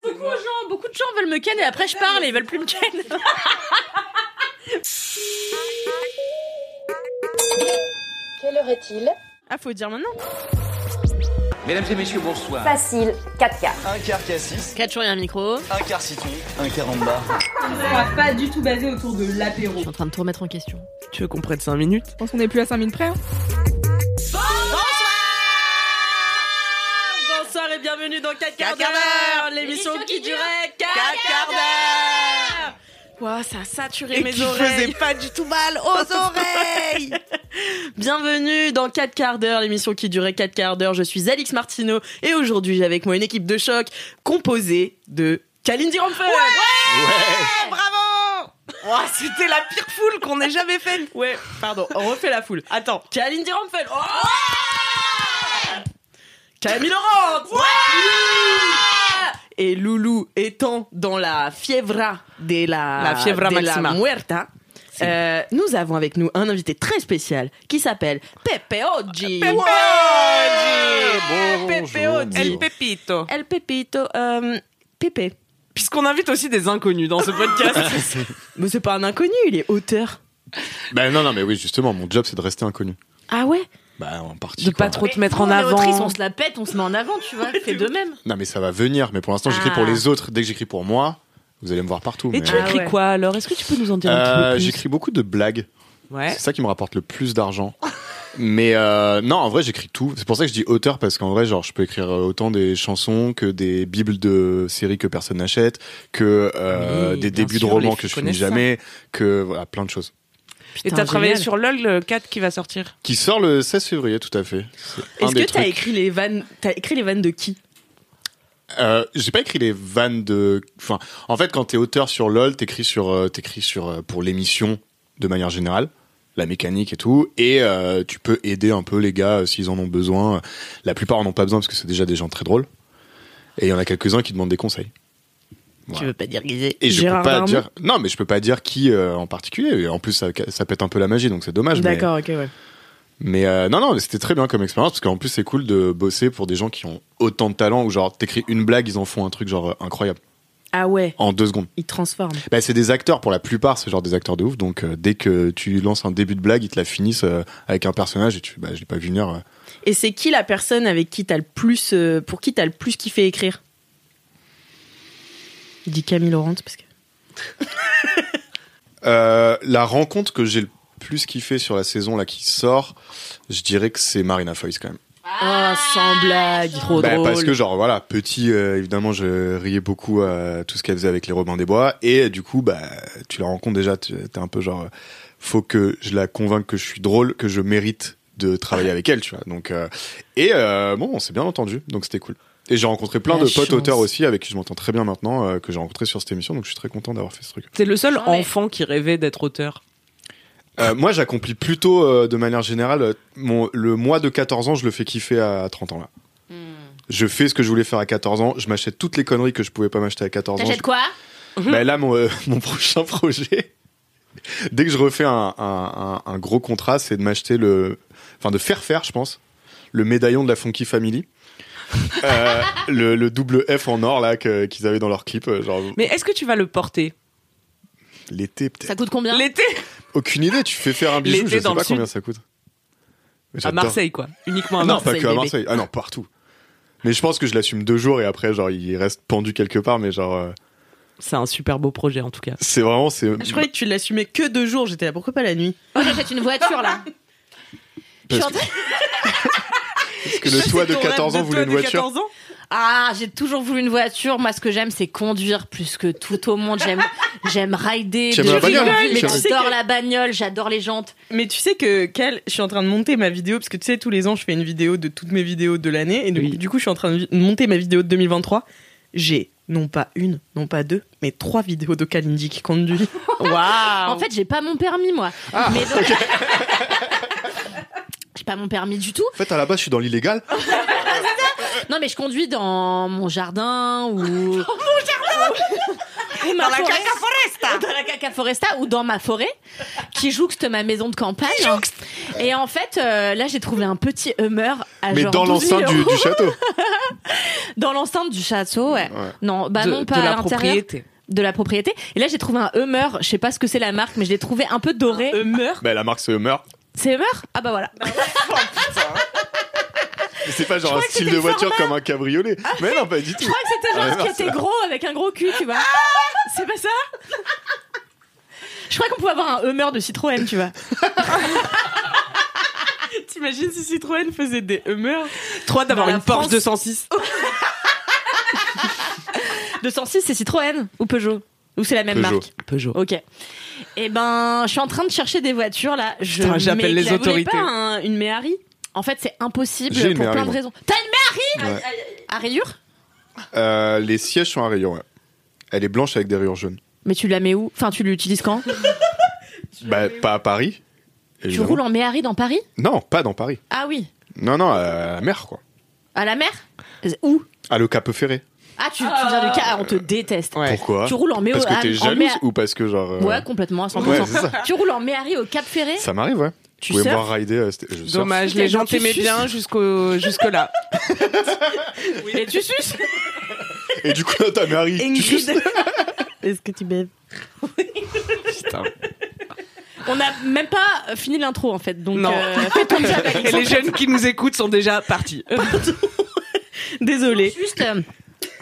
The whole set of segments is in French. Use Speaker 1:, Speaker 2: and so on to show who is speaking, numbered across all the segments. Speaker 1: Beaucoup de gens, beaucoup de gens veulent me ken et après je parle et ils veulent plus me ken.
Speaker 2: Quelle heure est-il
Speaker 1: Ah, faut dire maintenant.
Speaker 3: Mesdames et messieurs, bonsoir.
Speaker 2: Facile, 4 quarts.
Speaker 3: Un quart cassis,
Speaker 1: 4 jours et un micro. Je
Speaker 3: un quart citron, un quart amba.
Speaker 4: sera pas du tout basé autour de l'apéro.
Speaker 1: suis en train de tout remettre en question.
Speaker 5: Tu veux qu'on prenne 5 minutes
Speaker 4: Je pense qu'on est plus à 5000 près. hein.
Speaker 1: Bonsoir et bienvenue dans 4 quarts
Speaker 5: Quatre quarts
Speaker 1: d'heure,
Speaker 5: d'heure,
Speaker 1: l'émission qui durait 4
Speaker 5: quarts
Speaker 1: quarts d'heure. Ouah, ça a saturé mes
Speaker 5: qui
Speaker 1: oreilles.
Speaker 5: faisait pas du tout mal aux oreilles
Speaker 1: Bienvenue dans 4 quarts d'heure, l'émission qui durait 4 quarts d'heure. Je suis Alix Martineau et aujourd'hui j'ai avec moi une équipe de choc composée de Kalindi Ramphel.
Speaker 5: Eh, Bravo Ouah, C'était la pire foule qu'on ait jamais faite
Speaker 1: Ouais, pardon, on refait la foule. Attends, Kalindi Ramphel. Oh Camille Laurent. Et Loulou étant dans la fievra de la,
Speaker 5: La fievra
Speaker 1: de
Speaker 5: maxima.
Speaker 1: la muerta. euh, nous avons avec nous un invité très spécial qui s'appelle Pepe Oggi.
Speaker 5: Pepe
Speaker 1: Ouais,
Speaker 3: Oggi.
Speaker 1: Pepe Oggi.
Speaker 5: El Pepito
Speaker 1: El Pepito. euh, Pepe.
Speaker 5: Puisqu'on invite aussi des inconnus dans ce podcast.
Speaker 1: Mais c'est pas un inconnu, il est auteur.
Speaker 6: Ben non, non, mais oui, justement, mon job c'est de rester inconnu.
Speaker 1: Ah ouais
Speaker 6: Bah en partie.
Speaker 5: De
Speaker 6: quoi.
Speaker 5: pas trop te mettre
Speaker 1: nous,
Speaker 5: en
Speaker 1: on est autrice,
Speaker 5: avant.
Speaker 1: on se la pète, on se met en avant, tu vois. Fais de même.
Speaker 6: Non, mais ça va venir, mais pour l'instant j'écris
Speaker 1: Ah.
Speaker 6: pour les autres. Dès que j'écris pour moi, vous allez me voir partout.
Speaker 5: Et
Speaker 6: mais-
Speaker 5: tu
Speaker 1: Ah
Speaker 5: écris
Speaker 1: ouais.
Speaker 5: quoi alors Est-ce que tu peux nous en dire un petit
Speaker 6: Euh,
Speaker 5: peu plus
Speaker 6: J'écris beaucoup de blagues.
Speaker 5: Ouais.
Speaker 6: C'est ça qui me rapporte le plus d'argent. mais euh, non, en vrai, j'écris tout. C'est pour ça que je dis auteur parce qu'en vrai, genre, je peux écrire euh, autant des chansons que des bibles de séries que personne n'achète, que euh,
Speaker 5: Oui,
Speaker 6: des
Speaker 5: bien
Speaker 6: débuts
Speaker 5: sûr,
Speaker 6: de romans
Speaker 5: les
Speaker 6: que je
Speaker 5: filles connaissent
Speaker 6: finis jamais, que voilà, plein de choses.
Speaker 5: Et t'as
Speaker 1: Putain,
Speaker 5: travaillé
Speaker 1: génial.
Speaker 5: sur LOL le 4 qui va sortir.
Speaker 6: Qui sort le 16 février, tout à fait. C'est un
Speaker 1: Est-ce
Speaker 6: des
Speaker 1: que t'as
Speaker 6: trucs.
Speaker 1: écrit les vannes T'as écrit les vannes de qui
Speaker 6: Euh, j'ai pas écrit les vannes de. Enfin, en fait, quand t'es auteur sur LOL, t'écris sur, euh, t'écris sur euh, pour l'émission de manière générale, la mécanique et tout, et euh, tu peux aider un peu les gars euh, s'ils en ont besoin. La plupart en ont pas besoin parce que c'est déjà des gens très drôles, et il y en a quelques uns qui demandent des conseils. Voilà.
Speaker 1: pas dire guiser.
Speaker 6: Et je
Speaker 5: Gérard
Speaker 6: peux pas
Speaker 5: Darmon
Speaker 6: dire. Non, mais je peux pas dire qui euh, en particulier. Et en plus, ça, ça pète un peu la magie, donc c'est dommage. mais-
Speaker 1: D'accord, ok, ouais.
Speaker 6: mais euh, non, non, mais c'était très bien comme expérience parce qu'en plus c'est cool de bosser pour des gens qui ont autant de talent ou genre t'écris une blague, ils en font un truc genre euh, incroyable
Speaker 1: Ah ouais,
Speaker 6: en deux secondes.
Speaker 1: il transforme.
Speaker 6: Bah, c'est des acteurs pour la plupart, c'est genre des acteurs de ouf. Donc euh, dès que tu lances un début de blague, ils te la finissent euh, avec un personnage et tu fais, bah je l'ai pas vu venir. euh.
Speaker 1: Et c'est qui la personne avec qui t'as le plus, euh, pour qui t'as le plus kiffé écrire Il dit Camille Laurent parce que.
Speaker 6: Euh, la rencontre que j'ai le plus kiffé sur la saison là qui sort, je dirais que c'est Marina Foïs quand même.
Speaker 1: Ah, sans blague, trop
Speaker 6: Bah,
Speaker 1: drôle.
Speaker 6: parce que genre voilà, petit euh, évidemment, je riais beaucoup à tout ce qu'elle faisait avec les Robins des Bois et euh, du coup bah tu la rencontres déjà, tu- t'es un peu genre euh, faut que je la convainque que je suis drôle, que je mérite de travailler avec elle, tu vois. Donc euh, et euh, bon, on s'est bien entendu, donc c'était cool. Et j'ai rencontré plein
Speaker 1: La
Speaker 6: de
Speaker 1: chance.
Speaker 6: potes auteurs aussi avec qui je m'entends très bien maintenant euh, que j'ai rencontré sur cette émission, donc je suis très content d'avoir fait ce truc.
Speaker 5: T'es le seul
Speaker 1: Ah ouais.
Speaker 5: enfant qui rêvait d'être auteur.
Speaker 6: Euh, moi, j'accomplis plutôt euh, de manière générale euh, mon, le mois de 14 ans, je le fais kiffer à 30 ans là.
Speaker 5: Hmm.
Speaker 6: Je fais ce que je voulais faire à 14 ans, je m'achète toutes les conneries que je pouvais pas m'acheter à 14 ans.
Speaker 1: quoi
Speaker 6: Bah, là, mon, euh, mon prochain projet, dès que je refais un, un- un- un gros contrat, c'est de m'acheter le. Enfin, de faire faire, je pense, le médaillon de la Funky Family. Euh, le, le double F en or là que- qu'ils avaient dans leur clip, euh, genre
Speaker 5: Mais est-ce que tu vas le porter
Speaker 6: l'été peut-être.
Speaker 1: Ça coûte combien
Speaker 5: L'été
Speaker 6: Aucune idée, tu fais faire un bijou,
Speaker 5: L'été
Speaker 6: je sais
Speaker 5: dans
Speaker 6: pas
Speaker 5: le sud.
Speaker 6: combien ça coûte. Mais
Speaker 5: À
Speaker 6: j'adore.
Speaker 5: Marseille quoi. Uniquement à
Speaker 6: non,
Speaker 5: Marseille.
Speaker 6: pas que à
Speaker 5: bébé.
Speaker 6: Marseille. Ah non, partout. Mais je pense que je l'assume deux jours et après, genre, il reste pendu quelque part. Mais genre, euh,
Speaker 5: C'est un super beau projet en tout cas.
Speaker 6: c'est vraiment, c'est.
Speaker 1: Je croyais que tu l'assumais que deux jours, j'étais là, pourquoi pas la nuit
Speaker 7: J'achète une voiture là.
Speaker 6: Parce
Speaker 7: Je suis en train-
Speaker 6: Parce que le toit de 14 ans voulait une voiture.
Speaker 7: Ah, j'ai toujours voulu une voiture. Moi, ce que j'aime, c'est conduire plus que tout au monde. J'aime, j'aime rider,
Speaker 6: Tu aimes
Speaker 7: de-
Speaker 6: la bagnole
Speaker 7: mais
Speaker 6: Tu aimes-
Speaker 7: j'adore la bagnole, j'adore les jantes.
Speaker 1: Mais tu sais que Cal, je suis en train de monter ma vidéo parce que tu sais tous les ans je fais une vidéo de toutes mes vidéos de l'année et donc, du coup je suis en train de vi- monter ma vidéo de 2023. J'ai non pas une, non pas deux, mais trois vidéos de Kalindi qui
Speaker 7: Ah,
Speaker 1: conduit. Waouh.
Speaker 7: En fait, j'ai pas mon permis moi. Mais donc- j'ai pas mon permis du tout.
Speaker 6: En fait, à la base, je suis dans l'illégal.
Speaker 7: Non, mais je conduis dans mon jardin ou. mon jardin Ou ma
Speaker 5: Dans la
Speaker 7: forêt. Ah,
Speaker 5: caca foresta
Speaker 7: Dans la caca foresta ou dans ma forêt qui jouxte ma maison de campagne. Et en fait, euh, là, j'ai trouvé un petit Hummer à
Speaker 6: Mais
Speaker 7: Ah, genre
Speaker 6: dans
Speaker 7: 12 000
Speaker 6: l'enceinte du,
Speaker 7: euros.
Speaker 6: du château.
Speaker 7: Dans l'enceinte du château, ouais.
Speaker 6: Ouais.
Speaker 7: Non, bah non, pas à l'intérieur de la propriété. Et là, j'ai trouvé un Hummer, je sais pas ce que c'est la marque, mais je l'ai trouvé un peu doré.
Speaker 1: meurt.
Speaker 6: Bah, la marque, c'est Hummer.
Speaker 7: C'est Hummer Ah bah voilà.
Speaker 6: Mais C'est pas genre un
Speaker 7: crois que
Speaker 6: style
Speaker 7: c'était
Speaker 6: de
Speaker 7: le
Speaker 6: voiture comme un cabriolet. Mais non, pas du
Speaker 7: Je
Speaker 6: tout.
Speaker 7: crois que c'était
Speaker 6: Ah,
Speaker 7: genre qui
Speaker 6: mince.
Speaker 7: était gros avec un gros cul, tu vois.
Speaker 1: Ah
Speaker 7: C'est pas ça Je crois qu'on pouvait avoir un Hummer de Citroën, tu vois.
Speaker 1: T'imagines si Citroën faisait des humeurs
Speaker 5: 3 d'avoir
Speaker 1: Dans la
Speaker 5: une Porsche
Speaker 1: France.
Speaker 5: 206.
Speaker 7: 206, c'est Citroën ou Peugeot Ou c'est la même
Speaker 6: Peugeot.
Speaker 7: marque
Speaker 5: Peugeot.
Speaker 7: Ok. Eh ben, je suis en train de chercher des voitures là. Je
Speaker 5: Putain, j'appelle les
Speaker 7: m'éclate. Vous voulez
Speaker 5: autorités.
Speaker 7: pas un- une Méhari En fait, c'est impossible
Speaker 6: J'ai une
Speaker 7: pour
Speaker 6: Méhari,
Speaker 7: plein de
Speaker 6: moi.
Speaker 7: raisons. T'as une Méhari
Speaker 6: Ouais.
Speaker 7: À rayures
Speaker 6: Euh, les sièges sont à rayures, ouais. Elle est blanche avec des rayures jaunes.
Speaker 7: Mais tu la mets où Enfin, tu l'utilises quand
Speaker 6: Bah, pas à Paris.
Speaker 7: Tu
Speaker 6: évidemment.
Speaker 7: roules en Méhari dans Paris
Speaker 6: Non, pas dans Paris.
Speaker 7: Ah oui.
Speaker 6: Non, non, à la mer, quoi.
Speaker 7: À la mer Où
Speaker 6: À le Cap Ferré.
Speaker 7: Ah, tu, tu viens de Ca- ah, on te déteste.
Speaker 6: Pourquoi
Speaker 7: Tu roules en Méo.
Speaker 6: Parce
Speaker 1: ah,
Speaker 6: que t'es
Speaker 7: en
Speaker 6: jalouse
Speaker 7: Méa-
Speaker 6: ou parce que genre. euh,
Speaker 7: Ouais, complètement, à 100%.
Speaker 6: Ouais, c'est ça.
Speaker 7: Tu roules en Méhari au Cap Ferré
Speaker 6: Ça m'arrive, ouais.
Speaker 7: Tu
Speaker 6: Vous pouvez me
Speaker 7: surfes
Speaker 6: voir rider. euh, c'était- je surfe.
Speaker 5: Dommage, les gens t'aimaient bien jusqu'au jusque-là.
Speaker 7: et tu suces
Speaker 6: Et du coup, t'as Marie. Tu suces
Speaker 1: Est-ce que tu baises
Speaker 5: Putain.
Speaker 7: On n'a même pas fini l'intro en fait, donc
Speaker 5: Non.
Speaker 7: euh, fais ton job,
Speaker 5: Et les
Speaker 7: Alexandre.
Speaker 5: jeunes qui nous écoutent sont déjà partis.
Speaker 1: Désolée.
Speaker 7: Juste, euh,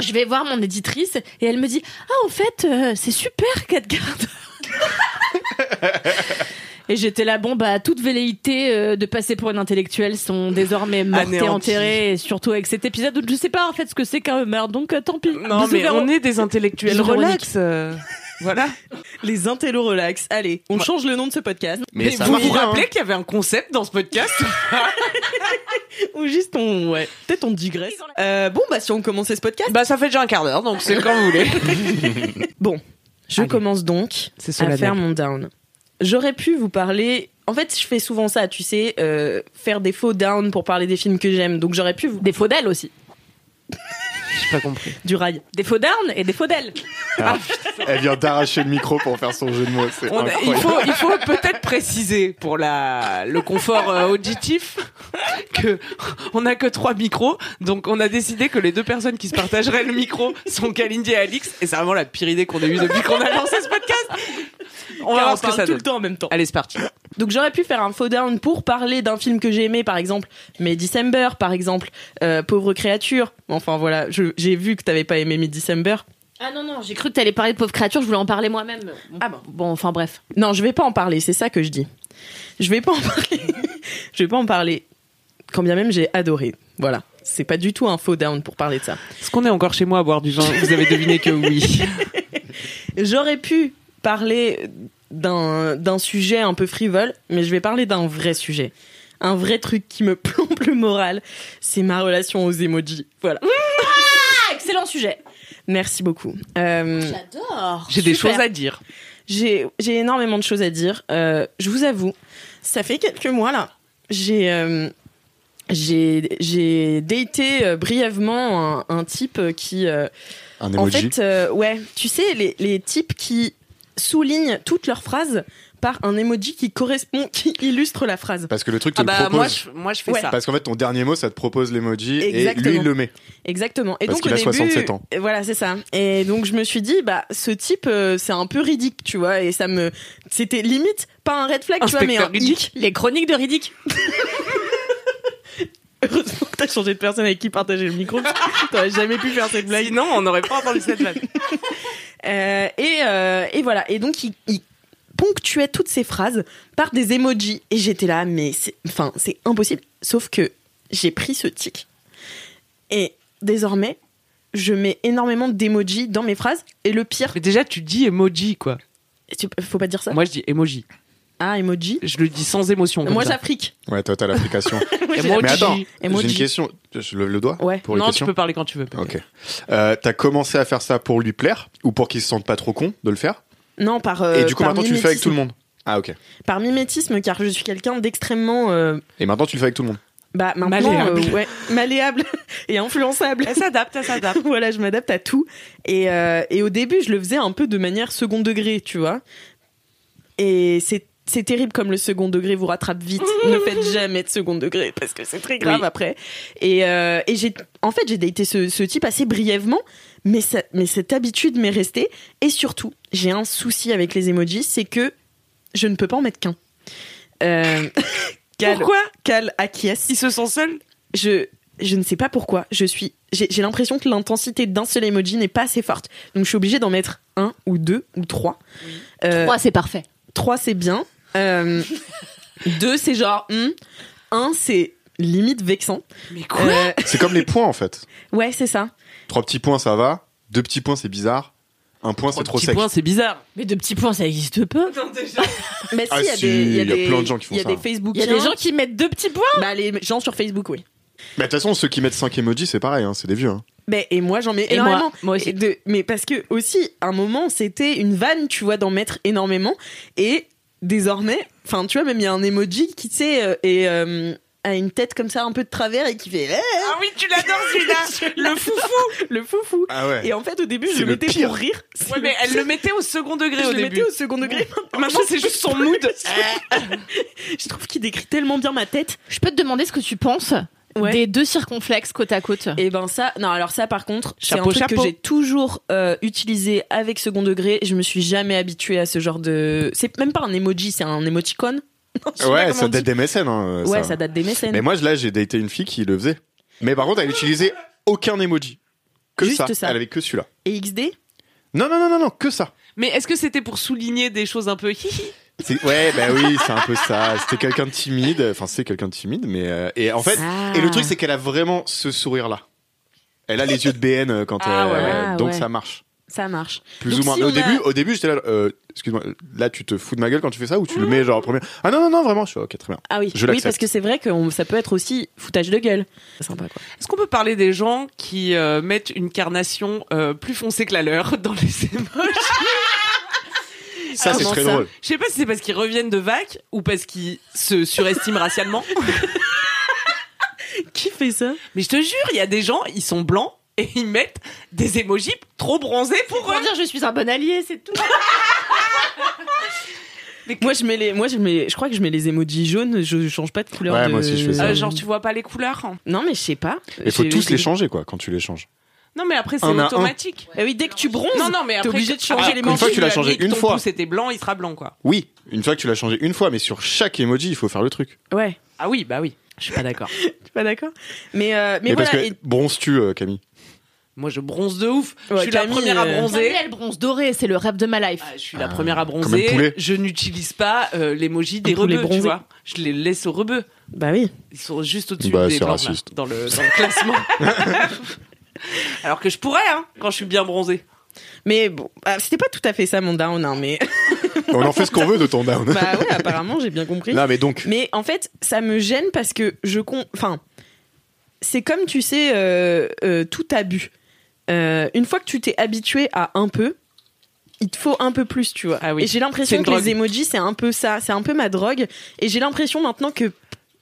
Speaker 7: je vais voir mon éditrice et elle me dit Ah, en fait, euh, c'est super, 4 gardes. Et j'étais là, bon, bah, toute velléité euh, de passer pour une intellectuelle sont désormais mortes et
Speaker 5: Anéanties.
Speaker 7: enterrées, et surtout avec cet épisode où je sais pas en fait ce que c'est qu'un meurt, donc euh, tant pis.
Speaker 5: Non,
Speaker 7: Bisous,
Speaker 5: mais
Speaker 7: Véro.
Speaker 5: on est des intellectuels.
Speaker 7: Bisous, Véronique.
Speaker 5: Relax. euh, Voilà.
Speaker 1: Les intello relax. Allez, on change le nom de ce podcast
Speaker 6: Mais ça
Speaker 5: vous
Speaker 6: marche
Speaker 5: vous
Speaker 6: bien, hein.
Speaker 5: rappelez qu'il y avait un concept dans ce podcast
Speaker 1: ou juste on ouais, peut-être on digresse. Euh, bon bah si on commençait ce podcast.
Speaker 5: Bah, ça fait déjà un quart d'heure, donc c'est quand vous voulez.
Speaker 1: Bon, je
Speaker 5: Allez.
Speaker 1: commence donc
Speaker 5: C'est
Speaker 1: à
Speaker 5: solennel.
Speaker 1: faire mon down. J'aurais pu vous parler. En fait, je fais souvent ça, tu sais, euh, faire des faux down pour parler des films que j'aime. Donc j'aurais pu vous
Speaker 7: Des faux d'elle aussi.
Speaker 5: J'ai pas compris. Oh,
Speaker 1: du rail.
Speaker 7: Des faux down et des faux d'elle.
Speaker 6: Elle vient d'arracher le micro pour faire son jeu de mots. C'est
Speaker 5: On a- il
Speaker 6: incroyable.
Speaker 5: faut, il faut peut-être préciser pour la, le confort euh, auditif que on n'a que trois micros, donc on a décidé que les deux personnes qui se partageraient le micro sont Kalindi et Alix, et c'est vraiment la pire idée qu'on ait eue depuis qu'on a lancé ce podcast. On va
Speaker 1: Car
Speaker 5: voir ce que
Speaker 1: parle
Speaker 5: ça
Speaker 1: tout
Speaker 5: donne.
Speaker 1: le temps en même temps.
Speaker 5: Allez, c'est parti.
Speaker 1: Donc j'aurais pu faire un faux down pour parler d'un film que j'ai aimé, par exemple, mais December, par exemple, euh, Pauvre créature. Enfin voilà, je- j'ai vu que t'avais pas aimé Mid December.
Speaker 7: Ah non, non, j'ai cru que t'allais parler de pauvres créatures, je voulais en parler moi-même. Ah bon Bon, enfin bref.
Speaker 1: Non, je vais pas en parler, c'est ça que je dis. Je vais pas en parler. je vais pas en parler. Quand bien même j'ai adoré. Voilà. C'est pas du tout un faux down pour parler de ça.
Speaker 5: Est-ce qu'on est encore chez moi à boire du vin Vous avez deviné que oui.
Speaker 1: J'aurais pu parler d'un d'un sujet un peu frivole, mais je vais parler d'un vrai sujet. Un vrai truc qui me plombe le moral, c'est ma relation aux emojis. Voilà.
Speaker 7: Ah, excellent sujet
Speaker 1: Merci beaucoup.
Speaker 7: Hmm.
Speaker 1: Euh,
Speaker 7: J'adore
Speaker 5: J'ai des
Speaker 7: Super.
Speaker 5: choses à dire.
Speaker 1: j'ai j'ai énormément de choses à dire. Euh, je vous avoue, ça fait quelques mois là, j'ai euh, j'ai j'ai daté euh, brièvement un, un type qui euh,
Speaker 6: Un
Speaker 1: en
Speaker 6: emoji.
Speaker 1: fait euh, ouais, tu sais les les types qui soulignent toutes leurs phrases par un emoji qui correspond qui illustre la phrase.
Speaker 6: Parce que le truc te
Speaker 5: Ah bah
Speaker 6: le propose.
Speaker 5: moi je, moi je fais
Speaker 1: Ouais.
Speaker 5: ça.
Speaker 6: Parce qu'en fait, ton dernier mot, ça te propose l'emoji et
Speaker 1: Exactement.
Speaker 6: lui, il le met.
Speaker 1: Exactement. Et
Speaker 6: Parce
Speaker 1: donc au
Speaker 6: qu'il a
Speaker 1: début,
Speaker 6: 67 ans.
Speaker 1: et Voilà, c'est ça. Et donc je me suis dit bah ce type euh, c'est un peu ridicule, tu vois, et ça me c'était limite pas un red flag, tu vois, mais
Speaker 5: Inspecteur
Speaker 1: un
Speaker 5: Riddick.
Speaker 7: Les chroniques de Riddick
Speaker 1: Heureusement que t'as changé de personne avec qui partager le micro. parce que T'aurais jamais pu faire cette blague.
Speaker 5: Sinon, on n'aurait pas entendu cette blague.
Speaker 1: Euh, et, euh, et voilà. Et donc, il, il ponctuait toutes ses phrases par des emojis. Et j'étais là, mais c'est, enfin, c'est impossible. Sauf que j'ai pris ce tic. Et désormais, je mets énormément d'emojis dans mes phrases. Et le pire,
Speaker 5: Mais déjà, tu dis emoji, quoi.
Speaker 1: tu- faut pas dire ça.
Speaker 5: Moi, je dis emoji.
Speaker 1: Ah, emoji.
Speaker 5: Je le dis sans émotion. comme
Speaker 1: Moi,
Speaker 5: ça.
Speaker 1: j'applique.
Speaker 6: Ouais, toi, t'as l'application.
Speaker 1: Moi, j'ai-
Speaker 5: Emoji.
Speaker 6: Mais attends, j'ai
Speaker 1: Emoji.
Speaker 6: une question. Je lève le doigt
Speaker 1: Ouais.
Speaker 6: pour une
Speaker 5: Non, tu
Speaker 6: question.
Speaker 5: peux parler quand tu veux.
Speaker 6: Ok. Euh, t'as commencé à faire ça pour lui plaire ou pour qu'il se sente pas trop con de le faire
Speaker 1: Non, par. euh,
Speaker 6: Et du coup,
Speaker 1: par
Speaker 6: maintenant, tu le fais avec
Speaker 1: mimétisme.
Speaker 6: tout le monde. Ah, ok.
Speaker 1: Par mimétisme, car je suis quelqu'un d'extrêmement. euh,
Speaker 6: Et maintenant, tu le fais avec tout le monde.
Speaker 1: bah, maintenant,
Speaker 5: Malléable.
Speaker 1: euh, ouais, malléable et influençable.
Speaker 5: Elle s'adapte, elle s'adapte.
Speaker 1: voilà, je m'adapte à tout. Et, euh, et au début, je le faisais un peu de manière second degré, tu vois. Et c'est. c'est terrible comme le second degré vous rattrape vite. ne faites jamais de second degré parce que c'est très grave
Speaker 5: Oui.
Speaker 1: après. Et, euh, et j'ai, en fait, j'ai daté ce, ce type assez brièvement, mais, ça- mais cette habitude m'est restée. Et surtout, j'ai un souci avec les emojis, c'est que je ne peux pas en mettre qu'un. Euh, Cal,
Speaker 5: Pourquoi
Speaker 1: Cal acquiesce.
Speaker 5: Ils se sont seuls
Speaker 1: Je, je ne sais pas pourquoi. Je suis, j'ai j'ai l'impression que l'intensité d'un seul emoji n'est pas assez forte. Donc je suis obligée d'en mettre un ou deux ou trois. Euh,
Speaker 7: Trois, c'est parfait.
Speaker 1: 3 c'est bien. 2 c'est genre 1 c'est limite vexant.
Speaker 5: Mais quoi
Speaker 1: Euh,
Speaker 6: C'est comme les points, en fait.
Speaker 1: ouais, c'est ça.
Speaker 6: Trois petits points, ça va. Deux petits points, c'est bizarre. Un point, c'est trop
Speaker 5: Petit
Speaker 6: sec.
Speaker 5: point, c'est bizarre.
Speaker 7: Mais de petits points, ça existe peu.
Speaker 1: Mais
Speaker 6: Ah
Speaker 1: si, il y a
Speaker 6: si,
Speaker 1: des-
Speaker 6: il y a
Speaker 1: des-
Speaker 6: plein de gens qui font
Speaker 1: Il y a
Speaker 6: ça. hein.
Speaker 1: des Facebook.
Speaker 7: Il y a des gens qui mettent deux petits points.
Speaker 1: Bah, les gens sur Facebook, oui.
Speaker 6: Mais de toute façon, ceux qui mettent 5 emojis, c'est pareil, hein, c'est des vieux. hein.
Speaker 1: Mais, et moi, j'en mets
Speaker 7: Et moi,
Speaker 1: énormément.
Speaker 7: moi aussi.
Speaker 1: Et de- mais parce que, aussi, à un moment, c'était une vanne, tu vois, d'en mettre énormément. Et désormais, enfin, tu vois, même il y a un emoji qui, tu sais, euh, est, euh, a une tête comme ça, un peu de travers et qui fait eh,
Speaker 5: Ah oui, tu l'adores celui-là Le foufou
Speaker 1: le foufou.
Speaker 6: Ah ouais.
Speaker 1: Et en fait, au début,
Speaker 6: C'est
Speaker 1: je le
Speaker 6: le
Speaker 1: mettais
Speaker 6: pire.
Speaker 1: pour rire. C'est
Speaker 5: Ouais, mais
Speaker 1: le
Speaker 5: elle le mettait au second degré
Speaker 1: je
Speaker 5: au
Speaker 1: le
Speaker 5: début.
Speaker 1: mettais au second degré.
Speaker 5: Maintenant, c'est juste son mood.
Speaker 1: Je trouve qu'il décrit tellement bien ma tête.
Speaker 7: Je peux te demander ce que tu penses
Speaker 1: Ouais.
Speaker 7: des deux circonflexes côte à côte.
Speaker 1: Et ben ça, non alors ça par contre, c'est un
Speaker 5: Chapeau,
Speaker 1: truc que
Speaker 5: chapeau.
Speaker 1: j'ai toujours euh, utilisé avec second degré. Je me suis jamais habituée à ce genre de. C'est même pas un emoji, c'est un émoticône. Non, je sais pas
Speaker 6: Ouais,
Speaker 1: comment
Speaker 6: ça
Speaker 1: on dit.
Speaker 6: date des mécènes. hein,
Speaker 1: Ouais,
Speaker 6: ça.
Speaker 1: ça date des mécènes.
Speaker 6: Mais moi, là, j'ai daté une fille qui le faisait. Mais par contre, elle utilisait aucun emoji. Que
Speaker 1: Juste
Speaker 6: ça.
Speaker 1: ça.
Speaker 6: Elle avait que celui-là.
Speaker 1: Et XD
Speaker 6: Non, non, non, non, non, que ça.
Speaker 5: Mais est-ce que c'était pour souligner des choses un peu hihi
Speaker 6: C'est- Ouais, bah oui, c'est un peu ça. C'était quelqu'un de timide. Enfin, c'est quelqu'un de timide, mais. euh, Et en fait,
Speaker 1: Ah.
Speaker 6: et le truc, c'est qu'elle a vraiment ce sourire-là. Elle a les yeux de BN euh, quand
Speaker 5: Ah
Speaker 6: elle.
Speaker 5: ouais.
Speaker 6: euh,
Speaker 1: Ah
Speaker 6: donc
Speaker 1: ouais.
Speaker 6: ça marche.
Speaker 1: ça marche.
Speaker 6: Plus
Speaker 1: Donc
Speaker 6: ou moins.
Speaker 1: si
Speaker 6: Mais au,
Speaker 1: on a-
Speaker 6: début, au début, j'étais là. euh, Excuse-moi, là, tu te fous de ma gueule quand tu fais ça ou tu le mets genre en premier Ah non, non, non, vraiment. Je suis ok, très bien.
Speaker 1: Ah oui,
Speaker 6: Je
Speaker 1: oui
Speaker 6: l'accepte.
Speaker 1: parce que c'est vrai que on- ça peut être aussi foutage de gueule. Sympa quoi.
Speaker 5: Est-ce qu'on peut parler des gens qui euh, mettent une carnation euh, plus foncée que la leur dans les émotions
Speaker 6: Ça, c'est
Speaker 1: comment
Speaker 6: très
Speaker 1: ça
Speaker 6: drôle.
Speaker 5: Je sais pas si c'est parce qu'ils reviennent de vac ou parce qu'ils se surestiment racialement.
Speaker 1: Qui fait ça
Speaker 5: Mais je te jure, il y a des gens, ils sont blancs et ils mettent des émojis trop bronzés pour
Speaker 7: Pour
Speaker 5: eux.
Speaker 7: dire je suis un bon allié, c'est tout.
Speaker 1: Moi je mets les moi je mets je crois que je mets les emojis jaunes, je change pas de couleur
Speaker 6: Ouais,
Speaker 1: de-
Speaker 6: moi aussi, je fais ça.
Speaker 5: Euh, genre, tu vois pas les couleurs. hein.
Speaker 1: Non mais je sais pas.
Speaker 6: Il faut
Speaker 1: J'ai-
Speaker 6: tous les
Speaker 1: j'ai-
Speaker 6: changer, quoi, quand tu les changes.
Speaker 5: Non, mais après, c'est
Speaker 6: Un à un.
Speaker 5: automatique.
Speaker 1: Eh oui, dès que tu bronzes.
Speaker 5: Non, non, mais
Speaker 1: T'es
Speaker 5: après,
Speaker 1: obligé de changer les
Speaker 5: quand
Speaker 6: manches. Une fois que tu l'as changé
Speaker 5: admis que
Speaker 6: une
Speaker 5: ton
Speaker 6: fois.
Speaker 5: pouce était blanc, il sera blanc, quoi.
Speaker 6: Oui, une fois que tu l'as changé une fois, mais sur chaque emoji, il faut faire le truc.
Speaker 1: Ouais,
Speaker 5: Ah oui, bah oui. Je suis pas d'accord.
Speaker 1: je suis pas d'accord. Mais euh, mais,
Speaker 6: Mais
Speaker 1: voilà,
Speaker 6: parce que
Speaker 1: et-
Speaker 6: bronzes-tu, euh, Camille
Speaker 5: Moi, je bronze de ouf.
Speaker 1: Ouais,
Speaker 5: je suis
Speaker 1: Camille,
Speaker 5: la première à
Speaker 1: euh,
Speaker 5: bronzer.
Speaker 7: Elle bronze dorée, c'est le rêve de ma life.
Speaker 5: Ah, je suis la première à
Speaker 6: comme un poulet.
Speaker 5: bronzer. Je n'utilise pas euh, l'emoji des
Speaker 1: Un poulet
Speaker 5: rebeux, tu
Speaker 1: bronzé.
Speaker 5: vois. Je les laisse aux rebeux.
Speaker 1: bah oui.
Speaker 5: Ils sont juste au-dessus
Speaker 6: Bah,
Speaker 5: des
Speaker 6: c'est
Speaker 5: blancs, là,
Speaker 6: raciste.
Speaker 5: dans, le, dans le classement. Alors que je pourrais, hein, quand je suis bien bronzée.
Speaker 1: Mais bon, bah, c'était pas tout à fait ça mon down hein, mais
Speaker 6: On en fait ce qu'on veut de ton down.
Speaker 1: bah ouais, apparemment, j'ai bien compris.
Speaker 6: Là, mais donc.
Speaker 1: Mais en fait, ça me gêne parce que je con... Enfin, c'est comme, tu sais, euh, euh, tout abus. Euh, une fois que tu t'es habitué à un peu, il te faut un peu plus, tu vois.
Speaker 5: Ah oui.
Speaker 1: Et j'ai
Speaker 5: C'est
Speaker 1: l'impression
Speaker 5: une
Speaker 1: que les
Speaker 5: drogue.
Speaker 1: emojis, c'est un peu ça, c'est un peu ma drogue. Et j'ai l'impression maintenant que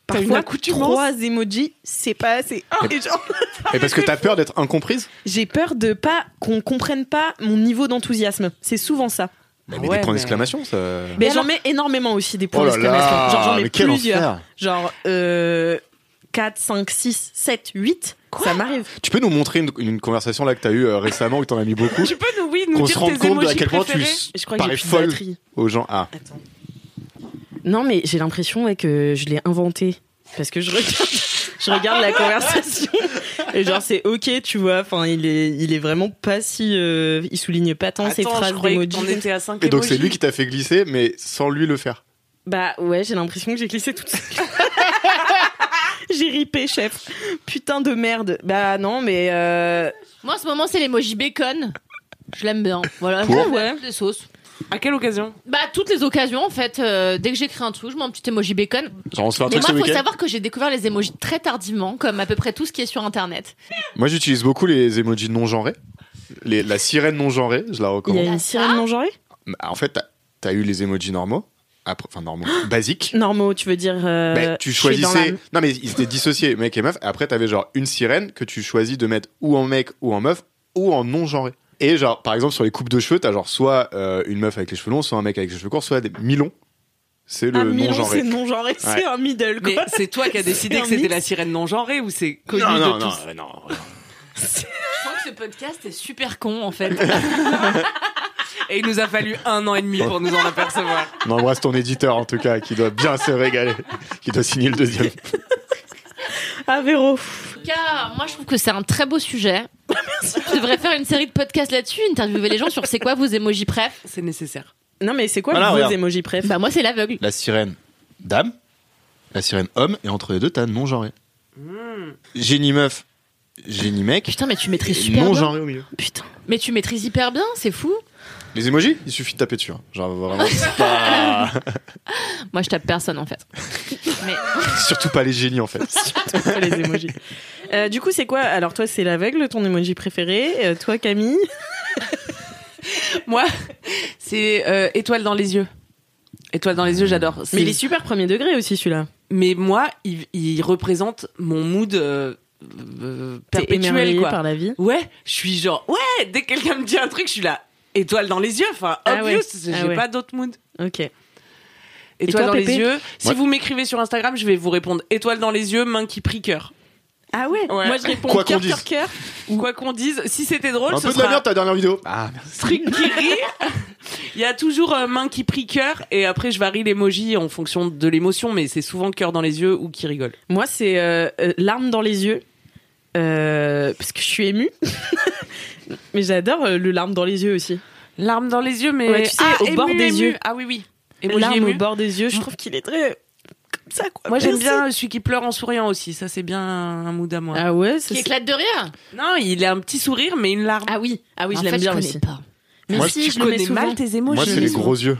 Speaker 5: T'as une
Speaker 1: parfois,
Speaker 5: accoutumance.
Speaker 1: trois emojis, c'est pas assez. Et genre,
Speaker 6: Et parce que t'as peur d'être incomprise
Speaker 1: j'ai peur de pas qu'on comprenne pas mon niveau d'enthousiasme. C'est souvent ça.
Speaker 6: Bah, Mais,
Speaker 5: Ah
Speaker 6: mais
Speaker 5: ouais,
Speaker 6: des points
Speaker 5: mais-
Speaker 6: d'exclamation, ça.
Speaker 1: Mais j'en mets énormément aussi des points
Speaker 6: Oh là
Speaker 1: d'exclamation.
Speaker 6: là,
Speaker 1: Genre, j'en mets
Speaker 6: mais quel
Speaker 1: plusieurs.
Speaker 6: enfer.
Speaker 1: Genre, euh, 4, 5, 6, 7, 8. ça m'arrive.
Speaker 6: Tu peux nous montrer une, une conversation là que t'as eue euh, récemment ou que t'en as mis beaucoup
Speaker 5: Tu peux nous, oui, nous
Speaker 6: Qu'on
Speaker 5: dire
Speaker 6: se rende
Speaker 5: tes
Speaker 6: compte de à
Speaker 5: emojis
Speaker 6: quel point tu
Speaker 5: préférés
Speaker 6: s-
Speaker 1: Je crois que j'ai
Speaker 6: parais
Speaker 1: plus de
Speaker 6: folle
Speaker 1: batterie.
Speaker 6: aux gens. Ah,
Speaker 1: Non, mais j'ai l'impression ouais, que je l'ai inventé. Parce que je regarde, je regarde la conversation. Et genre, c'est ok, tu vois. Enfin, il est, il est vraiment pas si. euh, il souligne pas tant ses
Speaker 5: Attends,
Speaker 1: phrases
Speaker 5: je croyais
Speaker 1: d'emoji.
Speaker 5: qu'on était à 5
Speaker 6: et donc c'est lui qui t'a fait glisser, mais sans lui le faire.
Speaker 1: Bah ouais, j'ai l'impression que j'ai glissé toute seule. j'ai ripé, chef. Putain de merde. Bah non, mais euh,
Speaker 7: Moi, en ce moment, c'est l'emoji bacon. Je l'aime bien. Voilà,
Speaker 6: Pour
Speaker 7: je ouais. des sauces.
Speaker 5: À quelle occasion
Speaker 7: Bah, toutes les occasions, en fait, euh, dès que j'écris un truc, je mets un petit emoji bacon.
Speaker 6: Genre, on se fait un
Speaker 7: Mais
Speaker 6: truc
Speaker 7: moi,
Speaker 6: ce
Speaker 7: il faut
Speaker 6: week-end
Speaker 7: savoir que j'ai découvert les emojis très tardivement, comme à peu près tout ce qui est sur Internet.
Speaker 6: Moi, j'utilise beaucoup les emojis non genrés. Les- la sirène non genrée, je
Speaker 1: Il y a
Speaker 6: la recommande.
Speaker 1: une sirène non genrée
Speaker 6: Bah, En fait, t'as- t'as eu les emojis normaux, après- enfin normaux, basiques.
Speaker 1: Normaux, tu veux dire. euh,
Speaker 6: Mais Bah, tu
Speaker 1: je suis dans
Speaker 6: choisissais.
Speaker 1: la-
Speaker 6: Non, mais ils étaient dissociés, mec et meuf. Après, t'avais genre une sirène que tu choisis de mettre ou en mec ou en meuf ou en non genré. Et genre, par exemple, sur les coupes de cheveux, t'as genre soit euh, une meuf avec les cheveux longs, soit un mec avec les cheveux courts, soit des milons. C'est le
Speaker 1: Ah,
Speaker 6: non
Speaker 1: Milan,
Speaker 6: genré.
Speaker 1: c'est non genré, c'est un middle
Speaker 5: Mais
Speaker 1: quoi.
Speaker 5: c'est toi qui as décidé
Speaker 1: C'est
Speaker 5: que
Speaker 1: un
Speaker 5: c'était
Speaker 1: mix.
Speaker 5: la sirène non genrée ou c'est connu
Speaker 6: Non, non,
Speaker 5: de
Speaker 6: non,
Speaker 5: tous
Speaker 6: non, non.
Speaker 7: Je pense que ce podcast est super con, en fait.
Speaker 5: Et il nous a fallu un an et demi pour nous en apercevoir.
Speaker 6: On embrasse ton éditeur, en tout cas, qui doit bien se régaler, qui doit signer le deuxième.
Speaker 1: Ah, Véro.
Speaker 7: En tout cas, moi, je trouve que c'est un très beau sujet. Je devrais faire une série de podcasts là-dessus, interviewer les gens sur c'est quoi vos emojis préf.
Speaker 5: C'est nécessaire.
Speaker 1: Non, mais c'est quoi
Speaker 6: Voilà,
Speaker 1: vos
Speaker 6: regarde.
Speaker 1: emojis préf
Speaker 7: Bah, moi, c'est l'aveugle.
Speaker 6: la sirène dame, la sirène homme, et entre les deux, t'as non genré. Génie meuf, génie mec,
Speaker 7: Putain, mais tu maîtrises
Speaker 6: et
Speaker 7: super
Speaker 6: non
Speaker 7: bien.
Speaker 6: genré au milieu.
Speaker 7: Putain. Mais tu maîtrises hyper bien, c'est fou.
Speaker 6: Les emojis, il suffit de taper dessus. hein. Genre vraiment, c'est pas...
Speaker 7: Moi, je tape personne, en fait. Mais
Speaker 6: surtout pas les génies en fait.
Speaker 1: Pas les emojis. Euh, du coup, c'est quoi Alors, toi, c'est l'aveugle, ton emoji préféré. Euh, toi, Camille
Speaker 5: Moi, c'est euh, étoile dans les yeux. Étoile dans les yeux, j'adore.
Speaker 1: Mais
Speaker 5: C'est-
Speaker 1: il est super premier degré aussi, celui-là.
Speaker 5: mais moi, il, il représente mon mood euh, euh,
Speaker 1: T'es
Speaker 5: perpétuel,
Speaker 1: émerveillé
Speaker 5: quoi.
Speaker 1: par la vie.
Speaker 5: Ouais, je suis genre, ouais, dès que quelqu'un me dit un truc, je suis là, étoile dans les yeux, enfin,
Speaker 1: Ah
Speaker 5: obvious,
Speaker 1: ouais,
Speaker 5: j'ai
Speaker 1: ah ouais.
Speaker 5: pas d'autre mood.
Speaker 1: Ok.
Speaker 5: Étoile
Speaker 1: toi,
Speaker 5: dans les
Speaker 1: Pépé
Speaker 5: yeux. Si
Speaker 6: Ouais.
Speaker 5: vous m'écrivez sur Instagram, je vais vous répondre étoile dans les yeux, main qui prie cœur.
Speaker 1: Ah ouais,
Speaker 5: Ouais.
Speaker 1: Moi, je réponds
Speaker 6: Quoi
Speaker 1: cœur,
Speaker 6: qu'on
Speaker 1: cœur,
Speaker 6: dise.
Speaker 1: cœur.
Speaker 5: Quoi qu'on dise, si c'était drôle,
Speaker 6: Un
Speaker 5: ce
Speaker 6: peu de la
Speaker 5: sera
Speaker 6: merde ta dernière vidéo. Ah,
Speaker 5: truc qui rit. Il y a toujours euh, main qui prie cœur et après je varie l'emoji en fonction de l'émotion, mais c'est souvent cœur dans les yeux ou qui rigole.
Speaker 1: Moi, c'est euh, euh, larmes dans les yeux. Euh, parce que je suis émue. mais j'adore euh, le larme dans les yeux aussi.
Speaker 5: Larmes dans les yeux, mais
Speaker 1: Ouais, tu sais,
Speaker 5: Ah,
Speaker 1: au bord des
Speaker 5: ému.
Speaker 1: yeux.
Speaker 5: Ah oui, oui.
Speaker 1: Le
Speaker 5: Emoji
Speaker 1: larme
Speaker 5: ému.
Speaker 1: au bord des yeux, je trouve qu'il est très. Comme ça, quoi.
Speaker 5: Moi j'aime
Speaker 1: Merci.
Speaker 5: bien celui qui pleure en souriant aussi, ça c'est bien un mood à moi.
Speaker 1: Ah ouais, ça,
Speaker 7: qui
Speaker 1: c'est-
Speaker 7: éclate de rire.
Speaker 5: Non, il a un petit sourire mais une larme.
Speaker 7: Ah oui. Ah
Speaker 1: oui, je l'aime bien
Speaker 7: je connais
Speaker 1: aussi.
Speaker 7: Pas.
Speaker 1: Mais
Speaker 6: Moi,
Speaker 1: si,
Speaker 6: tu
Speaker 1: je le mets
Speaker 5: connais
Speaker 1: souvent.
Speaker 5: mal tes émois.
Speaker 6: moi
Speaker 5: je
Speaker 6: c'est
Speaker 5: les
Speaker 6: les
Speaker 5: souvent.
Speaker 6: gros yeux.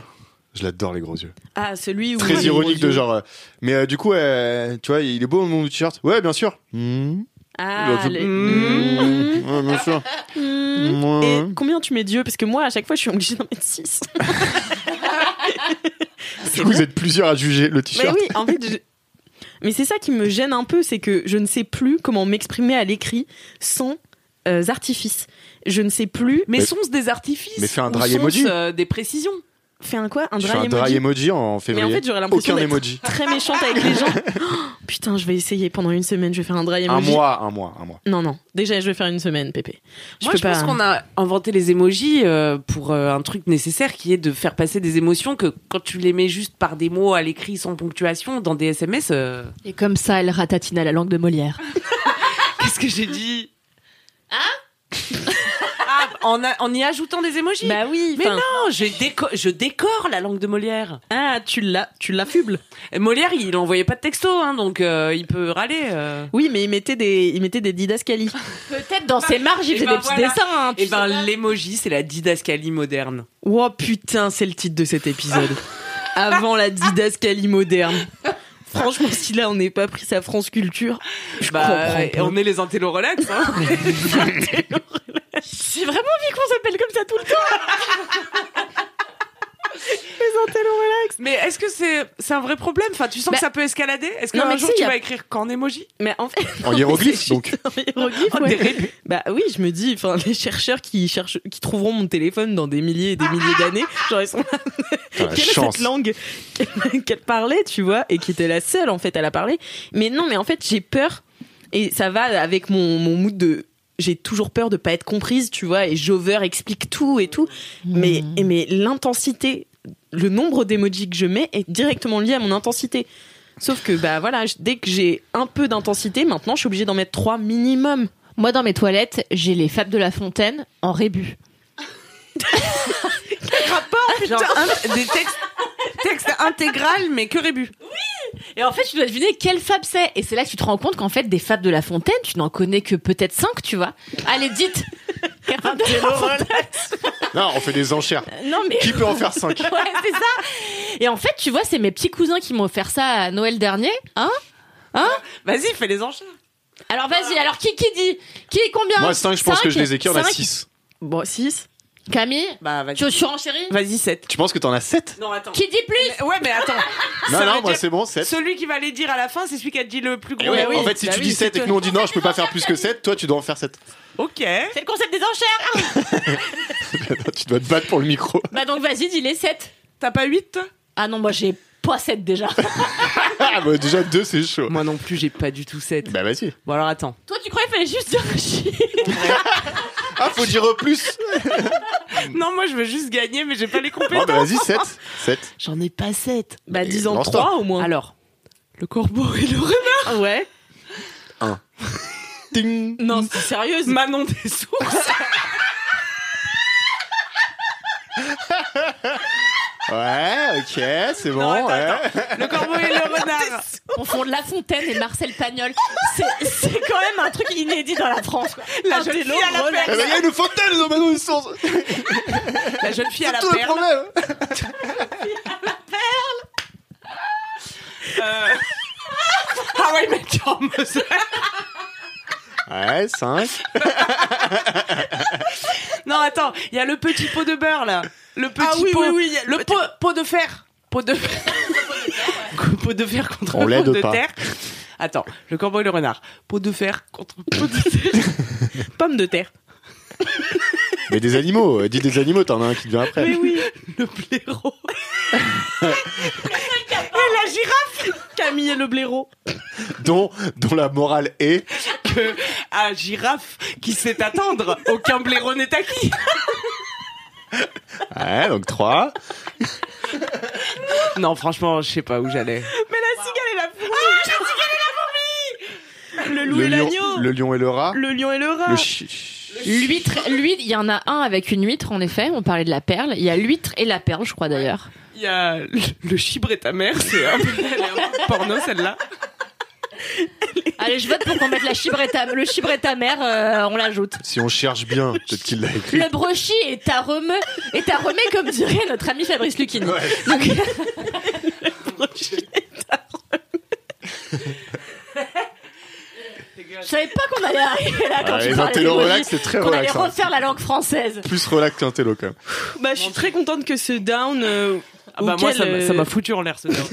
Speaker 6: Je l'adore les gros yeux.
Speaker 1: Ah, celui où.
Speaker 6: Très ironique de
Speaker 1: genre
Speaker 6: genre. euh, mais euh, du coup, euh, tu vois, il est beau mon t-shirt. Ouais, bien sûr. Mmh.
Speaker 1: Ah,
Speaker 6: Genre,
Speaker 1: les-
Speaker 6: tu- Mmh. Ouais, bien sûr. Mmh.
Speaker 1: Et combien tu mets Dieu Parce que moi, à chaque fois, je suis obligée d'en mettre 6.
Speaker 6: Du coup, vous êtes plusieurs à juger le
Speaker 1: Mais
Speaker 6: t-shirt.
Speaker 1: oui, en fait, je- Mais c'est ça qui me gêne un peu, c'est que je ne sais plus comment m'exprimer à l'écrit sans euh, artifice. Je ne sais plus.
Speaker 5: Mais,
Speaker 6: Mais-
Speaker 5: sont-ce des artifices
Speaker 6: mais fais un
Speaker 5: Ou
Speaker 6: dry
Speaker 5: sont-ce,
Speaker 6: emoji.
Speaker 5: euh, des précisions.
Speaker 1: Fais un quoi Un
Speaker 6: Je
Speaker 1: dry
Speaker 6: fais un
Speaker 1: emoji
Speaker 6: dry emoji en
Speaker 1: Mais
Speaker 6: février.
Speaker 1: en fait, j'aurais l'impression
Speaker 6: Aucun
Speaker 1: d'être
Speaker 6: emoji.
Speaker 1: très méchante avec les gens. Oh, putain, je vais essayer pendant une semaine, je vais faire un dry
Speaker 6: Un
Speaker 1: emoji.
Speaker 6: mois, un mois, un mois.
Speaker 1: Non, non. Déjà, je vais faire une semaine, Pépé.
Speaker 5: Moi,
Speaker 1: peux
Speaker 5: je pense
Speaker 1: pas-
Speaker 5: qu'on a inventé les émojis euh, pour euh, un truc nécessaire qui est de faire passer des émotions que quand tu les mets juste par des mots à l'écrit sans ponctuation dans des SMS. euh,
Speaker 7: Et comme ça, elle ratatine à la langue de Molière.
Speaker 5: Qu'est-ce que j'ai dit Hein ah, en, a- en y ajoutant des émojis
Speaker 1: Bah oui.
Speaker 5: Mais
Speaker 1: enfin-
Speaker 5: non, je, déco- je décore la langue de Molière.
Speaker 1: Ah, tu l'as, tu l'affubles.
Speaker 5: Et Molière, il envoyait pas de texto, hein, donc euh, il peut râler. euh.
Speaker 1: Oui, mais il mettait des, il mettait des didascalies.
Speaker 7: Peut-être dans ses marges, il
Speaker 5: Eh
Speaker 7: faisait
Speaker 5: ben
Speaker 7: des petits
Speaker 5: voilà.
Speaker 7: dessins. hein, tu
Speaker 5: Eh
Speaker 7: sais
Speaker 5: ben,
Speaker 7: pas.
Speaker 5: l'émoji, c'est la didascalie moderne.
Speaker 1: Oh putain, c'est le titre de cet épisode. Avant la didascalie moderne. Franchement, si là on n'est pas pris sa France culture, je
Speaker 6: Bah,
Speaker 1: comprends pas.
Speaker 5: Bah, eh, on est les intellorelax. Hein.
Speaker 7: J'ai vraiment envie qu'on s'appelle comme ça tout le temps.
Speaker 5: Mais est-ce que c'est c'est un vrai problème Enfin, tu sens
Speaker 7: Bah-
Speaker 5: que ça peut escalader Est-ce
Speaker 1: Non,
Speaker 5: qu'un
Speaker 1: mais
Speaker 5: jour
Speaker 1: si,
Speaker 5: tu
Speaker 1: y a-
Speaker 5: vas écrire qu'en émoji
Speaker 1: Mais en fait,
Speaker 6: En hiéroglyphe, donc.
Speaker 1: en hiéroglyphe,
Speaker 5: Oh,
Speaker 1: ouais.
Speaker 5: des rébus.
Speaker 1: Bah oui, je me dis, enfin, les chercheurs qui cherchent, qui trouveront mon téléphone dans des milliers et des milliers d'années, genre ils sont là,
Speaker 6: Putain, la
Speaker 1: quelle est
Speaker 6: chance.
Speaker 1: cette langue qu'elle- qu'elle parlait, tu vois, et qui était la seule en fait à la parler. Mais non, mais en fait, j'ai peur, et ça va avec mon, mon mood de. J'ai toujours peur de pas être comprise, tu vois, et Joveur explique tout et tout. Mais, et
Speaker 7: Hmm.
Speaker 1: mais l'intensité, le nombre d'emojis que je mets est directement lié à mon intensité. Sauf que, bah voilà, je- dès que j'ai un peu d'intensité, maintenant je suis obligée d'en mettre trois minimum.
Speaker 7: Moi, dans mes toilettes, j'ai les Fables de la Fontaine en rébus.
Speaker 5: Genre un- des textes, textes intégral mais que rébus.
Speaker 7: Et en fait, tu dois deviner quelle fable c'est. Et c'est là que tu te rends compte qu'en fait, des fables de la Fontaine, tu n'en connais que peut-être 5, tu vois. Allez, dites
Speaker 6: Non, on fait des enchères.
Speaker 7: Non, mais.
Speaker 6: Qui peut en faire 5
Speaker 7: Ouais, c'est ça. Et en fait, tu vois, c'est mes petits cousins qui m'ont offert ça à Noël dernier. Hein
Speaker 5: Vas-y, fais les enchères.
Speaker 7: Alors vas-y, alors qui, qui dit Qui combien
Speaker 6: Moi, 5, je pense que je les ai qui en a
Speaker 7: Cinq
Speaker 6: 6.
Speaker 1: Bon, 6.
Speaker 7: Camille,
Speaker 5: Bah, vas-y.
Speaker 7: tu surenchéris
Speaker 5: Vas-y, 7.
Speaker 6: Tu penses que t'en as 7
Speaker 5: Non, attends.
Speaker 7: Qui dit plus
Speaker 5: Mais- Ouais, mais attends.
Speaker 1: Ah,
Speaker 6: Non,
Speaker 5: Ça
Speaker 6: non,
Speaker 5: veut
Speaker 6: moi
Speaker 5: dire-
Speaker 6: c'est Eh bon, 7.
Speaker 5: Celui qui va les dire à la fin, c'est celui qui a dit le plus gros.
Speaker 6: en fait, si
Speaker 5: Bah
Speaker 6: tu
Speaker 5: oui,
Speaker 6: dis
Speaker 5: c'est
Speaker 6: 7 et que
Speaker 5: toi.
Speaker 6: nous on dit non, je peux pas faire plus que 7, toi tu dois en faire 7.
Speaker 5: Ok.
Speaker 7: C'est le concept des enchères
Speaker 6: tu dois te battre pour le micro.
Speaker 7: Bah donc vas-y, dis les 7.
Speaker 5: T'as pas 8
Speaker 7: Ah non, moi j'ai pas 7 déjà.
Speaker 6: Ah, bah déjà 2, c'est chaud.
Speaker 5: Moi non plus, j'ai pas du tout 7.
Speaker 6: Bah vas-y.
Speaker 5: Bon, alors attends.
Speaker 7: Toi, tu croyais qu'il fallait juste dire chi
Speaker 6: Ah, faut dire plus
Speaker 5: Non, moi je veux juste gagner, mais j'ai pas les
Speaker 6: Ah,
Speaker 5: compétences.
Speaker 6: bah vas-y, 7. 7.
Speaker 5: J'en ai pas 7.
Speaker 1: Bah,
Speaker 6: Et
Speaker 1: 10 ans,
Speaker 6: lance-toi.
Speaker 1: 3 au moins. Ah
Speaker 5: Alors, le corbeau et le renard.
Speaker 1: Ouais.
Speaker 6: Ting
Speaker 1: Non, c'est sérieuse.
Speaker 5: Manon des sources.
Speaker 6: Ouais, ok, c'est bon.
Speaker 5: attends,
Speaker 6: ouais.
Speaker 5: le corbeau et le renard.
Speaker 7: On fond La Fontaine et Marcel Pagnol. C'est- C'est quand même un truc inédit dans la France. quoi.
Speaker 5: La
Speaker 7: Un
Speaker 5: jeune
Speaker 7: télo
Speaker 5: fille à la
Speaker 7: relax.
Speaker 6: Eh ben, il y a une fontaine, ils ont maintenant une source.
Speaker 5: La jeune fille à la
Speaker 6: Tout le
Speaker 5: perle.
Speaker 6: problème.
Speaker 5: Euh... Ah ouais, mais tu en mesure.
Speaker 6: Ouais, 5.
Speaker 5: Non, attends, il y a le petit pot de beurre là. Le petit
Speaker 1: oui,
Speaker 5: pot.
Speaker 1: oui, oui, il y a-
Speaker 5: Le pot, pot de fer. Pot de fer. pot de fer contre
Speaker 6: On
Speaker 5: pot
Speaker 6: l'aide
Speaker 5: de
Speaker 6: pas.
Speaker 5: terre. Attends, le corbeau et le renard. Pot de fer contre pot de terre.
Speaker 1: Pomme de terre.
Speaker 6: Mais des animaux, euh, dis des animaux, t'en as un qui vient après.
Speaker 1: Eh
Speaker 5: oui. Le blaireau.
Speaker 1: Et la girafe Camille et le blaireau.
Speaker 6: Dont, dont la morale est.
Speaker 5: Que à girafe qui sait attendre, aucun blaireau n'est acquis.
Speaker 6: Ouais, donc 3.
Speaker 5: Non, franchement, je sais pas où j'allais.
Speaker 1: Mais la cigale et la fourmi. la cigale et la fourmi Le loup
Speaker 6: Le
Speaker 1: et
Speaker 6: lion,
Speaker 1: l'agneau.
Speaker 6: le lion et le rat.
Speaker 1: Le lion et le rat.
Speaker 6: Le chi-
Speaker 7: L'huître, l'huître, il y en a un avec une huître en effet, on parlait de la perle, il y a l'huître et la perle je crois d'ailleurs.
Speaker 5: Il y a le, le chibre et ta mère, c'est un peu elle est un peu porno celle-là.
Speaker 7: Allez, je vote pour qu'on mette la chibre et ta, le chibre et ta mère, euh, on l'ajoute.
Speaker 6: Si on cherche bien, peut-être qu'il l'a écrit.
Speaker 7: Le brochi et ta remue, et ta remue comme dirait notre ami Fabrice Lucchini. Je savais pas qu'on allait arriver là quand
Speaker 6: Ah,
Speaker 7: tu
Speaker 6: les
Speaker 7: parlais
Speaker 6: intello
Speaker 7: d'Emoji,
Speaker 6: relax, c'est très
Speaker 7: qu'on allait
Speaker 6: relaxant.
Speaker 7: refaire la langue française.
Speaker 6: Plus relax qu'un télo, quand même.
Speaker 1: Bah, je suis très contente que ce down. euh,
Speaker 5: Ah bah moi
Speaker 1: auquel,
Speaker 5: ça m'a-
Speaker 1: euh,
Speaker 5: ça m'a foutu en l'air ce terme.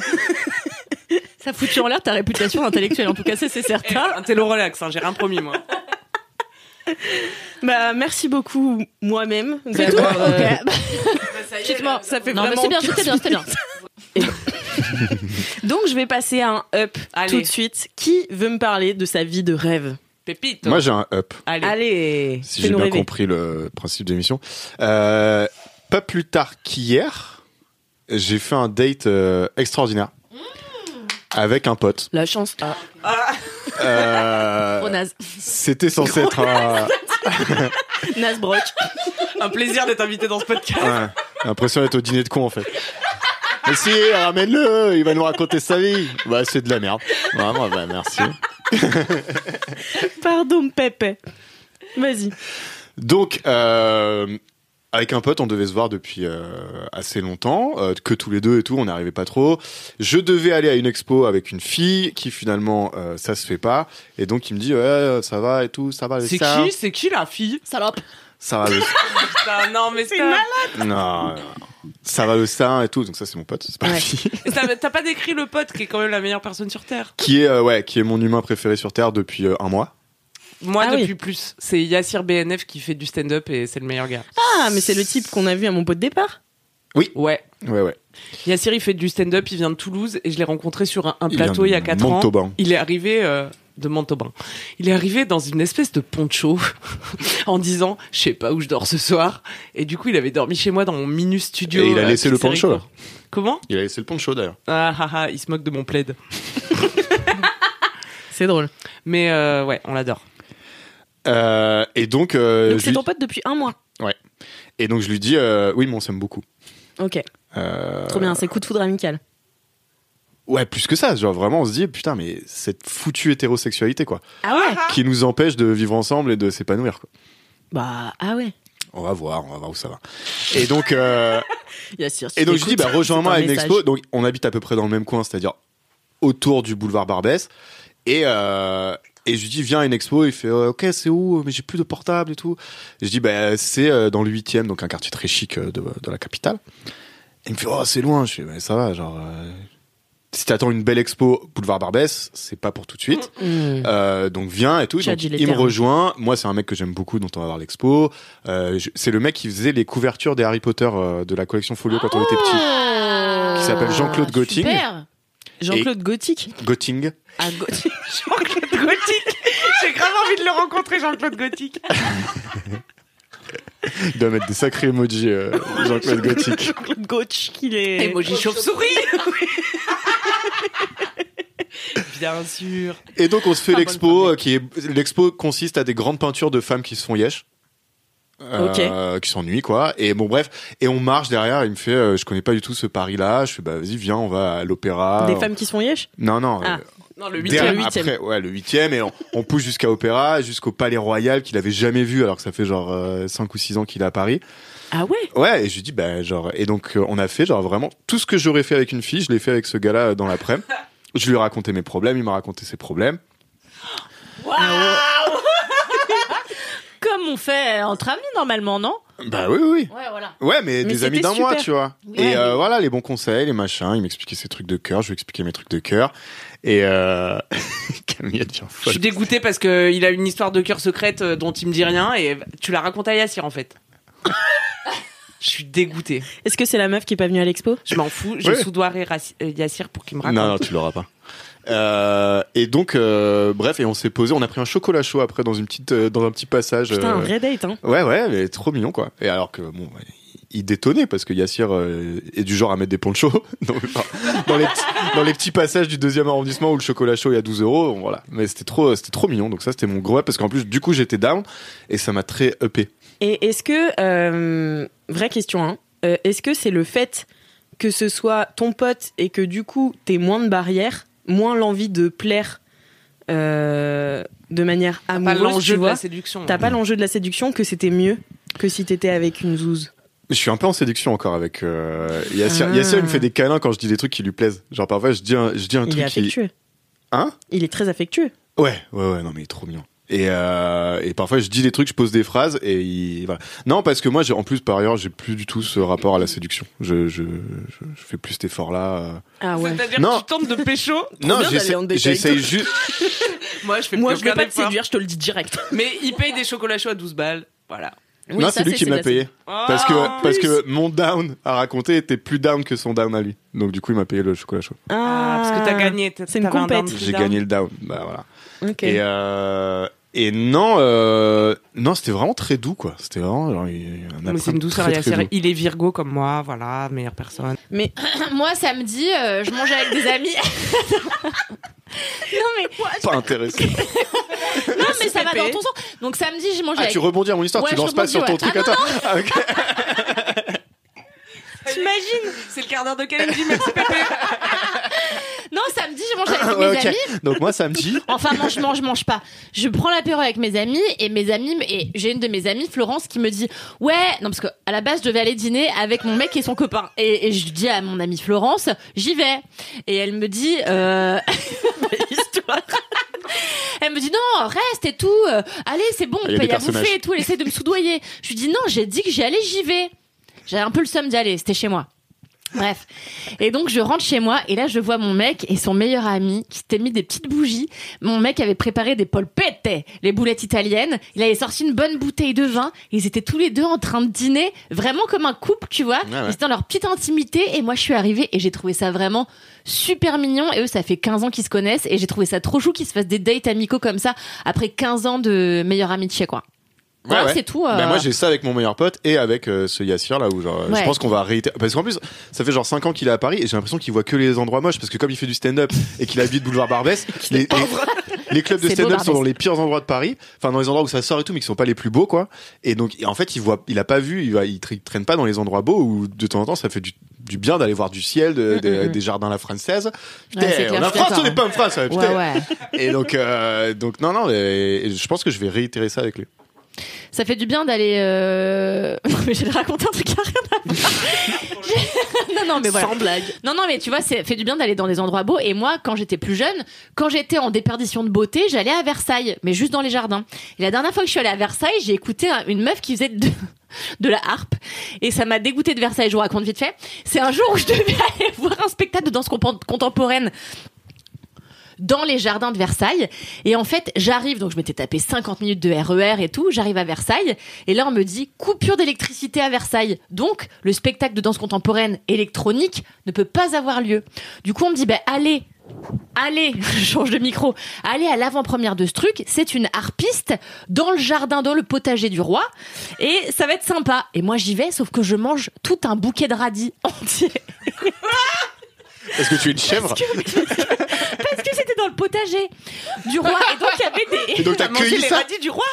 Speaker 7: Ça foutu en l'air ta réputation intellectuelle, en tout cas ça, c'est
Speaker 5: Eh,
Speaker 7: certain.
Speaker 5: Un télo relax, hein, j'ai rien promis moi.
Speaker 1: Bah, merci beaucoup moi-même.
Speaker 7: C'est tout
Speaker 1: d'avoir, euh,
Speaker 7: Ok.
Speaker 5: Bah,
Speaker 1: Effectivement, ça fait
Speaker 7: Non mais
Speaker 1: vraiment.
Speaker 7: c'est bien, c'était bien, c'était bien.
Speaker 1: Donc, je vais passer à un up
Speaker 5: Allez.
Speaker 1: tout de suite. Qui veut me parler de sa vie de rêve
Speaker 5: Pépite.
Speaker 6: Moi, j'ai un up,
Speaker 5: Allez.
Speaker 1: Allez,
Speaker 6: si j'ai
Speaker 1: fais-nous
Speaker 6: bien
Speaker 1: rêver.
Speaker 6: compris le principe de l'émission. Euh, pas plus tard qu'hier, j'ai fait un date euh, extraordinaire
Speaker 1: Mmh.
Speaker 6: avec un pote.
Speaker 1: La chance. Oh, Ah,
Speaker 6: Euh,
Speaker 7: Trop naze.
Speaker 6: C'était censé être un.
Speaker 1: Nasbrock.
Speaker 5: Un plaisir d'être invité dans ce podcast.
Speaker 6: Ouais, j'ai l'impression d'être au dîner de con en fait. Mais si, ramène-le, il va nous raconter sa vie. Bah, c'est de la merde. Vraiment, bah, merci.
Speaker 1: Pardon, Pépé. Vas-y.
Speaker 6: Donc, euh, avec un pote, on devait se voir depuis euh, assez longtemps, euh, que tous les deux et tout, on n'arrivait pas trop. Je devais aller à une expo avec une fille qui finalement, euh, ça se fait pas. Et donc, il me dit, ouais, euh, ça va et tout, ça va, le
Speaker 5: C'est
Speaker 6: ça,
Speaker 5: qui C'est qui la fille
Speaker 7: Salope.
Speaker 6: ça va, le
Speaker 5: Putain, non mais c'est
Speaker 6: non, non, non. ça va, le ça et tout. Donc ça, c'est mon pote, c'est pas la fille.
Speaker 5: T'as t'as pas décrit le pote qui est quand même la meilleure personne sur terre.
Speaker 6: Qui est, euh, ouais, qui est mon humain préféré sur Terre depuis euh, un mois.
Speaker 5: Moi
Speaker 1: Ah oui.
Speaker 5: depuis plus, c'est Yassir BNF qui fait du stand-up et c'est le meilleur gars.
Speaker 1: Ah, mais c'est le type qu'on a vu à mon pot de départ.
Speaker 5: Ouais.
Speaker 6: Ouais, ouais.
Speaker 5: Yassir il fait du stand-up, il vient de Toulouse et je l'ai rencontré sur un, un
Speaker 6: Il vient
Speaker 5: plateau
Speaker 6: de
Speaker 5: il y a 4 ans.
Speaker 6: Montauban.
Speaker 5: Il est arrivé euh, de Montauban. Il est arrivé dans une espèce de poncho en disant je sais pas où je dors ce soir et du coup il avait dormi chez moi dans mon mini studio.
Speaker 6: Et il a
Speaker 5: euh,
Speaker 6: laissé le
Speaker 5: pizzeria,
Speaker 6: poncho,
Speaker 5: quoi.
Speaker 6: là.
Speaker 5: Comment
Speaker 6: Il a laissé le poncho d'ailleurs.
Speaker 5: ah, ah ah, il se moque de mon plaid.
Speaker 1: C'est drôle.
Speaker 5: Mais euh, ouais, on l'adore.
Speaker 6: Euh, et donc, euh,
Speaker 1: Donc,
Speaker 6: je
Speaker 1: c'est
Speaker 6: lui-
Speaker 1: ton pote depuis un mois.
Speaker 6: et donc je lui dis, euh, oui, mais on s'aime beaucoup.
Speaker 1: Ok,
Speaker 6: Euh,
Speaker 1: trop bien. C'est coup de foudre amical.
Speaker 6: Ouais, plus que ça. Genre vraiment, on se dit putain, mais cette foutue hétérosexualité quoi,
Speaker 1: Ah ouais
Speaker 6: qui nous empêche de vivre ensemble et de s'épanouir. quoi.
Speaker 1: Bah, ah ouais.
Speaker 6: On va voir, on va voir où ça va. Et donc, euh,
Speaker 1: Yassir, si
Speaker 6: et donc je dis,
Speaker 1: t'écoutes,
Speaker 6: bah, rejoins-moi
Speaker 1: c'est
Speaker 6: à
Speaker 1: un
Speaker 6: une
Speaker 1: message.
Speaker 6: expo. Donc, on habite à peu près dans le même coin, c'est-à-dire autour du boulevard Barbès. Et, euh, et je lui dis, viens à une expo. Il fait, euh, ok, c'est où Mais j'ai plus de portable et tout. Et je dis, bah, c'est euh, dans le 8 donc un quartier très chic euh, de, de la capitale. Et il me fait, oh, c'est loin. Je fais, mais ça va, genre. euh, si t'attends une belle expo boulevard Barbès, c'est pas pour tout de suite.
Speaker 1: Mmh.
Speaker 6: Euh, donc viens et tout.
Speaker 1: J'ai
Speaker 6: Donc,
Speaker 1: dit les
Speaker 6: il me
Speaker 1: termes.
Speaker 6: rejoint. Moi, c'est un mec que j'aime beaucoup, dont on va voir l'expo. Euh, je- c'est le mec qui faisait les couvertures des Harry Potter euh, de la collection Folio quand on était petit. Qui s'appelle
Speaker 1: Ah,
Speaker 6: Jean-Claude Gotting.
Speaker 7: Super.
Speaker 1: Jean-Claude Gothic.
Speaker 6: Gotting.
Speaker 1: Ah, Gothic.
Speaker 5: Jean-Claude Gothic. J'ai grave envie de le rencontrer, Jean-Claude Gothic.
Speaker 6: Il doit mettre des sacrés emojis, euh, Jean-Claude Gothic.
Speaker 1: Jean-Claude Gothic, il est.
Speaker 5: Emoji chauve-souris. Bien sûr.
Speaker 6: Et donc, on se fait
Speaker 1: Ah, bonne
Speaker 6: l'expo euh, qui est, l'expo consiste à des grandes peintures de femmes qui se font yesh. Euh, qui s'ennuient quoi et bon bref et on marche derrière il me fait euh, je connais pas du tout ce Paris là je fais bah vas-y viens on va à l'opéra
Speaker 1: Des
Speaker 6: On-
Speaker 1: femmes qui sont yesh
Speaker 6: non non
Speaker 1: Ah.
Speaker 6: euh,
Speaker 5: Non, le
Speaker 6: Derrière-
Speaker 5: huitième.
Speaker 6: Après, ouais, le huitième, et on, on pousse jusqu'à Opéra, jusqu'au Palais Royal qu'il avait jamais vu, alors que ça fait genre 5 ou 6 ans qu'il est à Paris.
Speaker 1: Ah ouais
Speaker 6: Ouais, et je lui dis, bah, genre, et donc euh, on a fait, genre, vraiment, tout ce que j'aurais fait avec une fille, je l'ai fait avec ce gars-là euh, dans l'après-midi. Je lui ai raconté mes problèmes, il m'a raconté ses problèmes.
Speaker 1: Ah
Speaker 7: Comme on fait entre amis normalement, non
Speaker 6: Bah oui, oui, oui.
Speaker 7: Ouais, voilà.
Speaker 6: Ouais,
Speaker 1: Mais
Speaker 6: mais, des amis
Speaker 1: c'était
Speaker 6: d'un mois,
Speaker 1: super.
Speaker 6: tu vois.
Speaker 7: Ouais,
Speaker 6: et euh,
Speaker 7: mais-
Speaker 6: voilà, les bons conseils, les machins. Il m'expliquait ses trucs de cœur, je lui expliquais mes trucs de cœur. Et euh... Camille, elle devient
Speaker 5: Je
Speaker 6: folle.
Speaker 5: suis dégoûté parce que il a une histoire de cœur secrète euh, dont il me dit rien et tu la racontes à Yassir en fait. Je suis dégoûté.
Speaker 1: Est-ce que c'est la meuf qui est pas venue à l'expo
Speaker 5: Je m'en fous. Je
Speaker 6: Ouais.
Speaker 5: soudoirai Rassi- euh, Yassir pour qu'il me raconte.
Speaker 6: Non, non,
Speaker 5: tout.
Speaker 6: tu l'auras pas. Euh, et donc, euh, bref, et on s'est posé, on a pris un chocolat chaud après dans une petite, euh, dans un petit passage.
Speaker 1: Putain, un
Speaker 6: euh,
Speaker 1: vrai date, hein.
Speaker 6: Ouais, ouais, mais trop mignon quoi. Et alors que bon, ouais, il détonnait parce que Yassir euh, est du genre à mettre des ponchos dans, enfin, dans les petits, dans les petits passages du deuxième arrondissement où le chocolat chaud est à 12 euros. Voilà, mais c'était trop, euh, c'était trop mignon. Donc ça, c'était mon gros up parce qu'en plus, du coup, j'étais down et ça m'a très uppé.
Speaker 1: Et est-ce que, euh, vraie question, hein, euh, est-ce que c'est le fait que ce soit ton pote et que du coup t'aies moins de barrières, moins l'envie de plaire euh, de manière
Speaker 5: Pas
Speaker 1: amoureuse, tu
Speaker 5: l'enjeu de
Speaker 1: vois
Speaker 5: la séduction. hein.
Speaker 1: T'as pas l'enjeu de la séduction que c'était mieux que si t'étais avec une zouze.
Speaker 6: Je suis un peu en séduction encore avec euh, Yassir.
Speaker 1: Ah.
Speaker 6: Yassir, il me fait des câlins quand je dis des trucs qui lui plaisent. Genre parfois, je dis un, je dis un
Speaker 1: Il est
Speaker 6: truc qui,
Speaker 1: affectueux.
Speaker 6: hein.
Speaker 1: Il est très affectueux.
Speaker 6: Ouais, ouais, ouais, non, mais il est trop mignon. Et, euh, et parfois, je dis des trucs, je pose des phrases, et il, voilà. Non, parce que moi, j'ai, en plus, par ailleurs, j'ai plus du tout ce rapport à la séduction. Je, je, je, je fais plus cet effort-là. euh.
Speaker 1: Ah ouais.
Speaker 5: C'est-à-dire
Speaker 6: Non.
Speaker 5: que tu tentes de pécho.
Speaker 1: bien
Speaker 6: Non,
Speaker 1: d'aller
Speaker 6: j'essaie,
Speaker 1: en détail.
Speaker 6: j'essaye juste.
Speaker 5: Moi, je fais
Speaker 1: Moi,
Speaker 5: plus
Speaker 1: je vais
Speaker 5: aucun
Speaker 1: pas te
Speaker 5: effort.
Speaker 1: séduire, je te le dis direct.
Speaker 5: Mais il paye des chocolats chauds à 12 balles. Voilà.
Speaker 6: non,
Speaker 7: ça,
Speaker 6: c'est lui
Speaker 7: c'est
Speaker 6: qui me l'a
Speaker 7: Sébastien.
Speaker 6: payé. Parce que,
Speaker 5: Ah, en
Speaker 6: parce
Speaker 5: plus.
Speaker 6: que mon down à raconter était plus down que son down à lui. Donc, du coup, il m'a payé le chocolat chaud.
Speaker 5: Ah, parce que t'as gagné. t'as-
Speaker 1: C'est une
Speaker 5: t'avais un
Speaker 1: compète.
Speaker 5: down.
Speaker 6: J'ai gagné le down. Bah, voilà.
Speaker 1: Ok.
Speaker 6: Et, euh, et non, euh, non, c'était vraiment très doux, quoi. C'était vraiment, genre, il- un
Speaker 5: Mais c'est
Speaker 6: après-midi
Speaker 5: une douceur.
Speaker 6: très, très
Speaker 5: Yassir.
Speaker 6: doux.
Speaker 5: Il est Virgo comme moi. Voilà, meilleure personne.
Speaker 1: Mais
Speaker 7: Moi, samedi, euh, je mangeais avec des amis. non mais,
Speaker 6: Pas intéressé.
Speaker 7: non mais ça va dans ton sens. Donc samedi, je mangeais
Speaker 6: Ah,
Speaker 7: avec.
Speaker 6: tu rebondis à mon histoire,
Speaker 7: Ouais,
Speaker 6: tu
Speaker 7: je
Speaker 6: lances pas
Speaker 7: rebondis,
Speaker 6: sur ton
Speaker 7: ouais.
Speaker 6: truc
Speaker 7: Ah,
Speaker 6: à toi. Ah, ok.
Speaker 5: T'imagines C'est le quart d'heure de Kalindi, merci Pépé.
Speaker 7: Non, samedi, je mangeais avec
Speaker 6: Ouais,
Speaker 7: mes
Speaker 6: Ah, ok.
Speaker 7: amis.
Speaker 6: Donc moi samedi,
Speaker 7: Enfin, mange, mange, mange pas. Je prends l'apéro avec mes amis et mes amis et j'ai une de mes amies, Florence, qui me dit ouais, non parce que à la base je devais aller dîner avec mon mec et son copain et, et je dis à mon amie Florence j'y vais et elle me dit euh... elle me dit non reste et tout euh, allez c'est bon
Speaker 6: Ah, il y a
Speaker 7: paye
Speaker 6: des
Speaker 7: à bouffer
Speaker 6: personnages.
Speaker 7: et tout elle essaie de me soudoyer. Je lui dis non j'ai dit que j'y allais j'y vais. J'avais un peu le somme d'y aller c'était chez moi. Bref. Et donc, je rentre chez moi et là, je vois mon mec et son meilleur ami qui s'étaient mis des petites bougies. Mon mec avait préparé des polpette, les boulettes italiennes. Il avait sorti une bonne bouteille de vin. Ils étaient tous les deux en train de dîner, vraiment comme un couple, tu vois.
Speaker 6: Ah Ouais, ouais.
Speaker 7: Ils étaient dans leur petite intimité et moi, je suis arrivée et j'ai trouvé ça vraiment super mignon. Et eux, ça fait 15 ans qu'ils se connaissent et j'ai trouvé ça trop chou qu'ils se fassent des dates amicaux comme ça après 15 ans de meilleure amitié, quoi. Voilà, c'est tout. euh.
Speaker 6: Bah, moi j'ai ça avec mon meilleur pote et avec euh, ce Yassir là où genre euh, je
Speaker 7: Ouais.
Speaker 6: pense qu'on va réitérer parce qu'en plus ça fait genre 5 ans qu'il est à Paris et j'ai l'impression qu'il voit que les endroits moches parce que comme il fait du stand-up et qu'il habite boulevard Barbès, les, les- les clubs de
Speaker 7: C'est beau,
Speaker 6: stand-up sont
Speaker 7: Barbès.
Speaker 6: dans les pires endroits de Paris, enfin dans les endroits où ça sort et tout mais qui sont pas les plus beaux quoi. Et donc et en fait il voit il a pas vu, il, va, il tra- traîne pas dans les endroits beaux où de temps en temps ça fait du, du bien d'aller voir du ciel,
Speaker 7: Mm,
Speaker 6: de- de- des jardins à la française. Putain,
Speaker 7: c'est clair,
Speaker 6: on a
Speaker 7: je suis
Speaker 6: France, on
Speaker 7: d'accord. hein.
Speaker 6: n'est pas en France, ouais, putain.
Speaker 7: Ouais, ouais.
Speaker 6: Et donc, euh, donc non, non, mais je pense que je vais réitérer ça avec lui.
Speaker 7: Ça fait du bien d'aller. euh, Non, mais je vais te raconter un truc qui a rien à voir. non, non, mais voilà.
Speaker 1: Sans blague.
Speaker 7: Non, non, mais tu vois, ça fait du bien d'aller dans des endroits beaux. Et moi, quand j'étais plus jeune, quand j'étais en déperdition de beauté, j'allais à Versailles, mais juste dans les jardins. Et la dernière fois que je suis allée à Versailles, j'ai écouté un- une meuf qui faisait de, de la harpe. Et ça m'a dégoûtée de Versailles, je vous raconte vite fait. C'est un jour où je devais aller voir un spectacle de danse compo- contemporaine dans les jardins de Versailles. Et en fait, j'arrive, donc je m'étais tapé 50 minutes de RER et tout, j'arrive à Versailles, et là on me dit coupure d'électricité à Versailles. Donc, le spectacle de danse contemporaine électronique ne peut pas avoir lieu. Du coup, on me dit, ben allez, allez, je change de micro, allez à l'avant-première de ce truc, c'est une harpiste dans le jardin, dans le potager du roi, et ça va être sympa. Et moi j'y vais, sauf que je mange tout un bouquet de radis entier.
Speaker 6: Est-ce que tu es une chèvre
Speaker 7: Parce que parce que c'était dans le potager du roi, et donc il y avait des...
Speaker 6: Et donc t'as
Speaker 5: Manger
Speaker 6: cueilli
Speaker 5: les
Speaker 6: ça
Speaker 5: radis du roi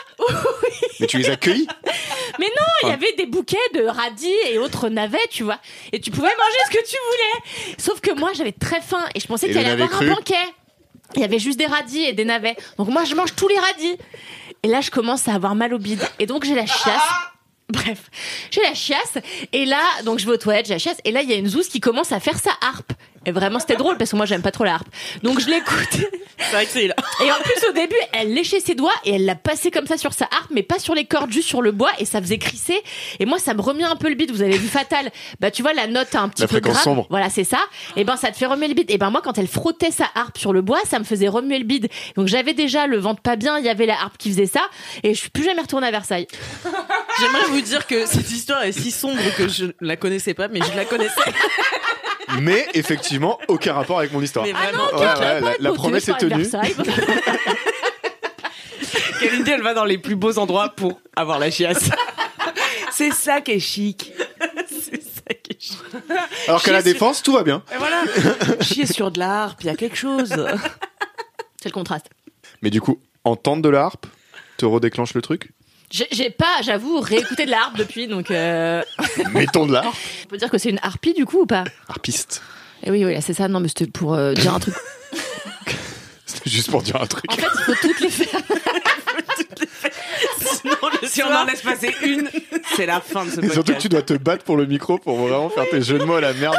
Speaker 6: Mais tu les as cueillis
Speaker 7: Mais non, il
Speaker 6: Hein.
Speaker 7: y avait des bouquets de radis et autres navets, tu vois. Et tu pouvais manger ce que tu voulais. Sauf que moi, j'avais très faim et je pensais
Speaker 6: Et
Speaker 7: qu'il
Speaker 6: le
Speaker 7: allait y
Speaker 6: navet
Speaker 7: avoir
Speaker 6: cru
Speaker 7: un banquet. Il y avait juste des radis et des navets. Donc moi, je mange tous les radis. Et là, je commence à avoir mal au bide. Et donc, j'ai la chiasse.
Speaker 5: Ah
Speaker 7: Bref, j'ai la chiasse. Et là, donc je vais aux toilettes, j'ai la chiasse. Et là, il y a une zouze qui commence à faire sa harpe. Et vraiment, c'était drôle parce que moi, j'aime pas trop la harpe. Donc je l'écoute.
Speaker 1: C'est vrai que c'est là.
Speaker 7: Et en plus, au début, elle léchait ses doigts et elle l'a passé comme ça sur sa harpe, mais pas sur les cordes, juste sur le bois, et ça faisait crisser. Et moi, ça me remet un peu le bide. Vous avez vu Fatal Bah, tu vois, la note un petit
Speaker 6: La
Speaker 7: peu
Speaker 6: fréquence
Speaker 7: grave.
Speaker 6: sombre.
Speaker 7: Voilà, c'est ça. Et ben, ça te fait remuer le bide. Et ben, moi, quand elle frottait sa harpe sur le bois, ça me faisait remuer le bide. Donc, j'avais déjà le ventre pas bien, il y avait la harpe qui faisait ça, et je suis plus jamais retournée à Versailles.
Speaker 1: J'aimerais vous dire que cette histoire est si sombre que je la connaissais pas, mais je la connaissais.
Speaker 6: Mais effectivement, aucun rapport avec mon histoire.
Speaker 1: Mais
Speaker 7: Ah non,
Speaker 1: vraiment.
Speaker 6: Ouais,
Speaker 7: ok, j'avais
Speaker 6: ouais,
Speaker 7: pas
Speaker 6: la-
Speaker 7: écouté
Speaker 6: la promesse est
Speaker 7: parler de
Speaker 6: tenue.
Speaker 7: Versailles.
Speaker 5: Kalindi, elle va dans les plus beaux endroits pour avoir la chiasse. C'est ça qui est chic. C'est ça qui est chic.
Speaker 6: Alors qu'à la
Speaker 5: Chier sur-
Speaker 6: défense, tout va bien.
Speaker 5: Et voilà. Chier sur de l'art, puis il y a quelque chose.
Speaker 7: C'est le contraste.
Speaker 6: Mais du coup, entendre de la harpe te redéclenche le truc
Speaker 7: J'ai- J'ai pas, j'avoue, réécouté de la harpe depuis, donc euh,
Speaker 6: Mettons de la harpe.
Speaker 7: on peut dire que c'est une harpie du coup ou pas
Speaker 6: Harpiste.
Speaker 7: Eh oui, oui, c'est ça. Non, mais c'était pour euh, dire un truc.
Speaker 6: C'était juste pour dire un truc.
Speaker 7: En fait, il faut toutes les faire.
Speaker 1: Sinon, le
Speaker 5: Si on
Speaker 1: soir-
Speaker 5: en laisse passer une, c'est la fin de ce
Speaker 6: Et
Speaker 5: podcast.
Speaker 6: surtout que tu dois te battre pour le micro pour vraiment faire tes jeux de mots à la merde.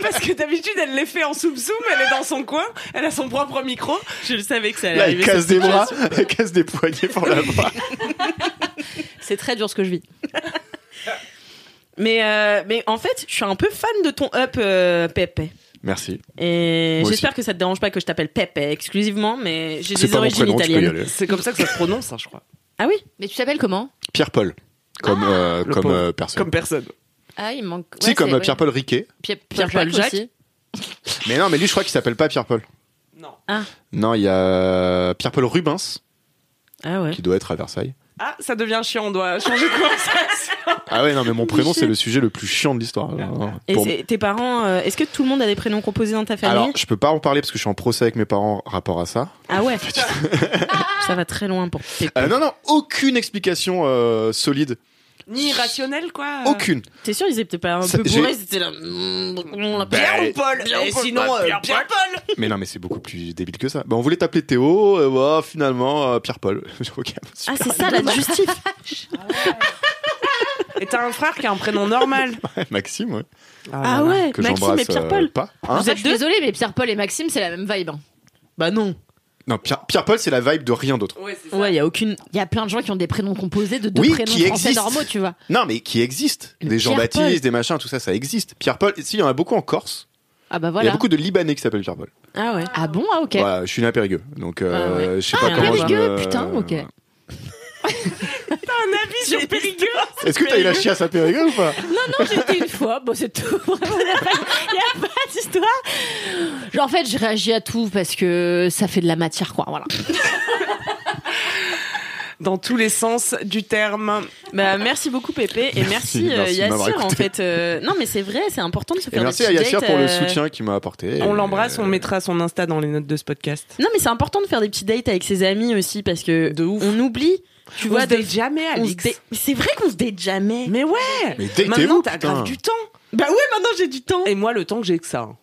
Speaker 5: Parce que d'habitude, elle les fait en soum-soum, elle est dans son coin, elle a son propre micro.
Speaker 1: Je le savais que ça allait
Speaker 6: Là, elle
Speaker 1: arriver.
Speaker 6: casse
Speaker 1: cette
Speaker 6: des bras,
Speaker 1: situation.
Speaker 6: elle casse des poignets pour la bras.
Speaker 7: C'est très dur ce que je vis.
Speaker 1: Mais, euh, mais en fait, je suis un peu fan de ton up, euh, Pepe.
Speaker 6: Merci.
Speaker 1: Et
Speaker 6: Moi
Speaker 1: j'espère que ça te dérange pas que je t'appelle Pepe exclusivement, mais j'ai
Speaker 6: C'est
Speaker 1: des
Speaker 6: pas mon
Speaker 1: origines
Speaker 6: prénom, tu peux y
Speaker 1: italiennes.
Speaker 6: aller.
Speaker 5: C'est comme ça que ça se prononce, hein, je crois.
Speaker 1: Ah oui
Speaker 7: Mais tu t'appelles comment
Speaker 6: Pierre-Paul. Comme, euh,
Speaker 5: Ah, le
Speaker 6: comme
Speaker 5: pauvre.
Speaker 6: euh, personne.
Speaker 5: Comme personne.
Speaker 7: Ah, il manque.
Speaker 6: Si, comme euh, Pierre-Paul Riquet.
Speaker 7: Pierre-Paul
Speaker 1: Pierre-Paul
Speaker 7: Jacques.
Speaker 1: Jacques.
Speaker 7: aussi.
Speaker 6: Mais non, mais lui, je crois qu'il s'appelle pas Pierre-Paul.
Speaker 5: Non.
Speaker 6: Non, il y a euh, Pierre-Paul Rubens,
Speaker 1: Ah ouais.
Speaker 6: qui doit être à Versailles.
Speaker 5: Ah, ça devient chiant, on doit changer de conversation.
Speaker 6: Ah ouais, non, mais mon prénom, c'est le sujet le plus chiant de l'histoire. Alors,
Speaker 1: Et
Speaker 6: pour-
Speaker 1: c'est- tes parents, euh, est-ce que tout le monde a des prénoms composés dans ta famille
Speaker 6: Alors, je peux pas en parler parce que je suis en procès avec mes parents rapport à ça.
Speaker 1: Ah ouais. ça va très loin pour Pepe.
Speaker 6: Euh, non, non, aucune explication euh, solide.
Speaker 5: Ni irrationnel, quoi.
Speaker 1: Ah.
Speaker 6: Aucune.
Speaker 1: T'es sûr, ils étaient pas un
Speaker 6: Ça-
Speaker 1: peu
Speaker 6: j'ai-
Speaker 1: bourrés C'était là. mm. On l'a
Speaker 6: Bah,
Speaker 5: Pierre ou Paul
Speaker 1: Pierre ou
Speaker 5: Et
Speaker 1: Paul
Speaker 5: sinon,
Speaker 6: Bah,
Speaker 5: euh,
Speaker 6: Pierre-
Speaker 5: Pierre-Paul
Speaker 6: Mais non, mais c'est beaucoup plus débile que ça. Bah, on voulait t'appeler Théo, euh, bah, finalement, euh, Pierre-Paul. Ok,
Speaker 1: Ah,
Speaker 6: super.
Speaker 1: c'est ça la justice.
Speaker 5: Et t'as un frère qui a un prénom normal.
Speaker 6: Maxime, ouais.
Speaker 1: Ah ouais,
Speaker 6: que
Speaker 1: Maxime et
Speaker 6: j'embrasse euh,
Speaker 1: Pierre-Paul.
Speaker 6: pas. Hein
Speaker 1: Vous
Speaker 7: Vous
Speaker 1: êtes
Speaker 7: êtes
Speaker 1: deux
Speaker 7: désolé, mais Pierre-Paul et Maxime, c'est la même vibe. hein.
Speaker 1: Bah non.
Speaker 6: non, Pierre- Pierre-Paul, c'est la vibe de rien d'autre.
Speaker 5: Ouais, c'est ça.
Speaker 1: Ouais, y a aucune.
Speaker 7: Il y a plein de gens qui ont des prénoms composés de deux
Speaker 6: Oui,
Speaker 7: prénoms
Speaker 6: qui
Speaker 7: français
Speaker 6: existent.
Speaker 7: normaux, tu vois.
Speaker 6: Non, mais qui existe. Des Jean-Baptiste, des machins, tout ça, ça existe. Pierre-Paul, si, il y en a beaucoup en Corse.
Speaker 7: Ah bah
Speaker 6: Il y
Speaker 7: voilà.
Speaker 6: a beaucoup de Libanais qui s'appellent Pierre-Paul.
Speaker 1: Ah ouais.
Speaker 7: Ah bon, ah ok.
Speaker 6: Voilà, je suis né à Périgueux, donc euh, je sais
Speaker 7: Ah,
Speaker 6: pas comment je
Speaker 7: Périgueux,
Speaker 6: me-
Speaker 7: putain, ok.
Speaker 1: T'as un avis sur Périgueux
Speaker 6: Est-ce que t'as eu la chiasse à Périgueux ou pas
Speaker 7: Non, j'étais une fois, bon, c'est tout. Il n'y a pas, il y a pas d'histoire. Genre, en fait, je réagis à tout parce que ça fait de la matière, quoi. Voilà.
Speaker 5: Dans tous les sens du terme.
Speaker 1: Bah merci beaucoup Pépé et merci, euh,
Speaker 6: merci de m'avoir
Speaker 1: Yassir en
Speaker 6: écouté.
Speaker 1: fait. euh, non mais c'est vrai, c'est important de se
Speaker 6: Et
Speaker 1: faire
Speaker 6: merci
Speaker 1: des
Speaker 6: à
Speaker 1: petits
Speaker 6: Yassir
Speaker 1: dates,
Speaker 6: pour le
Speaker 1: euh,
Speaker 6: soutien qu'il m'a apporté.
Speaker 5: On l'embrasse,
Speaker 6: Euh,
Speaker 5: on mettra son Insta dans les notes de ce podcast.
Speaker 1: Non mais c'est important de faire des petits dates avec ses amis aussi parce que
Speaker 5: De ouf.
Speaker 1: on oublie. Tu
Speaker 5: On
Speaker 1: vois,
Speaker 5: se
Speaker 1: de-
Speaker 5: date jamais,
Speaker 1: on se
Speaker 5: Alix.
Speaker 1: date- C'est vrai qu'on se date jamais.
Speaker 5: Mais ouais
Speaker 6: Mais datez-vous,
Speaker 5: Maintenant, t'as
Speaker 6: putain.
Speaker 5: grave du temps.
Speaker 1: Bah ouais, maintenant j'ai du temps. Et,
Speaker 5: Et moi, le temps que j'ai que ça. hein.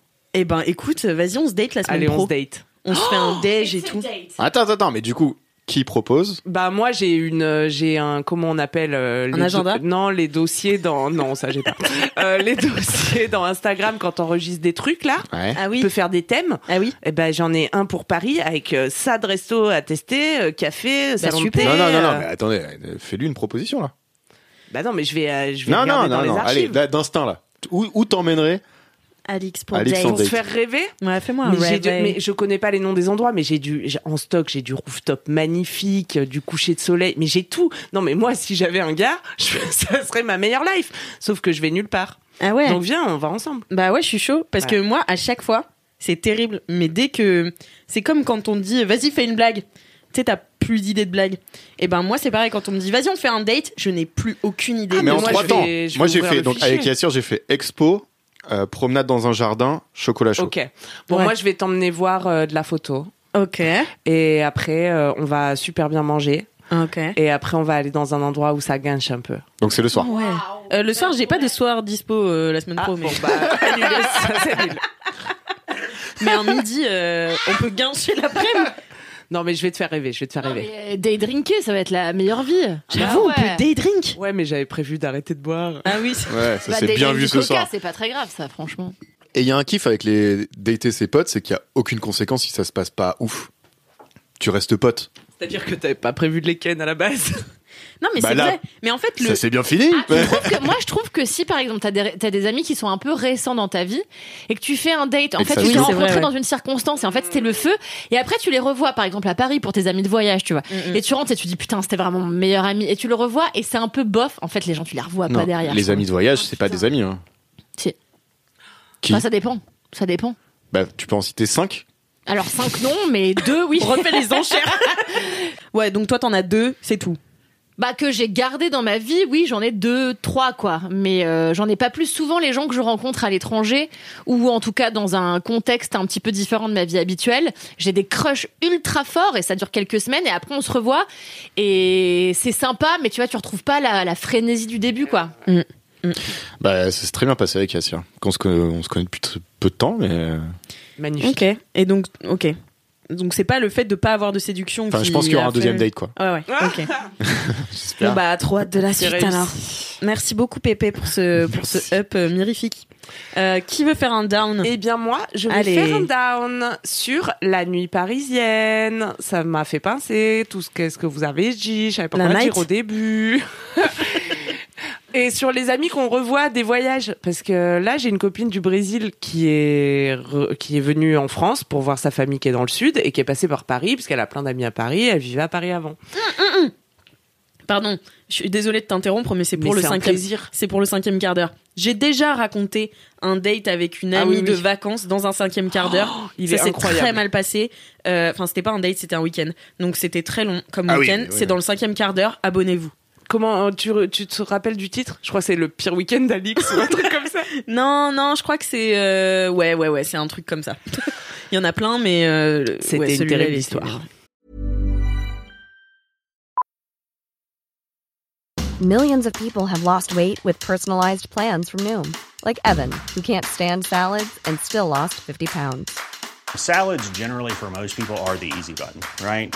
Speaker 1: ben eh écoute, vas-y, on se date Oh, la semaine
Speaker 5: Allez,
Speaker 1: pro.
Speaker 5: on se date.
Speaker 1: On se fait un déj et tout.
Speaker 6: Attends, attends, mais du coup, qui propose.
Speaker 5: Bah moi j'ai une euh, j'ai un comment on appelle euh, les
Speaker 1: agenda
Speaker 5: do- Non, les dossiers dans non, ça j'ai pas. Euh, les dossiers dans Instagram quand t'enregistres des trucs là,
Speaker 6: Ouais.
Speaker 1: Ah
Speaker 5: tu
Speaker 1: oui.
Speaker 5: peux faire des thèmes.
Speaker 1: Ah oui.
Speaker 5: Et ben j'en ai un pour Paris avec euh, ça de resto à tester, euh, café, salon
Speaker 1: Bah,
Speaker 5: de
Speaker 1: super.
Speaker 5: thé.
Speaker 6: Non, non, non, non, mais
Speaker 5: euh,
Speaker 6: attendez, euh, fais-lui une proposition là.
Speaker 5: Bah non, mais je vais euh, je vais
Speaker 6: Non, non,
Speaker 5: regarder
Speaker 6: non,
Speaker 5: dans
Speaker 6: non.
Speaker 5: les
Speaker 6: Allez,
Speaker 5: archives Ah,
Speaker 6: là, d'instinct là. Où, où t'emmènerais
Speaker 1: Alix pour
Speaker 6: Alix
Speaker 1: Jane.
Speaker 6: en
Speaker 5: pour se
Speaker 6: date.
Speaker 5: faire rêver.
Speaker 1: Ouais, fais-moi un
Speaker 5: Mais, j'ai
Speaker 1: rêve.
Speaker 5: dû- mais je connais pas les noms des endroits, mais j'ai du j'ai- en stock, j'ai du rooftop magnifique, euh, du coucher de soleil, mais j'ai tout. Non, mais moi, si j'avais un gars, je- ça serait ma meilleure life. Sauf que je vais nulle part.
Speaker 1: Ah ouais.
Speaker 5: Donc viens, on va ensemble.
Speaker 1: Bah ouais, je suis chaud parce que moi, à chaque fois, c'est terrible. Mais dès que c'est comme quand on te dit, vas-y, fais une blague. Tu sais, t'as plus d'idée de blague. Et ben moi, c'est pareil. Quand on me dit, vas-y, on fait un date, je n'ai plus aucune idée.
Speaker 5: Ah, mais
Speaker 6: Mais en
Speaker 5: moi,
Speaker 6: trois
Speaker 5: je
Speaker 6: temps.
Speaker 5: vais- je
Speaker 6: Moi
Speaker 5: vais
Speaker 6: j'ai
Speaker 5: ouvrir
Speaker 6: fait
Speaker 5: le
Speaker 6: donc
Speaker 5: fichier.
Speaker 6: avec Yassir, j'ai fait expo, euh, promenade dans un jardin, chocolat chaud.
Speaker 5: Ok. Bon,
Speaker 1: Ouais.
Speaker 5: moi, je vais t'emmener voir euh, de la photo.
Speaker 1: Ok,
Speaker 5: Et après, euh, on va super bien manger.
Speaker 1: ok.
Speaker 5: Et après, on va aller dans un endroit où ça gâche un peu.
Speaker 6: Donc c'est le soir.
Speaker 1: Ouais. Euh, le soir, j'ai pas de soir dispo euh, la semaine
Speaker 5: Ah,
Speaker 1: pro, mais,
Speaker 5: bon, bah, annulé, ça, c'est nul.
Speaker 1: mais un midi, euh, on peut guincher l'après-midi.
Speaker 5: Non, mais je vais te faire rêver, je vais te faire
Speaker 1: Ah
Speaker 5: rêver.
Speaker 7: Day euh, drinker, ça va être la meilleure vie. Ah bah
Speaker 1: J'avoue, on peut day drink.
Speaker 5: Ouais, mais j'avais prévu d'arrêter de boire.
Speaker 1: Ah oui, c'est-
Speaker 6: Ouais,
Speaker 7: Bah,
Speaker 6: ça c'est bien vu ce soir.
Speaker 7: C'est pas très grave, ça, franchement.
Speaker 6: Et il y a un kiff avec les dater ses potes, c'est qu'il y a aucune conséquence si ça se passe pas ouf. Tu restes pote.
Speaker 5: C'est-à-dire que t'avais pas prévu de les ken à la base.
Speaker 1: non mais
Speaker 6: Bah
Speaker 1: c'est
Speaker 6: là-
Speaker 1: vrai. Mais en fait, le
Speaker 6: Ça s'est bien fini.
Speaker 7: Ah, tu trouves que- moi, je trouve que si, par exemple, t'as des, t'as des amis qui sont un peu récents dans ta vie et que tu fais un date, en
Speaker 6: Et que
Speaker 7: fait,
Speaker 6: ça
Speaker 7: tu
Speaker 6: se
Speaker 7: t'es
Speaker 6: trouve.
Speaker 7: rencontré
Speaker 1: C'est vrai,
Speaker 7: dans une circonstance et en fait, c'était le feu. Et après, tu les revois, par exemple, à Paris pour tes amis de voyage, tu vois. Et tu rentres et tu dis, putain, c'était vraiment mon meilleur ami. Et tu le revois et c'est un peu bof. En fait, les gens, tu les revois
Speaker 6: Non,
Speaker 7: pas derrière.
Speaker 6: les amis de voyage, c'est pas des amis. hein.
Speaker 7: Si.
Speaker 6: Qui
Speaker 7: Enfin, Bah, ça dépend. Ça dépend.
Speaker 6: Bah, tu peux en citer 5
Speaker 7: Alors, cinq non, mais deux, oui.
Speaker 1: refait les enchères. ouais, donc toi, t'en as deux, c'est tout.
Speaker 7: Bah que j'ai gardé dans ma vie, oui, j'en ai deux, trois quoi, mais euh, j'en ai pas plus. Souvent les gens que je rencontre à l'étranger ou en tout cas dans un contexte un petit peu différent de ma vie habituelle, j'ai des crushs ultra forts et ça dure quelques semaines et après on se revoit et c'est sympa, mais tu vois, tu retrouves pas la, la frénésie du début quoi.
Speaker 6: Bah, ça s'est très bien passé avec Yassir. Qu'on se conna- on se connaît depuis très peu de temps, mais. euh,
Speaker 5: Magnifique.
Speaker 1: Ok. Et donc, ok. Donc c'est pas le fait de pas avoir de séduction.
Speaker 6: Enfin, je
Speaker 1: qui
Speaker 6: pense qu'il y aura
Speaker 1: a
Speaker 6: un deuxième
Speaker 1: fait-
Speaker 6: date, quoi.
Speaker 1: Ouais, ouais. Ok.
Speaker 6: J'espère.
Speaker 1: Bon bah, trop hâte de la suite
Speaker 5: réussi.
Speaker 1: alors. Merci beaucoup Pépé pour ce pour ce up euh, mirifique. Euh, qui veut faire un down
Speaker 5: Eh bien moi, je vais
Speaker 1: Allez.
Speaker 5: faire un down sur la nuit parisienne. Ça m'a fait pincer tout ce qu'est-ce que vous avez dit. Je savais pas
Speaker 1: La
Speaker 5: quoi
Speaker 1: night.
Speaker 5: dire au début. Et sur les amis qu'on revoit des voyages, parce que là j'ai une copine du Brésil qui est re- qui est venue en France pour voir sa famille qui est dans le sud et qui est passée par Paris parce qu'elle a plein d'amis à Paris. Elle vivait à Paris avant.
Speaker 1: Oh, Pardon, je suis désolée de t'interrompre, mais c'est pour
Speaker 5: Mais
Speaker 1: le
Speaker 5: c'est un
Speaker 1: cinquième.
Speaker 5: plaisir.
Speaker 1: C'est pour le cinquième quart d'heure. J'ai déjà raconté un date avec une
Speaker 5: Ah
Speaker 1: amie
Speaker 5: oui, oui.
Speaker 1: de vacances dans un cinquième quart d'heure.
Speaker 5: il
Speaker 1: Ça
Speaker 5: est
Speaker 1: s'est
Speaker 5: incroyable.
Speaker 1: très mal passé. Euh, Enfin, c'était pas un date, c'était un week-end. Donc c'était très long comme
Speaker 6: Ah oui,
Speaker 1: week-end.
Speaker 6: oui,
Speaker 1: c'est
Speaker 6: oui.
Speaker 1: dans le cinquième quart d'heure. Abonnez-vous.
Speaker 5: Comment euh, tu, re- tu te rappelles du titre Je crois que c'est le pire week-end d'Alix ou un truc comme ça.
Speaker 1: Non, non, je crois que c'est euh, ouais, ouais, ouais, c'est un truc comme ça. Il y en a plein, mais euh,
Speaker 5: C'était
Speaker 1: ouais,
Speaker 5: une
Speaker 1: celui-là,
Speaker 5: terrible
Speaker 1: il est
Speaker 5: histoire.
Speaker 1: terrible.
Speaker 8: Millions of people have lost weight with personalized plans from Noom, like Evan, who can't stand salads and still lost 50 pounds.
Speaker 9: Salads, generally, for most people, are the easy button, right?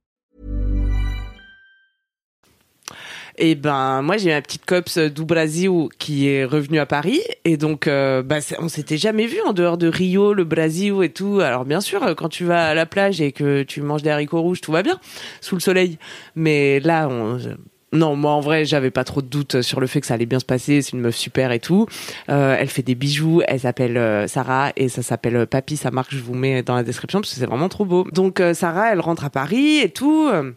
Speaker 5: Et ben moi j'ai ma petite copse du Brésil qui est revenue à Paris et donc euh, bah, c'est- on s'était jamais vu en dehors de Rio, le Brésil et tout. Alors bien sûr euh, quand tu vas à la plage et que tu manges des haricots rouges tout va bien sous le soleil, mais là on Non, moi en vrai, j'avais pas trop de doutes sur le fait que ça allait bien se passer. C'est une meuf super et tout. Euh, elle fait des bijoux. Elle s'appelle euh, Sarah et ça s'appelle euh, Papy. Sa marque, je vous mets dans la description parce que c'est vraiment trop beau. Donc euh, Sarah, elle rentre à Paris et tout. euh,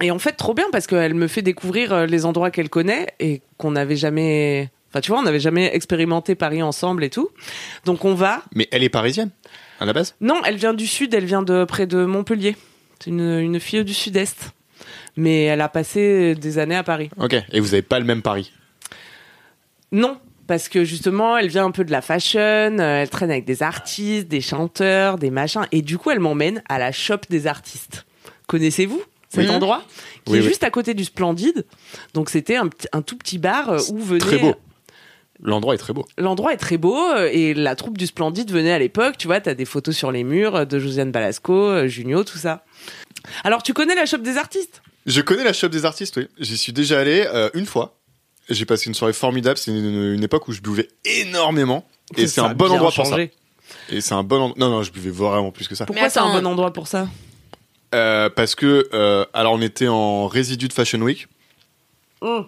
Speaker 5: Et en fait, trop bien parce qu'elle me fait découvrir euh, les endroits qu'elle connaît et qu'on n'avait jamais. Enfin, tu vois, on n'avait jamais expérimenté Paris ensemble et tout. Donc on va.
Speaker 6: Mais elle est parisienne, à la base
Speaker 5: Non, elle vient du sud, elle vient de près de Montpellier. C'est une, une fille du sud-est. Mais elle a passé des années à Paris.
Speaker 6: Ok, et vous n'avez pas le même Paris.
Speaker 5: Non, parce que justement, elle vient un peu de la fashion, euh, elle traîne avec des artistes, des chanteurs, des machins, et du coup, elle m'emmène à la shop des artistes. Connaissez-vous cet
Speaker 6: Oui.
Speaker 5: endroit qui
Speaker 6: Oui,
Speaker 5: est
Speaker 6: oui.
Speaker 5: juste à côté du Splendide Donc c'était un, petit- un tout petit bar euh, où venait
Speaker 6: Très beau. L'endroit est très beau.
Speaker 5: L'endroit est très beau euh, et la troupe du Splendide venait à l'époque, tu vois, t'as des photos sur les murs euh, de Josiane Balasco, euh, Junio, tout ça. Alors tu connais la shop des artistes
Speaker 6: Je connais la shop des artistes, oui. J'y suis déjà allé euh, une fois. J'ai passé une soirée formidable. C'est une, une époque où je buvais énormément. Et c'est
Speaker 5: Ça a
Speaker 6: un bon
Speaker 5: bien
Speaker 6: endroit
Speaker 5: changé.
Speaker 6: pour ça. Et c'est un bon endroit. Non, non, je buvais vraiment plus que ça.
Speaker 5: Pourquoi c'est un bon endroit pour ça
Speaker 6: Euh, Parce que, euh, alors, on était en résidu de Fashion Week.
Speaker 5: Oh.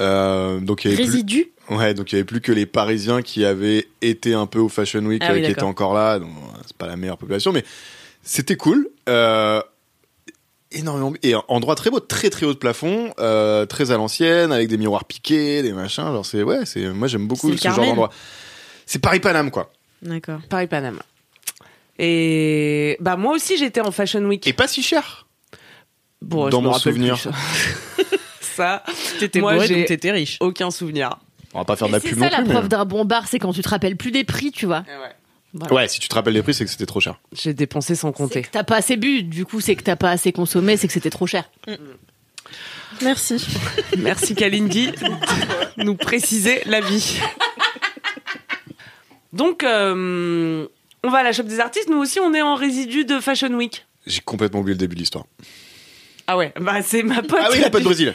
Speaker 6: Euh, donc il y avait plus-
Speaker 10: Résidu
Speaker 6: Ouais, donc il y avait plus que les Parisiens qui avaient été un peu au Fashion Week,
Speaker 10: Ah
Speaker 6: euh,
Speaker 10: oui,
Speaker 6: qui étaient
Speaker 10: d'accord.
Speaker 6: encore là. Donc euh, c'est pas la meilleure population, mais c'était cool. Euh, énormément et un endroit très beau, très très haut de plafond, euh, très à l'ancienne, avec des miroirs piqués, des machins. Genre c'est ouais, c'est moi j'aime beaucoup
Speaker 5: C'est le
Speaker 6: ce genre
Speaker 5: Carmen.
Speaker 6: d'endroit. C'est Paris Paname quoi.
Speaker 5: D'accord. Paris Paname. Et bah moi aussi j'étais en Fashion Week.
Speaker 6: Et pas si cher.
Speaker 5: Bon,
Speaker 6: Dans
Speaker 5: je me
Speaker 6: mon
Speaker 5: rappelle
Speaker 6: souvenir.
Speaker 5: plus. ça,
Speaker 1: T'étais
Speaker 5: moi,
Speaker 1: bourré, donc
Speaker 5: j'ai
Speaker 1: t'étais riche.
Speaker 5: Aucun souvenir.
Speaker 6: On va pas faire de
Speaker 7: Et
Speaker 6: la
Speaker 7: C'est
Speaker 6: pub
Speaker 7: ça
Speaker 6: non
Speaker 7: la
Speaker 6: plus.
Speaker 7: preuve
Speaker 6: mais-
Speaker 7: d'un bon bar, c'est quand tu te rappelles plus des prix, tu
Speaker 1: Eh
Speaker 7: vois. Voilà.
Speaker 6: Ouais, si tu te rappelles des prix, c'est que c'était trop cher.
Speaker 5: J'ai dépensé sans
Speaker 7: compter. T'as pas assez bu, du coup, c'est que t'as pas assez consommé, c'est que c'était trop cher.
Speaker 5: Merci. Merci Kalindi de nous préciser la vie. Donc euh, on va à la shop des artistes, nous aussi on est en résidu de Fashion Week.
Speaker 6: J'ai complètement oublié le début de l'histoire.
Speaker 5: Ah ouais, bah c'est ma pote.
Speaker 6: Ah oui, la pote Brésil.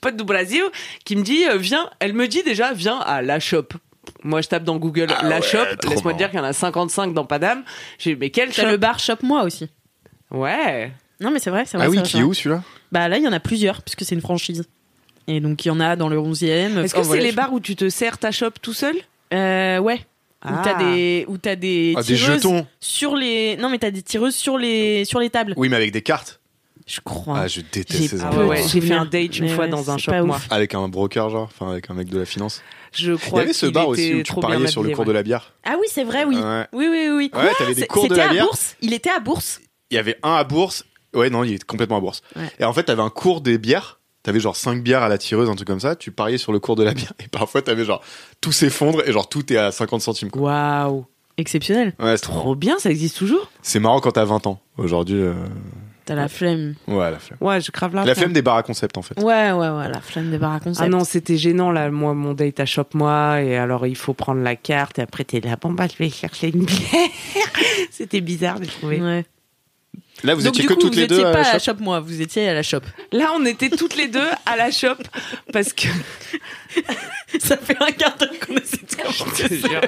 Speaker 5: pote du Brésil qui me dit euh, viens, elle me dit déjà viens à la shop. Moi je tape dans Google
Speaker 10: Ah
Speaker 5: la
Speaker 10: ouais,
Speaker 5: shop,
Speaker 10: trop marrant.
Speaker 5: laisse-moi te dire qu'il y en a 55 dans Padam. J'ai dit, mais quel
Speaker 10: T'as
Speaker 5: shop
Speaker 10: le bar Shop Moi aussi.
Speaker 5: Ouais.
Speaker 10: Non, mais c'est vrai, c'est vrai.
Speaker 5: Ah oui,
Speaker 10: c'est vrai,
Speaker 5: qui
Speaker 10: c'est
Speaker 5: est
Speaker 10: vrai.
Speaker 5: où, celui-là
Speaker 10: Bah là, il y en a plusieurs, puisque c'est une franchise. Et donc, il y en a dans le 11 e
Speaker 1: Oh,
Speaker 5: Est-ce que c'est les bars où tu te sers ta shop tout seul
Speaker 10: Euh, ouais.
Speaker 5: Ah.
Speaker 10: Où t'as des, où t'as des
Speaker 6: Ah, des
Speaker 10: tireuses
Speaker 6: jetons.
Speaker 10: sur les, non mais t'as des tireuses sur les, sur les tables.
Speaker 6: Oui, mais avec des cartes.
Speaker 10: Je crois.
Speaker 1: Hein.
Speaker 6: Ah, je déteste
Speaker 10: J'ai
Speaker 6: ces
Speaker 10: peu
Speaker 6: endroits. Ah,
Speaker 10: de Ouais, j'ai fait un
Speaker 5: date une
Speaker 10: Mais
Speaker 5: fois
Speaker 10: ouais,
Speaker 5: dans un
Speaker 10: c'est
Speaker 5: shop
Speaker 10: pas ouf.
Speaker 5: moi.
Speaker 6: Avec un broker, genre, enfin, avec un mec de la finance.
Speaker 5: Je
Speaker 6: Il
Speaker 5: crois
Speaker 6: y avait ce
Speaker 5: qu'il
Speaker 6: bar aussi
Speaker 5: était
Speaker 6: où tu
Speaker 5: trop bien
Speaker 6: pariais sur le
Speaker 5: habillé,
Speaker 6: cours de la bière.
Speaker 10: Ah oui, c'est vrai, oui.
Speaker 6: Ouais.
Speaker 10: Oui, oui, oui.
Speaker 6: Ouais,
Speaker 10: Quoi
Speaker 6: t'avais des
Speaker 10: C'est-
Speaker 6: cours de
Speaker 10: C'était
Speaker 6: la
Speaker 10: à
Speaker 6: bière.
Speaker 10: Bourse. Il était à Bourse.
Speaker 6: Il y avait un à bourse. Ouais, non, il était complètement à bourse.
Speaker 10: Ouais.
Speaker 6: Et en fait, t'avais un cours des bières. T'avais genre 5 bières à la tireuse, un truc comme ça. Tu pariais sur le cours de la bière. Et parfois, t'avais genre tout s'effondre et genre tout est à 50 centimes. quoi.
Speaker 5: Waouh.
Speaker 10: Exceptionnel.
Speaker 6: Ouais, c'est
Speaker 5: Trop bien, ça existe toujours.
Speaker 6: C'est marrant quand t'as 20 ans. Aujourd'hui, euh,
Speaker 10: T'as la flemme.
Speaker 6: ouais, la flemme.
Speaker 5: Ouais, je crave la,
Speaker 6: La flemme des bars à concept, en fait.
Speaker 10: Ouais, ouais, ouais, la flemme des bars à concept.
Speaker 5: Ah non, c'était gênant là, moi mon date à shop moi et alors il faut prendre la carte et après t'es là bon bah je vais chercher une bière. c'était bizarre j'ai trouvé.
Speaker 10: Ouais.
Speaker 6: Là, vous
Speaker 10: Donc,
Speaker 6: étiez
Speaker 10: du
Speaker 6: que
Speaker 10: coup,
Speaker 6: toutes
Speaker 10: vous
Speaker 6: les deux
Speaker 10: étiez
Speaker 6: à
Speaker 10: pas
Speaker 6: la
Speaker 10: à la
Speaker 6: shop
Speaker 10: shop, moi, vous étiez à la shop.
Speaker 5: Là on était toutes les deux à la shop parce que
Speaker 10: ça fait un quart d'heure qu'on essaie de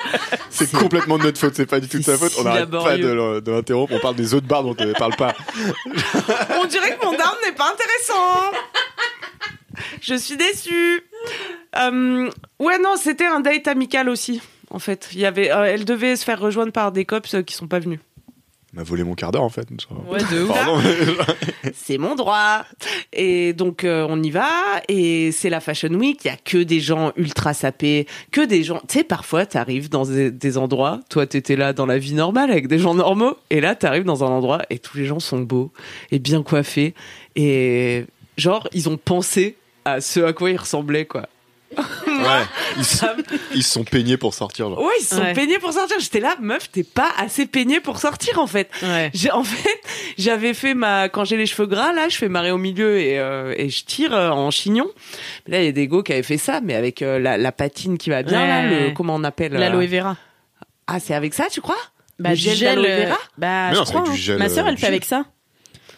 Speaker 6: C'est complètement de notre faute, c'est pas du tout de sa
Speaker 5: C'est
Speaker 6: faute.
Speaker 5: si
Speaker 6: On n'arrête pas
Speaker 5: laborieux.
Speaker 6: de l'en- de l'interrompre, on parle des autres bars dont on ne parle pas.
Speaker 5: On dirait que mon arme n'est pas intéressant. Je suis déçue. Euh, ouais, non, c'était un date amical aussi, en fait. Il y avait, euh, elle devait se faire rejoindre par des cops euh, qui sont pas venus.
Speaker 6: On a volé mon quart d'heure en fait.
Speaker 5: Ouais, de ouf.
Speaker 6: Pardon.
Speaker 5: C'est mon droit. Et donc, euh, on y va. Et c'est la Fashion Week. Il y a que des gens ultra sapés, que des gens. Tu sais, parfois, t'arrives dans des, des endroits. Toi, t'étais là dans la vie normale avec des gens normaux. Et là, t'arrives dans un endroit et tous les gens sont beaux et bien coiffés. Et genre, ils ont pensé à ce à quoi ils ressemblaient, quoi.
Speaker 6: Ouais, ils, sont, ils se sont peignés pour sortir. Genre.
Speaker 5: Ouais, ils se sont
Speaker 10: Ouais.
Speaker 5: peignés pour sortir. J'étais là, meuf, t'es pas assez peignée pour sortir en fait. J'ai en fait, j'avais fait ma quand j'ai les cheveux gras là, je fais marrer au milieu et, euh, et je tire euh, en chignon. Là, il y a des gos qui avaient fait ça, mais avec euh, la, la patine qui va bien
Speaker 10: Ouais.
Speaker 5: là, le comment on appelle euh,
Speaker 10: L'aloe vera.
Speaker 5: Ah, c'est avec ça, tu crois
Speaker 10: Bah,
Speaker 5: Le
Speaker 10: gel,
Speaker 5: d'aloe
Speaker 10: euh,
Speaker 5: vera
Speaker 10: Bah,
Speaker 5: Mais
Speaker 10: je
Speaker 5: non, c'est
Speaker 10: crois.
Speaker 5: avec
Speaker 10: hein.
Speaker 5: du gel,
Speaker 10: Ma sœur,
Speaker 5: euh,
Speaker 10: elle
Speaker 5: du
Speaker 10: fait
Speaker 5: gel.
Speaker 10: avec ça.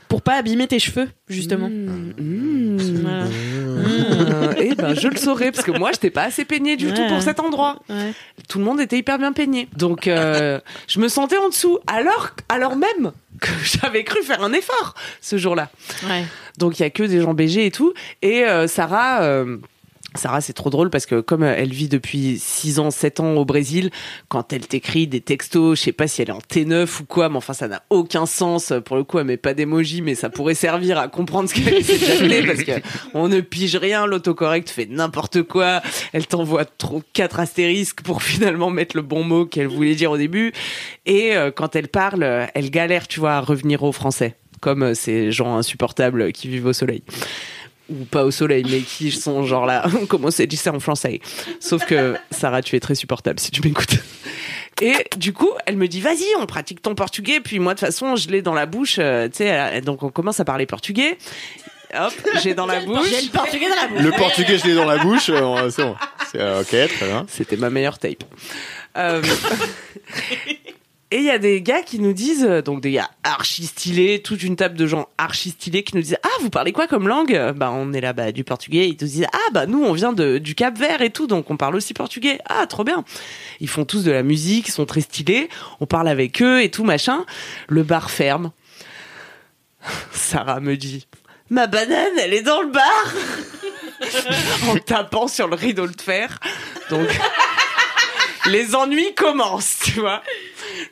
Speaker 10: Pour pas abîmer tes cheveux, justement. Voilà.
Speaker 6: Mmh.
Speaker 5: Euh, Mm. eh ben, je le saurais parce que moi, j'étais pas assez peignée du tout
Speaker 10: Ouais.
Speaker 5: pour cet endroit.
Speaker 10: Ouais.
Speaker 5: Tout le monde était hyper bien peigné, donc euh, je me sentais en dessous. Alors, alors même que j'avais cru faire un effort ce jour-là.
Speaker 7: Ouais.
Speaker 5: Donc il y a que des gens BG et tout. Et euh, Sarah. euh, Sarah, c'est trop drôle parce que comme euh, elle vit depuis 6 ans, 7 ans au Brésil, quand elle t'écrit des textos, je sais pas si elle est en T9 ou quoi, mais enfin ça n'a aucun sens. Pour le coup, elle met pas d'emoji, mais ça pourrait servir à comprendre ce qu'elle essaie d'appeler parce que on ne pige rien, l'autocorrect fait n'importe quoi. Elle t'envoie trop quatre astérisques pour finalement mettre le bon mot qu'elle voulait dire au début. Et euh, quand elle parle, euh, elle galère, tu vois, à revenir au français, comme euh, ces gens insupportables qui vivent au soleil ou pas au soleil, mais qui sont genre là, comment c'est dit ça en français Sauf que Sarah, tu es très supportable si tu m'écoutes. Et du coup, elle me dit, vas-y, on pratique ton portugais, puis moi, de toute façon, je l'ai dans la bouche, euh, tu sais, euh, donc on commence à parler portugais. Hop, j'ai dans la bouche.
Speaker 7: J'ai le portugais dans la bouche.
Speaker 6: Le portugais, je l'ai dans la bouche. euh, c'est bon. C'est, euh, ok, très bien.
Speaker 5: C'était ma meilleure tape. Euh, Et il y a des gars qui nous disent, euh, donc des gars archi stylés, toute une table de gens archi stylés qui nous disent Ah, vous parlez quoi comme langue Euh, Bah, on est là, bah, du portugais. Ils nous disent Ah, bah, nous, on vient de, du Cap Vert et tout, donc on parle aussi portugais. Ah, trop bien. Ils font tous de la musique, ils sont très stylés, on parle avec eux et tout, machin. Le bar ferme. Sarah me dit Ma banane, elle est dans le bar En tapant sur le rideau de fer. Donc les ennuis commencent, tu vois.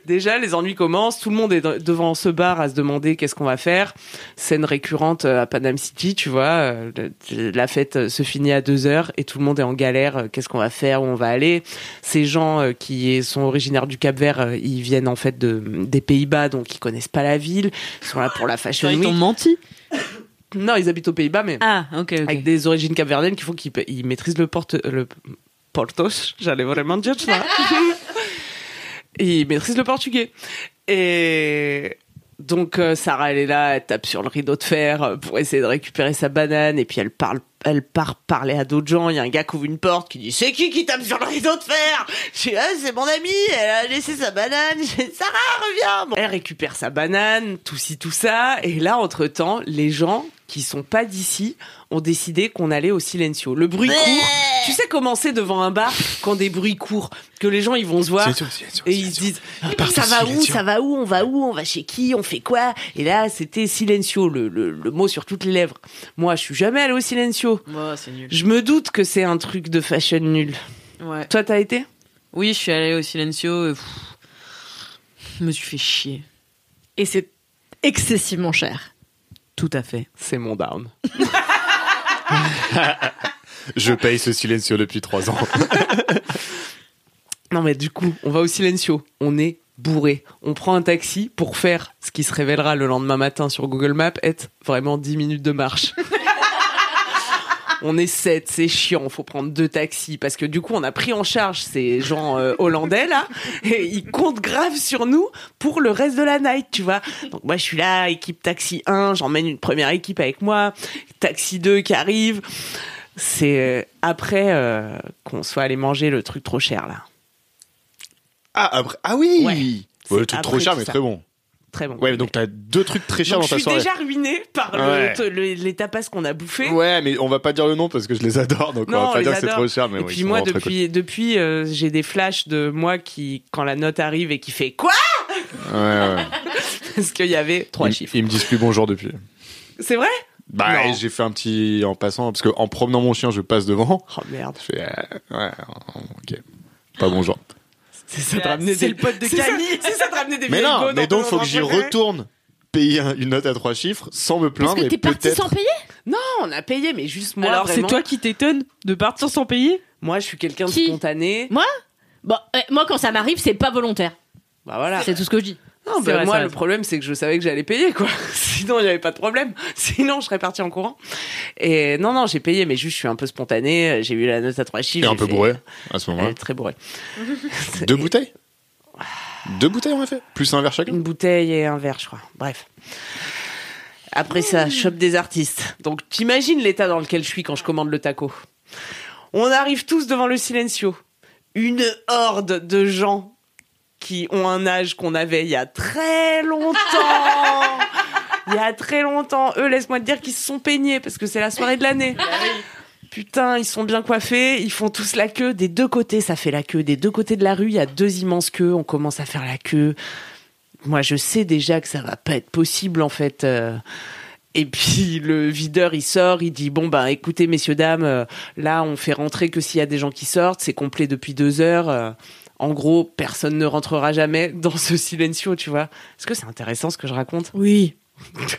Speaker 5: Déjà, les ennuis commencent. Tout le monde est de- devant ce bar à se demander qu'est-ce qu'on va faire. Scène récurrente euh, à Panam City, tu vois. euh, le- La fête euh, se finit à deux heures et tout le monde est en galère. Euh, Qu'est-ce qu'on va faire Où on va aller Ces gens euh, qui sont originaires du Cap-Vert, euh, ils viennent en fait de, des Pays-Bas, donc ils connaissent pas la ville. Ils sont là pour la fashion
Speaker 10: Ils
Speaker 5: week.
Speaker 10: t'ont menti
Speaker 5: Non, ils habitent aux Pays-Bas, mais
Speaker 10: Ah, ok, ok.
Speaker 5: avec des origines capverdiennes qui font qu'ils pa- ils maîtrisent le porte le portos j'allais vraiment dire ça Et ils maîtrisent le portugais et donc euh, Sarah elle est là elle tape sur le rideau de fer euh, pour essayer de récupérer sa banane et puis elle parle elle part parler à d'autres gens il y a un gars qui ouvre une porte qui dit c'est qui qui tape sur le rideau de fer je dis, Ah, c'est mon ami elle a laissé sa banane Je dis, Sarah reviens Bon, elle récupère sa banane tout ci tout ça et là entre temps les gens qui sont pas d'ici ont décidé qu'on allait au silencio. Le bruit court. Tu sais comment c'est devant un bar quand des bruits courent, que les gens ils vont se voir
Speaker 6: Silencio, silencio,
Speaker 5: et ils se disent Eh ben,
Speaker 6: part
Speaker 5: ça
Speaker 6: au
Speaker 5: va où,
Speaker 6: silencio.
Speaker 5: ça va où, on va où, on va chez qui, on fait quoi. Et là c'était silencio, le, le, le mot sur toutes les lèvres. Moi je suis jamais allée au silencio.
Speaker 10: Moi, c'est nul.
Speaker 5: Je me doute que c'est un truc de fashion nul.
Speaker 10: Ouais.
Speaker 5: Toi t'as été
Speaker 10: Oui, je suis allée au Silencio. et pff, je me suis fait chier.
Speaker 7: Et c'est excessivement cher.
Speaker 5: Tout à fait. C'est mon down.
Speaker 6: Je paye ce silencio depuis trois ans.
Speaker 5: Non mais du coup, on va au silencio. On est bourré. On prend un taxi pour faire ce qui se révélera le lendemain matin sur Google Maps être vraiment 10 minutes de marche. On est sept, c'est chiant, faut prendre deux taxis parce que du coup on a pris en charge ces gens euh, hollandais là et ils comptent grave sur nous pour le reste de la night, tu vois. Donc moi je suis là, équipe taxi 1, j'emmène une première équipe avec moi, taxi 2 qui arrive. C'est euh, après euh, qu'on soit allé manger le truc trop cher là.
Speaker 6: Ah, après- ah oui
Speaker 5: Ouais.
Speaker 6: Ouais,
Speaker 5: C'est
Speaker 6: Le truc trop
Speaker 5: après
Speaker 6: cher,
Speaker 5: tout
Speaker 6: mais
Speaker 5: ça.
Speaker 6: très bon.
Speaker 5: Très bon.
Speaker 6: Ouais, donc t'as deux trucs très chers
Speaker 5: Donc,
Speaker 6: dans ta
Speaker 5: je suis
Speaker 6: soirée.
Speaker 5: déjà ruiné par le-
Speaker 6: Ouais.
Speaker 5: te- le- les tapas qu'on a bouffés.
Speaker 6: Ouais, mais on va pas dire le nom parce que je les adore, donc
Speaker 5: Non,
Speaker 6: on va pas
Speaker 5: les
Speaker 6: dire que c'est
Speaker 5: adore.
Speaker 6: trop cher. Mais
Speaker 5: et
Speaker 6: oui,
Speaker 5: puis
Speaker 6: ils sont
Speaker 5: moi,
Speaker 6: vraiment très
Speaker 5: depuis, depuis euh, j'ai des flashs de moi qui, quand la note arrive et qui fait quoi
Speaker 6: cool. Ouais, ouais.
Speaker 5: Parce qu'il y avait trois
Speaker 6: Ils-
Speaker 5: chiffres.
Speaker 6: Ils me disent plus bonjour depuis.
Speaker 5: C'est vrai
Speaker 6: Bah,
Speaker 5: Non.
Speaker 6: j'ai fait un petit en passant parce que en promenant mon chien, je passe devant.
Speaker 5: Oh merde.
Speaker 6: Je fais euh, ouais, ok, pas bonjour.
Speaker 5: C'est ça de ramener
Speaker 10: C'est
Speaker 5: des-
Speaker 10: le pote de
Speaker 5: c'est ça-
Speaker 10: Camille.
Speaker 5: C'est ça de ramener des
Speaker 6: Mais
Speaker 5: vieilles
Speaker 6: non,
Speaker 5: gones
Speaker 6: mais
Speaker 5: dans
Speaker 6: donc
Speaker 5: ton
Speaker 6: faut que j'y
Speaker 5: endroit préféré.
Speaker 6: retourne payer un- une note à trois chiffres sans me
Speaker 7: Parce
Speaker 6: plaindre,
Speaker 7: que
Speaker 6: Ah, mais
Speaker 7: t'es parti sans
Speaker 6: peut-être.
Speaker 7: payer
Speaker 5: Non, on a payé, mais juste moi.
Speaker 10: Alors, c'est
Speaker 5: vraiment.
Speaker 10: toi qui t'étonnes de partir sans payer
Speaker 5: Moi, je suis quelqu'un de
Speaker 7: Qui
Speaker 5: spontané.
Speaker 7: Moi Bon, euh, moi, quand ça m'arrive, c'est pas volontaire.
Speaker 5: Bah voilà.
Speaker 7: C'est tout ce que je dis.
Speaker 5: Non,
Speaker 10: C'est
Speaker 5: bah,
Speaker 10: vrai,
Speaker 5: moi,
Speaker 10: c'est vrai.
Speaker 5: le problème, c'est que je savais que j'allais payer, quoi. Sinon, il n'y avait pas de problème. Sinon, je serais parti en courant. Et non, non, j'ai payé, mais juste, je suis un peu spontané. J'ai eu la note à trois
Speaker 6: Et
Speaker 5: chiffres.
Speaker 6: un
Speaker 5: j'ai
Speaker 6: peu
Speaker 5: fait-
Speaker 6: bourré à ce
Speaker 5: Elle
Speaker 6: moment-là.
Speaker 5: est très bourrée.
Speaker 6: Deux bouteilles. Deux bouteilles on a fait, plus un verre chacun.
Speaker 5: Une bouteille et un verre, je crois. Bref. Après ça, chope des artistes. Donc, t'imagines l'état dans lequel je suis quand je commande le taco. On arrive tous devant le silencio. Une horde de gens qui ont un âge qu'on avait il y a très longtemps. Il y a très longtemps. Eux, laisse-moi te dire qu'ils se sont peignés parce que c'est la soirée de l'année. Putain, ils sont bien coiffés, ils font tous la queue des deux côtés, ça fait la queue des deux côtés de la rue, il y a deux immenses queues, on commence à faire la queue. moi je sais déjà que ça va pas être possible en fait. euh. Et puis le videur il sort, il dit bon bah écoutez messieurs dames, euh, là on fait rentrer que s'il y a des gens qui sortent, c'est complet depuis deux heures. euh. en gros personne ne rentrera jamais dans ce silencio, tu vois. Est-ce que c'est intéressant ce que je raconte
Speaker 10: Oui.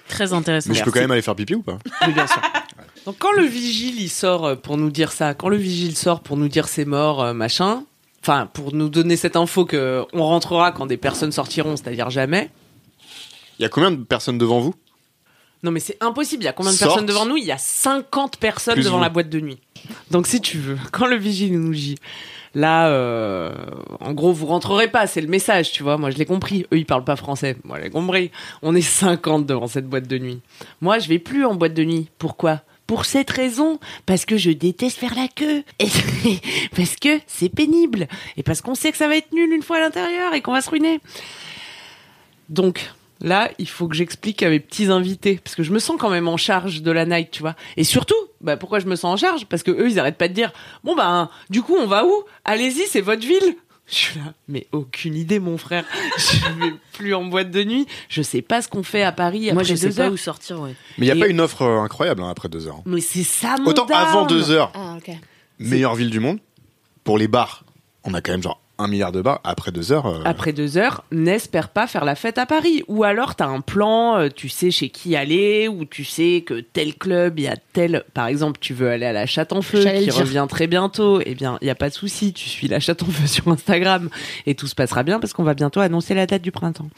Speaker 7: Très intéressant.
Speaker 6: Mais je peux quand même aller faire pipi ou pas
Speaker 5: Oui, bien sûr. Donc quand le vigile il sort euh, pour nous dire ça, quand le vigile sort pour nous dire c'est mort, euh, machin, enfin pour nous donner cette info que euh, on rentrera quand des personnes sortiront, c'est-à-dire jamais.
Speaker 6: Il y a combien de personnes devant vous
Speaker 5: Non mais c'est impossible, il y a combien de
Speaker 6: Sortent.
Speaker 5: personnes devant nous Il y a 50 personnes
Speaker 6: Plus
Speaker 5: devant
Speaker 6: vous.
Speaker 5: la boîte de nuit. Donc si tu veux, quand le vigile nous dit là euh, en gros vous rentrerez pas, c'est le message, tu vois. Moi je l'ai compris, eux ils parlent pas français. Moi j'ai compris. On est 50 devant cette boîte de nuit. Moi je vais plus en boîte de nuit. Pourquoi pour cette raison, parce que je déteste faire la queue, et parce que c'est pénible, et parce qu'on sait que ça va être nul une fois à l'intérieur et qu'on va se ruiner. Donc là, il faut que j'explique à mes petits invités parce que je me sens quand même en charge de la night, tu vois. Et surtout, bah pourquoi je me sens en charge Parce que eux, ils arrêtent pas de dire "Bon ben, du coup, on va où Allez-y, c'est votre ville." Je suis là, mais aucune idée, mon frère. Je vais plus en boîte de nuit. Je sais pas ce qu'on fait à Paris.
Speaker 10: Moi,
Speaker 5: après
Speaker 10: je sais
Speaker 5: deux
Speaker 10: pas
Speaker 5: heures.
Speaker 10: où sortir, ouais.
Speaker 6: Mais il n'y a
Speaker 5: Et-
Speaker 6: pas une offre euh, incroyable hein, après deux heures.
Speaker 5: Mais c'est ça, mon
Speaker 6: Autant
Speaker 5: dame.
Speaker 6: avant deux heures,
Speaker 10: Ah, ok.
Speaker 6: meilleure ville du monde. Pour les bars, on a quand même genre un milliard de bars. Après deux heures, euh,
Speaker 5: Après deux heures, n'espère pas faire la fête à Paris. Ou alors, t'as un plan, euh, tu sais chez qui aller, ou tu sais que tel club, il y a tel. Par exemple, tu veux aller à la chatte en feu,
Speaker 10: J'allais le
Speaker 5: qui
Speaker 10: dire.
Speaker 5: revient très bientôt. Eh bien, il n'y a pas de souci, tu suis la chatte en feu sur Instagram. Et tout se passera bien parce qu'on va bientôt annoncer la date du printemps.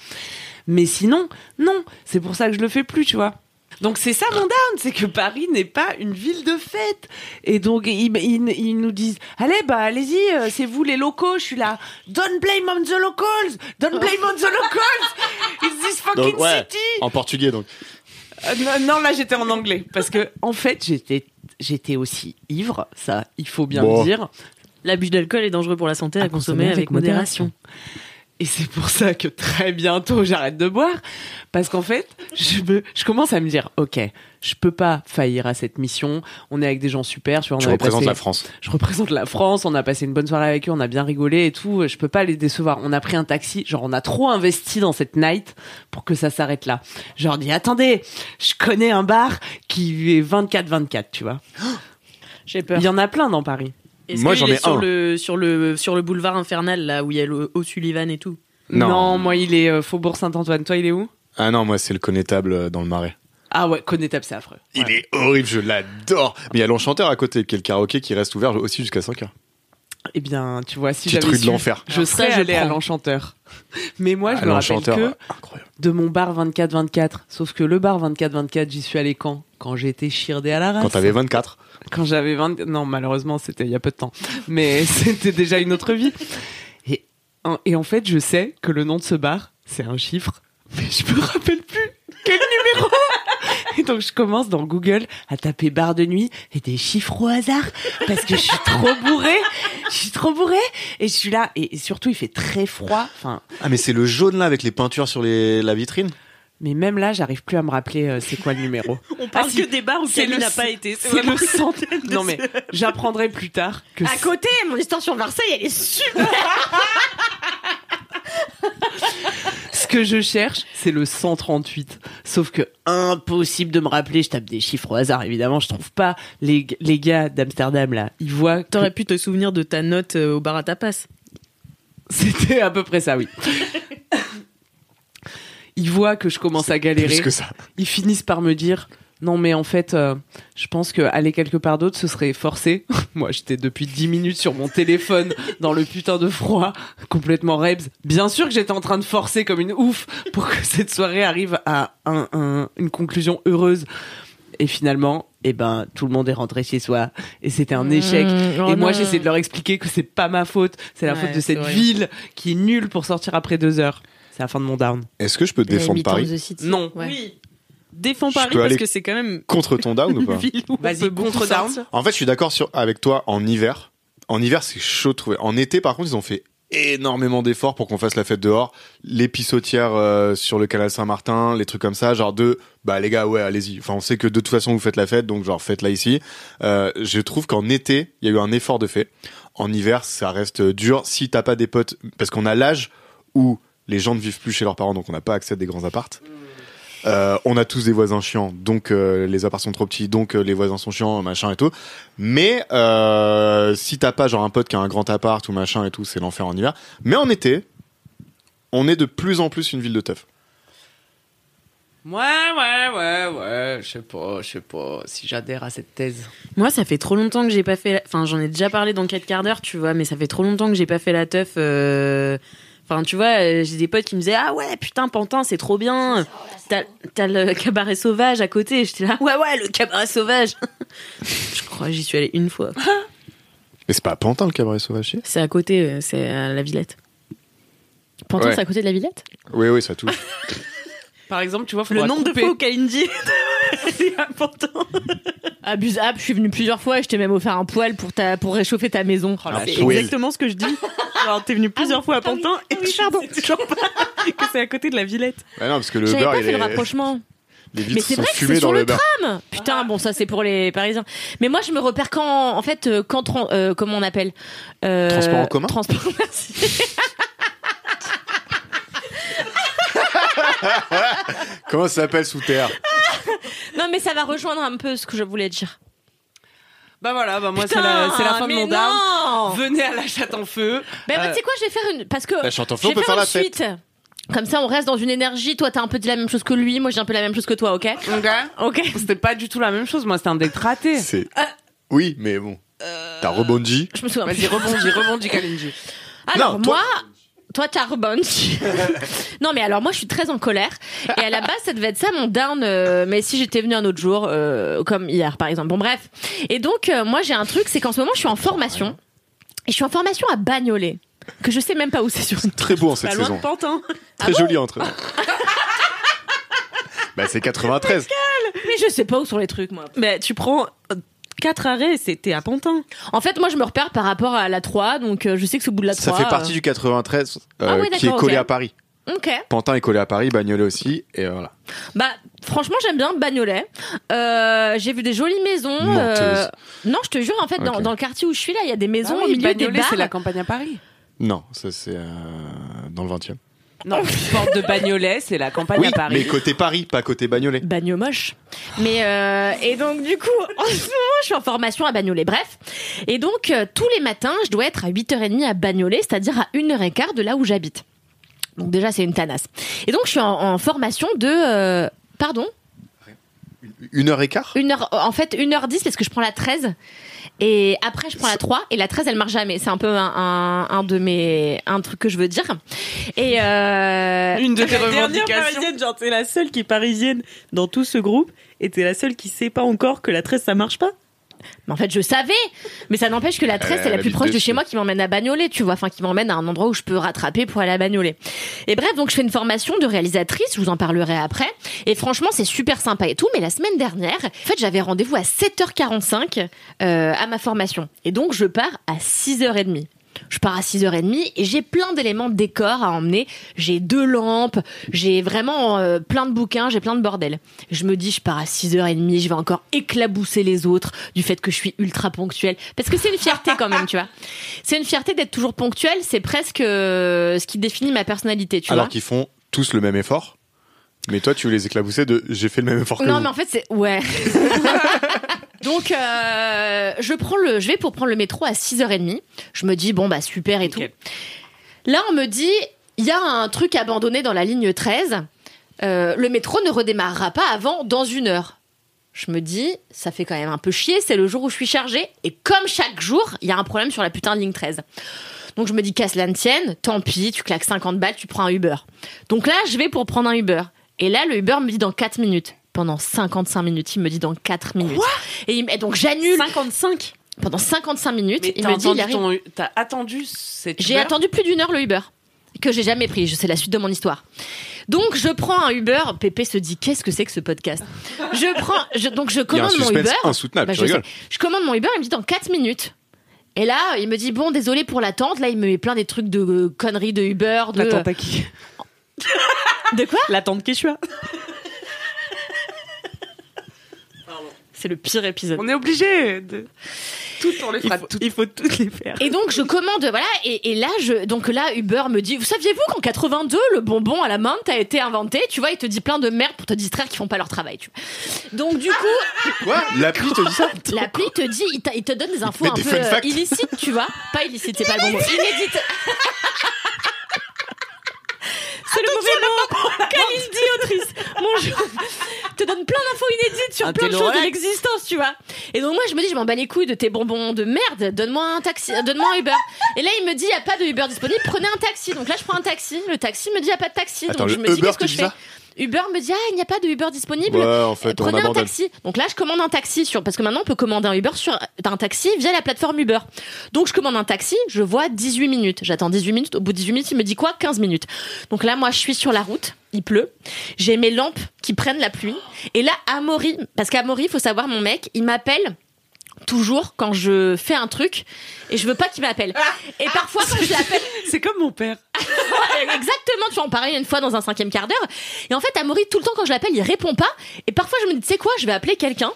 Speaker 5: Mais sinon, non, c'est pour ça que je le fais plus, tu vois. Donc c'est ça mon down, c'est que Paris n'est pas une ville de fête. Et donc ils, ils- ils nous disent, allez bah allez-y, euh, c'est vous les locaux, je suis là. Don't blame on the locals, don't blame on the locals. It's this fucking
Speaker 6: donc, ouais,
Speaker 5: city.
Speaker 6: en portugais donc.
Speaker 5: Euh, non, non, là j'étais en anglais parce que en fait j'étais j'étais aussi ivre, ça il faut bien
Speaker 10: Bon.
Speaker 5: le dire.
Speaker 10: L'abus d'alcool est dangereux pour la
Speaker 6: Ah,
Speaker 10: santé à, consommer, avec, modération.
Speaker 5: Et c'est pour ça que très bientôt j'arrête de boire parce qu'en fait, je me- je commence à me dire OK, je peux pas faillir à cette mission. On est avec des gens super, tu vois, on
Speaker 6: Tu
Speaker 5: avait
Speaker 6: représentes
Speaker 5: passé-
Speaker 6: la France.
Speaker 5: Je représente la France, on a passé une bonne soirée avec eux, on a bien rigolé et tout, je peux pas les décevoir. On a pris un taxi, genre on a trop investi dans cette night pour que ça s'arrête là. Je leur dis attendez, je connais un bar qui est 24 24, tu vois.
Speaker 10: J'ai peur.
Speaker 5: Il y en a plein dans Paris.
Speaker 10: Est-ce qu'il est sur Le, sur, le, sur le boulevard infernal, là où il y a le O'Sullivan et tout.
Speaker 6: Non.
Speaker 5: Non, moi il est euh, Faubourg Saint-Antoine. Toi, il est où
Speaker 6: Ah non, moi c'est le connétable euh, dans le marais.
Speaker 5: Ah ouais, connétable, c'est affreux.
Speaker 6: Il est horrible, je l'adore. Mais il y a l'enchanteur à côté, qui est le karaoké qui reste ouvert aussi jusqu'à 5 heures.
Speaker 5: Eh bien, tu vois, si
Speaker 6: Petite
Speaker 5: j'avais
Speaker 6: rue de
Speaker 5: su,
Speaker 6: l'enfer.
Speaker 5: je
Speaker 6: Alors
Speaker 5: serais
Speaker 6: ça, je
Speaker 5: allé à
Speaker 6: prends.
Speaker 5: l'enchanteur. Mais moi, je
Speaker 6: Ah,
Speaker 5: me rappelle
Speaker 6: l'Enchanteur,
Speaker 5: que
Speaker 6: ouais,
Speaker 5: de mon bar 24-24. Sauf que le bar 24-24, j'y suis allé quand Quand j'étais chirdé à la race.
Speaker 6: Quand t'avais 24.
Speaker 5: Quand j'avais 20... Non, malheureusement, c'était il y a peu de temps. Mais c'était déjà une autre vie. Et, en- et en fait, je sais que le nom de ce bar, c'est un chiffre. Mais je me rappelle plus quel numéro Et donc je commence dans Google à taper bar de nuit et des chiffres au hasard parce que je suis trop bourrée, je suis trop bourrée et je suis là et surtout il fait très froid. Enfin,
Speaker 6: Ah mais c'est le jaune là avec les peintures sur les- la vitrine
Speaker 5: mais même là j'arrive plus à me rappeler euh, c'est quoi le numéro.
Speaker 10: On parle que des bars où
Speaker 5: C'est
Speaker 10: Camille
Speaker 5: le-
Speaker 10: n'a pas été.
Speaker 5: c'est
Speaker 10: vraiment
Speaker 5: le centre.
Speaker 10: thème de
Speaker 5: Non
Speaker 10: ce-
Speaker 5: mais j'apprendrai plus tard que
Speaker 10: À côté, mon histoire sur Marseille, elle est super.
Speaker 5: Ce que je cherche, c'est le 138. Sauf que impossible de me rappeler. Je tape des chiffres au hasard, évidemment. Je trouve pas les, les gars d'Amsterdam là. Ils voient. que-
Speaker 10: T'aurais pu te souvenir de ta note euh, au bar à tapas.
Speaker 5: C'était à peu près ça, oui. Ils voient que je commence à galérer.
Speaker 6: plus que ça.
Speaker 5: Ils finissent par me dire. Non mais en fait, euh, je pense que aller quelque part d'autre, ce serait forcé. Moi, j'étais depuis 10 minutes sur mon téléphone dans le putain de froid, complètement rebs. Bien sûr que j'étais en train de forcer comme une ouf pour que cette soirée arrive à un- un- une conclusion heureuse. Et finalement, eh ben, tout le monde est rentré chez soi et c'était un échec.
Speaker 10: Mmh, oh
Speaker 5: et moi,
Speaker 10: non.
Speaker 5: j'essaie de leur expliquer que c'est pas ma faute, c'est la
Speaker 10: Ouais,
Speaker 5: faute de
Speaker 10: c'est
Speaker 5: cette
Speaker 10: vrai.
Speaker 5: ville qui est nulle pour sortir après deux heures. C'est la fin de mon down.
Speaker 6: Est-ce que je peux défendre Paris
Speaker 5: Non.
Speaker 10: Oui. Défends
Speaker 6: Je
Speaker 10: Paris
Speaker 6: peux
Speaker 10: parce
Speaker 6: aller
Speaker 10: que c'est quand même
Speaker 6: Contre ton down ou
Speaker 10: une
Speaker 6: pas
Speaker 10: ville où on
Speaker 5: Vas-y,
Speaker 10: peut
Speaker 5: contre
Speaker 10: beaucoup
Speaker 5: down.
Speaker 10: sortir.
Speaker 6: En fait, je suis d'accord sur avec toi en hiver. En hiver, c'est chaud de trouver. En été, par contre, ils ont fait énormément d'efforts pour qu'on fasse la fête dehors. Les pissotières euh, sur le canal Saint-Martin, les trucs comme ça, genre de bah les gars, ouais, allez-y. Enfin, on sait que de toute façon vous faites la fête, donc genre faites-la ici. Euh, je trouve qu'en été, il y a eu un effort de fait. En hiver, ça reste dur si t'as pas des potes, parce qu'on a l'âge où Les gens ne vivent plus chez leurs parents, donc on n'a pas accès à des grands appartes. Euh, on a tous des voisins chiants, donc euh, les apparts sont trop petits, donc euh, les voisins sont chiants, machin et tout. Mais euh, si t'as pas genre un pote qui a un grand appart ou machin et tout, c'est l'enfer en hiver. Mais en été, on est de plus en plus une ville de teuf.
Speaker 5: Ouais, ouais, ouais, ouais. Je sais pas, je sais pas si j'adhère à cette thèse.
Speaker 10: Moi, ça fait trop longtemps que j'ai pas fait. la- Enfin, j'en ai déjà parlé dans 4 quarts d'heure, tu vois, mais ça fait trop longtemps que j'ai pas fait la teuf. euh, Enfin, tu vois, euh, j'ai des potes qui me disaient Ah ouais, putain, Pantin, c'est trop bien. T'as t'as le cabaret sauvage à côté. J'étais là Ouais, ouais, le cabaret sauvage. Je crois que j'y suis allée une fois.
Speaker 6: Mais c'est pas à Pantin le cabaret sauvage si
Speaker 10: C'est à côté, euh, c'est à la Villette.
Speaker 7: Pantin,
Speaker 6: Ouais.
Speaker 7: c'est à côté de la Villette
Speaker 6: Oui, oui, ça touche.
Speaker 5: Par exemple, tu vois,
Speaker 10: Le
Speaker 5: faudra
Speaker 10: nombre de
Speaker 5: couper.
Speaker 10: fois où Kalindi.
Speaker 7: Abusable, je suis venue plusieurs fois et je t'ai même offert un poêl pour, ta, pour réchauffer ta maison. Ah,
Speaker 10: C'est exactement ce que je dis. Genre, t'es venu plusieurs fois à Pantin
Speaker 7: Ah
Speaker 10: et tu sais toujours pas que c'est à côté de la Villette.
Speaker 6: Ouais, non, parce que le
Speaker 7: J'avais
Speaker 6: beurre,
Speaker 7: pas
Speaker 6: il
Speaker 7: fait
Speaker 6: est-
Speaker 7: le rapprochement.
Speaker 6: les
Speaker 7: Mais
Speaker 6: vitres
Speaker 7: c'est
Speaker 6: sont
Speaker 7: vrai que
Speaker 6: fumées
Speaker 7: c'est sur
Speaker 6: dans
Speaker 7: le
Speaker 6: le beurre.
Speaker 7: tram. Putain, bon ça c'est pour les Parisiens. Mais moi je me repère quand en fait euh, quand tran- euh, comment on appelle Euh,
Speaker 6: Transport en commun
Speaker 7: Transport. Merci.
Speaker 6: Comment ça s'appelle sous terre
Speaker 7: Non mais ça va rejoindre un peu ce que je voulais dire.
Speaker 5: Bah voilà, bah moi c'est
Speaker 7: Putain,
Speaker 5: la, c'est la fin de
Speaker 7: mais
Speaker 5: mon down.
Speaker 7: non
Speaker 5: Venez à la chatte en feu.
Speaker 1: Bah,
Speaker 7: Ben
Speaker 5: Euh,
Speaker 7: tu sais quoi, je vais faire une parce que
Speaker 6: La Bah, chante en feu,
Speaker 7: je vais
Speaker 6: on peut faire
Speaker 7: une
Speaker 6: la fête.
Speaker 7: suite. Comme ça on reste dans une énergie. Toi t'as un peu dit la même chose que lui, moi j'ai un peu la même chose que toi, ok Ok.
Speaker 5: C'était pas du tout la même chose, moi c'était un détraté.
Speaker 6: C'est.
Speaker 7: Euh,
Speaker 6: Oui, mais bon. T'as rebondi.
Speaker 7: Je me souviens.
Speaker 5: Vas-y,
Speaker 7: plus.
Speaker 5: rebondis, rebondis, Kalindi.
Speaker 7: Alors
Speaker 6: Non, toi-
Speaker 7: moi. Toi, t'as rebondi. non, mais alors moi, je suis très en colère. Et à la base, ça devait être ça mon down. euh, mais si j'étais venue un autre jour, euh, comme hier, par exemple. Bon, bref. Et donc, euh, moi, j'ai un truc, c'est qu'en ce moment, je suis en formation. Et je suis en formation à Bagnolet, que je sais même pas où c'est sur une
Speaker 6: Très beau en cette
Speaker 10: Pas loin
Speaker 6: saison.
Speaker 10: de Pantin.
Speaker 6: Très joli
Speaker 7: Ah
Speaker 6: entre Bah, c'est 93.
Speaker 7: Mais je sais pas où sont les trucs, moi.
Speaker 10: Mais tu prends
Speaker 1: euh,
Speaker 10: 4 arrêts, c'était à Pantin.
Speaker 7: En fait, moi, je me repère par rapport à la 3. Donc, euh, je sais que c'est au bout de la 3.
Speaker 6: Ça fait partie du 93 euh,
Speaker 7: Ah ouais,
Speaker 6: qui est
Speaker 7: d'accord,
Speaker 6: collé
Speaker 7: ok.
Speaker 6: à Paris.
Speaker 7: euh, Ok.
Speaker 6: Pantin est collé à Paris, Bagnolet aussi, et voilà.
Speaker 7: Bah, franchement, j'aime bien Bagnolet. Euh, j'ai vu des jolies maisons.
Speaker 6: Menteuse.
Speaker 7: euh, Non, je te jure, en fait, dans,
Speaker 6: Ok.
Speaker 7: dans le quartier où je suis là, il y a des maisons
Speaker 5: Ah
Speaker 7: au
Speaker 5: oui,
Speaker 7: milieu des
Speaker 5: Bagnolet,
Speaker 7: bars.
Speaker 5: c'est la campagne à Paris.
Speaker 6: Non, ça c'est euh, dans le 20 e
Speaker 1: Oh.
Speaker 5: Non, porte de Bagnolet, c'est la campagne
Speaker 6: Oui,
Speaker 5: à Paris.
Speaker 6: mais côté Paris, pas côté Bagnolet.
Speaker 7: Bagno moche. Mais euh, et donc du coup, en ce moment, je suis en formation à Bagnolet. Bref, et donc euh, tous les matins, je dois être à 8h30 à Bagnolet, c'est-à-dire à 1h15 de là où j'habite. Donc déjà, c'est une tanasse. Et donc je suis en, en formation de euh, pardon,
Speaker 6: Une heure et quart
Speaker 7: 1h euh, en fait 1h10 parce que je prends la 13 et après je prends la 3 et la 13 elle marche jamais. C'est un peu un, un, un de mes un truc que je veux dire. Et euh,
Speaker 5: Une de tes
Speaker 1: La dernière
Speaker 5: revendications.
Speaker 1: parisienne, genre t'es la seule qui est parisienne dans tout ce groupe et t'es la seule qui sait pas encore que la 13 ça marche pas.
Speaker 7: Mais en fait, je savais. Mais ça n'empêche que la 13,
Speaker 6: Elle
Speaker 7: c'est Euh, la plus
Speaker 6: habite
Speaker 7: proche de
Speaker 6: dessus.
Speaker 7: chez moi qui m'emmène à Bagnolet, tu vois. Enfin, qui m'emmène à un endroit où je peux rattraper pour aller à Bagnolet. Et bref, donc je fais une formation de réalisatrice, je vous en parlerai après. Et franchement, c'est super sympa et tout. Mais la semaine dernière, en fait, j'avais rendez-vous à 7h45 euh, à ma formation. Et donc, je pars à 6h30. Je pars à 6h30 et j'ai plein d'éléments de décor à emmener. J'ai deux lampes, j'ai vraiment euh, plein de bouquins, j'ai plein de bordel. Je me dis, je pars à 6h30, je vais encore éclabousser les autres du fait que je suis ultra ponctuelle. Parce que c'est une fierté quand même, tu vois. C'est une fierté d'être toujours ponctuelle, c'est presque euh, ce qui définit ma personnalité, tu
Speaker 6: Alors
Speaker 7: vois.
Speaker 6: qu'ils font tous le même effort. Mais toi, tu veux les éclabousser de j'ai fait le même effort que
Speaker 7: Non,
Speaker 6: vous.
Speaker 7: mais en fait, c'est. Ouais. Donc, euh, je, prends le, je vais pour prendre le métro à 6h30. Je me dis, bon, bah super et
Speaker 5: Ok.
Speaker 7: tout. Là, on me dit, il y a un truc abandonné dans la ligne 13. Euh, le métro ne redémarrera pas avant dans une heure. Je me dis, ça fait quand même un peu chier, c'est le jour où je suis chargée. Et comme chaque jour, il y a un problème sur la putain de ligne 13. Donc je me dis qu'à cela ne tienne, tant pis, tu claques 50 balles, tu prends un Uber. Donc là, je vais pour prendre un Uber. Et là, le Uber me dit dans 4 minutes. Pendant 55 minutes, il me dit dans 4 minutes. et, il me- et donc j'annule
Speaker 10: 55.
Speaker 7: pendant 55 minutes.
Speaker 5: Mais
Speaker 7: il
Speaker 5: t'as
Speaker 7: me dit, il
Speaker 5: attendu,
Speaker 7: arrive.
Speaker 5: ton- t'as attendu cette
Speaker 7: J'ai
Speaker 5: heure
Speaker 7: attendu plus d'une heure le Uber que j'ai jamais pris. C'est la suite de mon histoire. Donc je prends un Uber. Pépé se dit qu'est-ce que c'est que ce podcast Je prends je- donc je
Speaker 6: Il y a un
Speaker 7: commande mon
Speaker 6: suspense
Speaker 7: Uber.
Speaker 6: insoutenable,
Speaker 7: Bah,
Speaker 6: Ah, tu
Speaker 7: je,
Speaker 6: rigoles.
Speaker 7: sais. Je commande mon Uber. Il me dit dans 4 minutes. Et là, il me dit bon désolé pour l'attente. Là, il me met plein des trucs de euh, conneries de Uber. De,
Speaker 5: Attends, t'as qui
Speaker 7: de quoi
Speaker 1: La tante Quechua.
Speaker 7: C'est le pire épisode.
Speaker 5: On est obligé de... toutes, on les fera toutes.
Speaker 1: Il faut toutes les faire.
Speaker 7: Et donc je commande, voilà, et, et là je, donc là Uber me dit, vous saviez-vous qu'en 82 le bonbon à la menthe a été inventé Tu vois, il te dit plein de merde pour te distraire qui font pas leur travail. Tu vois. Donc du coup,
Speaker 6: Quoi L'appli te dit ça
Speaker 7: l'appli te dit, il, t'a- il te donne des infos
Speaker 6: met
Speaker 7: un
Speaker 6: des
Speaker 7: peu
Speaker 6: fun
Speaker 7: euh,
Speaker 6: facts.
Speaker 7: illicites, tu vois Pas illicites, c'est pas le bon mot. Inédites. C'est le mauvais mot. Kalindi, autrice. Bonjour. te donne plein d'infos inédites sur
Speaker 10: Un
Speaker 7: plein de choses de
Speaker 10: Telerolex.
Speaker 7: l'existence, tu vois. Et donc moi, je me dis, je m'en bats les couilles de tes bonbons de merde. Donne-moi un taxi, euh, donne-moi un Uber. Et là, il me dit, il y a pas de Uber disponible. Prenez un taxi. Donc là, je prends un taxi. Le taxi me dit, il y a pas de taxi.
Speaker 6: Attends,
Speaker 7: donc je
Speaker 6: le
Speaker 7: me dis,
Speaker 6: Uber
Speaker 7: qu'est-ce que
Speaker 6: te
Speaker 7: je
Speaker 6: dit
Speaker 7: fais
Speaker 6: ça
Speaker 7: Uber me dit, ah, il n'y a pas de Uber disponible.
Speaker 6: Ouais, en fait,
Speaker 7: Euh,
Speaker 6: on
Speaker 7: Prenez un
Speaker 6: abandonne.
Speaker 7: taxi. Donc là, je commande un taxi sur, parce que maintenant, on peut commander un Uber sur un taxi via la plateforme Uber. Donc je commande un taxi, je vois 18 minutes. J'attends 18 minutes. Au bout de 18 minutes, il me dit quoi 15 minutes. Donc là, moi, je suis sur la route. Il pleut. J'ai mes lampes qui prennent la pluie. Et là, Amaury, parce qu'Amaury, faut savoir, mon mec, il m'appelle toujours quand je fais un truc et je veux pas qu'il m'appelle. Et parfois, quand je l'appelle,
Speaker 5: C'est comme mon père.
Speaker 7: Euh, Exactement, tu en parlais une fois dans un cinquième quart d'heure. Et en fait, Amaury, tout le temps quand je l'appelle, il répond pas. Et parfois, je me dis, tu sais quoi, je vais appeler quelqu'un.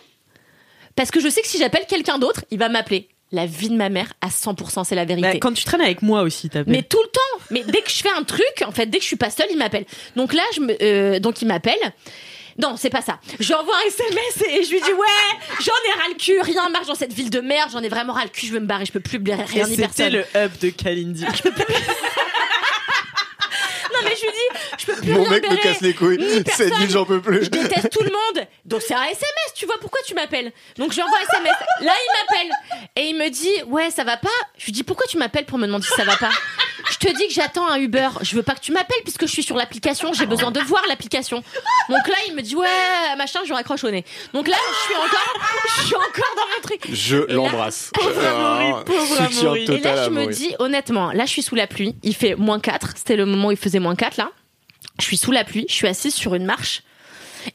Speaker 7: Parce que je sais que si j'appelle quelqu'un d'autre, il va m'appeler. La vie de ma mère, à 100%, c'est la vérité.
Speaker 1: Bah, quand tu traînes avec moi aussi, t'as
Speaker 7: Mais tout le temps. Mais dès que je fais un truc, en fait, dès que je suis pas seule, il m'appelle. Donc là, je me, euh, donc il m'appelle. Non, c'est pas ça. Je lui envoie un SMS et je lui dis ouais, j'en ai ras le cul, rien marche dans cette ville de merde, j'en ai vraiment ras le cul, je veux me barrer, je peux plus blairer
Speaker 1: Et
Speaker 7: rien ni
Speaker 1: c'était
Speaker 7: personne.
Speaker 1: le hub de Kalindi.
Speaker 7: Non mais je lui dis, je peux plus
Speaker 6: Mon
Speaker 7: rien
Speaker 6: mec me
Speaker 7: blairer,
Speaker 6: casse les couilles.
Speaker 7: ni
Speaker 6: C'est
Speaker 7: personne.
Speaker 6: nul, j'en peux plus.
Speaker 7: Je déteste tout le monde. Donc c'est un SMS, tu vois pourquoi tu m'appelles. Donc je lui envoie un SMS. Là, il m'appelle et il me dit "Ouais, ça va pas." Je lui dis "Pourquoi tu m'appelles pour me demander si ça va pas Je te dis que j'attends un Uber. Je veux pas que tu m'appelles puisque je suis sur l'application, j'ai besoin de voir l'application." Donc là, il me dit "Ouais, machin, je raccroche au nez." Donc là, je suis encore je suis encore dans mon truc.
Speaker 6: Je
Speaker 7: Et là-
Speaker 6: l'embrasse.
Speaker 7: Pauvre Amaury,
Speaker 6: Ah,
Speaker 7: pauvre
Speaker 6: soutien
Speaker 7: Amaury. Et
Speaker 6: total
Speaker 7: là,
Speaker 6: à
Speaker 7: je me
Speaker 6: Amaury.
Speaker 7: dis, honnêtement, là, je suis sous la pluie. Il fait moins 4. C'était le moment où il faisait moins 4, là. Je suis sous la pluie. Je suis assise sur une marche.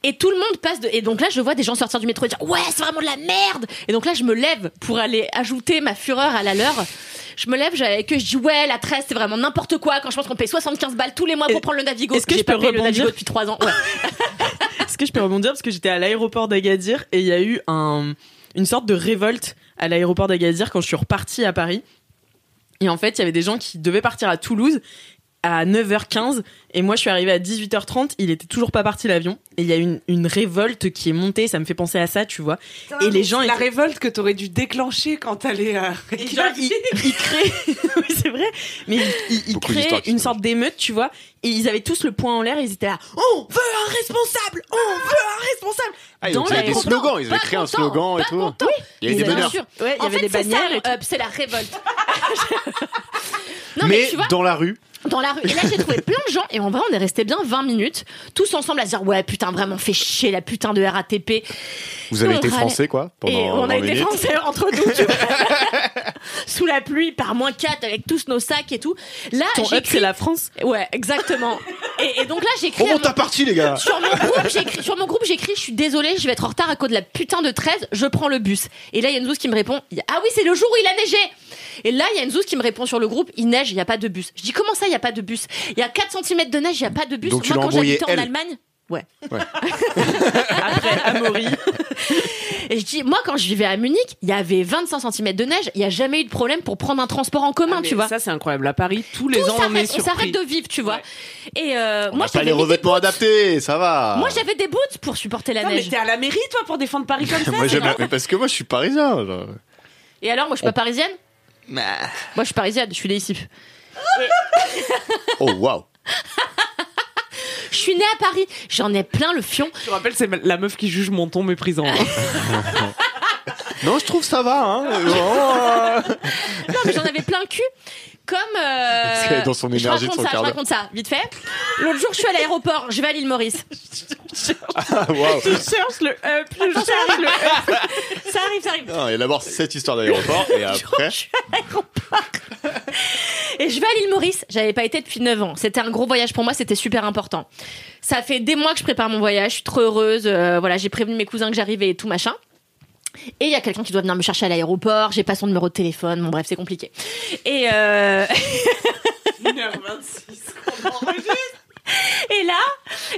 Speaker 7: Et tout le monde passe de. Et donc là, je vois des gens sortir du métro et dire Ouais, c'est vraiment de la merde Et donc là, je me lève pour aller ajouter ma fureur à la leur. Je me lève je- et que je dis Ouais, la tresse, c'est vraiment n'importe quoi quand je pense qu'on paye 75 balles tous les mois pour prendre le Navigo.
Speaker 1: est-ce que
Speaker 7: J'ai
Speaker 1: je peux
Speaker 7: pas payé le
Speaker 1: rebondir
Speaker 7: Navigo depuis 3 ans. Ouais.
Speaker 1: Est-ce que je peux rebondir parce que j'étais à l'aéroport d'Agadir et il y a eu un- une sorte de révolte à l'aéroport d'Agadir quand je suis repartie à Paris. Et en fait, il y avait des gens qui devaient partir à Toulouse à 9h15 et moi je suis arrivée à 18h30, il était toujours pas parti l'avion et il y a une une révolte qui est montée, ça me fait penser à ça, tu vois. Et les gens
Speaker 5: La
Speaker 1: étaient-
Speaker 5: révolte que t'aurais dû déclencher quand t'allais euh, à.
Speaker 1: et genre, ils, ils créent, oui, c'est vrai, mais ils, ils- ils
Speaker 5: Beaucoup
Speaker 1: créaient
Speaker 5: d'histoires qui
Speaker 1: une sorte d'émeute, tu vois, et ils avaient tous le poing en l'air, et ils étaient là, on veut un responsable, on veut un responsable.
Speaker 6: Ah, ils ont créé des
Speaker 1: l'aéroport.
Speaker 6: slogans, ils
Speaker 7: pas
Speaker 6: avaient créé un
Speaker 7: content,
Speaker 6: slogan et
Speaker 7: pas
Speaker 6: tout.
Speaker 7: content.
Speaker 6: Il y avait des
Speaker 7: Bien
Speaker 6: meneurs.
Speaker 7: sûr.
Speaker 1: Ouais, il y
Speaker 7: En
Speaker 1: avait
Speaker 7: fait,
Speaker 1: des
Speaker 7: c'est ça,
Speaker 1: bannières
Speaker 7: le
Speaker 1: et tout.
Speaker 7: up, C'est la révolte. Non, mais
Speaker 6: Mais
Speaker 7: tu vois-
Speaker 6: dans la rue,
Speaker 7: dans la rue. Et là, j'ai trouvé plein de gens. Et en vrai, on est resté bien 20 minutes, tous ensemble à se dire Ouais, putain, vraiment, fait chier la putain de RATP.
Speaker 6: vous avez
Speaker 7: On
Speaker 6: été
Speaker 7: râlait.
Speaker 6: français, quoi, pendant
Speaker 7: et on a
Speaker 6: 20
Speaker 7: été
Speaker 6: minutes.
Speaker 7: français entre nous, tu vois. Sous la pluie, par moins 4, avec tous nos sacs et tout. Là,
Speaker 1: Ton
Speaker 7: j'ai
Speaker 1: up,
Speaker 7: écrit-
Speaker 1: c'est la France.
Speaker 7: Ouais, exactement. Et, et donc là, j'ai écrit.
Speaker 6: On
Speaker 7: à
Speaker 6: monte
Speaker 7: mon-
Speaker 6: à partie, les gars.
Speaker 7: sur mon groupe, j'écris, sur mon groupe, j'écris, je suis désolée, je vais être en retard à cause de la putain de 13, je prends le bus. Et là, il y a une zouze qui me répond, il y a- ah oui, c'est le jour où il a neigé. Et là, il y a une zouze qui me répond sur le groupe, il neige, il n'y a pas de bus. Je dis, comment ça, il n'y a pas de bus? Il y a 4 cm de neige, il n'y a pas de bus.
Speaker 6: Donc tu
Speaker 7: Moi,
Speaker 6: l'as
Speaker 7: quand
Speaker 6: embrouillé,
Speaker 7: j'habitais en
Speaker 6: elle
Speaker 7: Allemagne, ouais.
Speaker 6: Ouais.
Speaker 1: Après, Amaury.
Speaker 7: Et je dis, moi, quand je vivais à Munich, il y avait 25 cm de neige, il n'y a jamais eu de problème pour prendre un transport en commun, tu vois.
Speaker 5: Ah, Ça, c'est incroyable. À Paris, tous les
Speaker 7: Tout
Speaker 5: ans, on
Speaker 7: s'arrête,
Speaker 5: est
Speaker 7: on s'arrête
Speaker 5: surpris.
Speaker 7: de vivre, tu vois. Et euh,
Speaker 6: On
Speaker 7: moi,
Speaker 6: a pas
Speaker 7: j'avais
Speaker 6: les
Speaker 7: mis des
Speaker 6: revêtements
Speaker 7: boots.
Speaker 6: adaptés, ça va.
Speaker 7: Moi, j'avais des boots pour supporter la
Speaker 5: Non, mais
Speaker 7: neige.
Speaker 5: t'es à la mairie, toi, pour défendre Paris comme ça.
Speaker 6: Moi,
Speaker 5: c'est
Speaker 6: j'aime la-
Speaker 5: normal.
Speaker 6: mais parce que moi, je suis parisien. genre.
Speaker 7: Et alors, moi, je suis pas parisienne Moi, je suis parisienne, je suis née ici.
Speaker 6: Oh, waouh.
Speaker 7: Je suis née à Paris, j'en ai plein le fion.
Speaker 5: Je te rappelle, c'est la meuf qui juge mon ton méprisant.
Speaker 6: Non, je trouve ça va. Hein. Euh, vraiment, euh,
Speaker 7: Non, mais j'en avais plein le cul. Comme. euh,
Speaker 6: Parce qu'elle est dans son énergie
Speaker 7: je
Speaker 6: de
Speaker 7: raconte
Speaker 6: son
Speaker 7: ça,
Speaker 6: quart
Speaker 7: je
Speaker 6: d'heure.
Speaker 7: raconte ça, vite fait. L'autre jour, je suis à l'aéroport, je vais à l'île Maurice.
Speaker 6: ah, waouh.
Speaker 1: Je cherche le up, je cherche le up.
Speaker 7: Ça arrive, ça arrive.
Speaker 6: Non, et d'abord cette histoire d'aéroport et après
Speaker 7: Et je vais à l'île Maurice, j'avais pas été depuis 9 ans. C'était un gros voyage pour moi, c'était super important. Ça fait des mois que je prépare mon voyage, je suis trop heureuse. euh, voilà, j'ai prévenu mes cousins que j'arrivais et tout machin. Et il y a quelqu'un qui doit venir me chercher à l'aéroport, j'ai pas son numéro de téléphone, bon bref, c'est compliqué. Et euh,
Speaker 5: 1h26.
Speaker 7: Et là,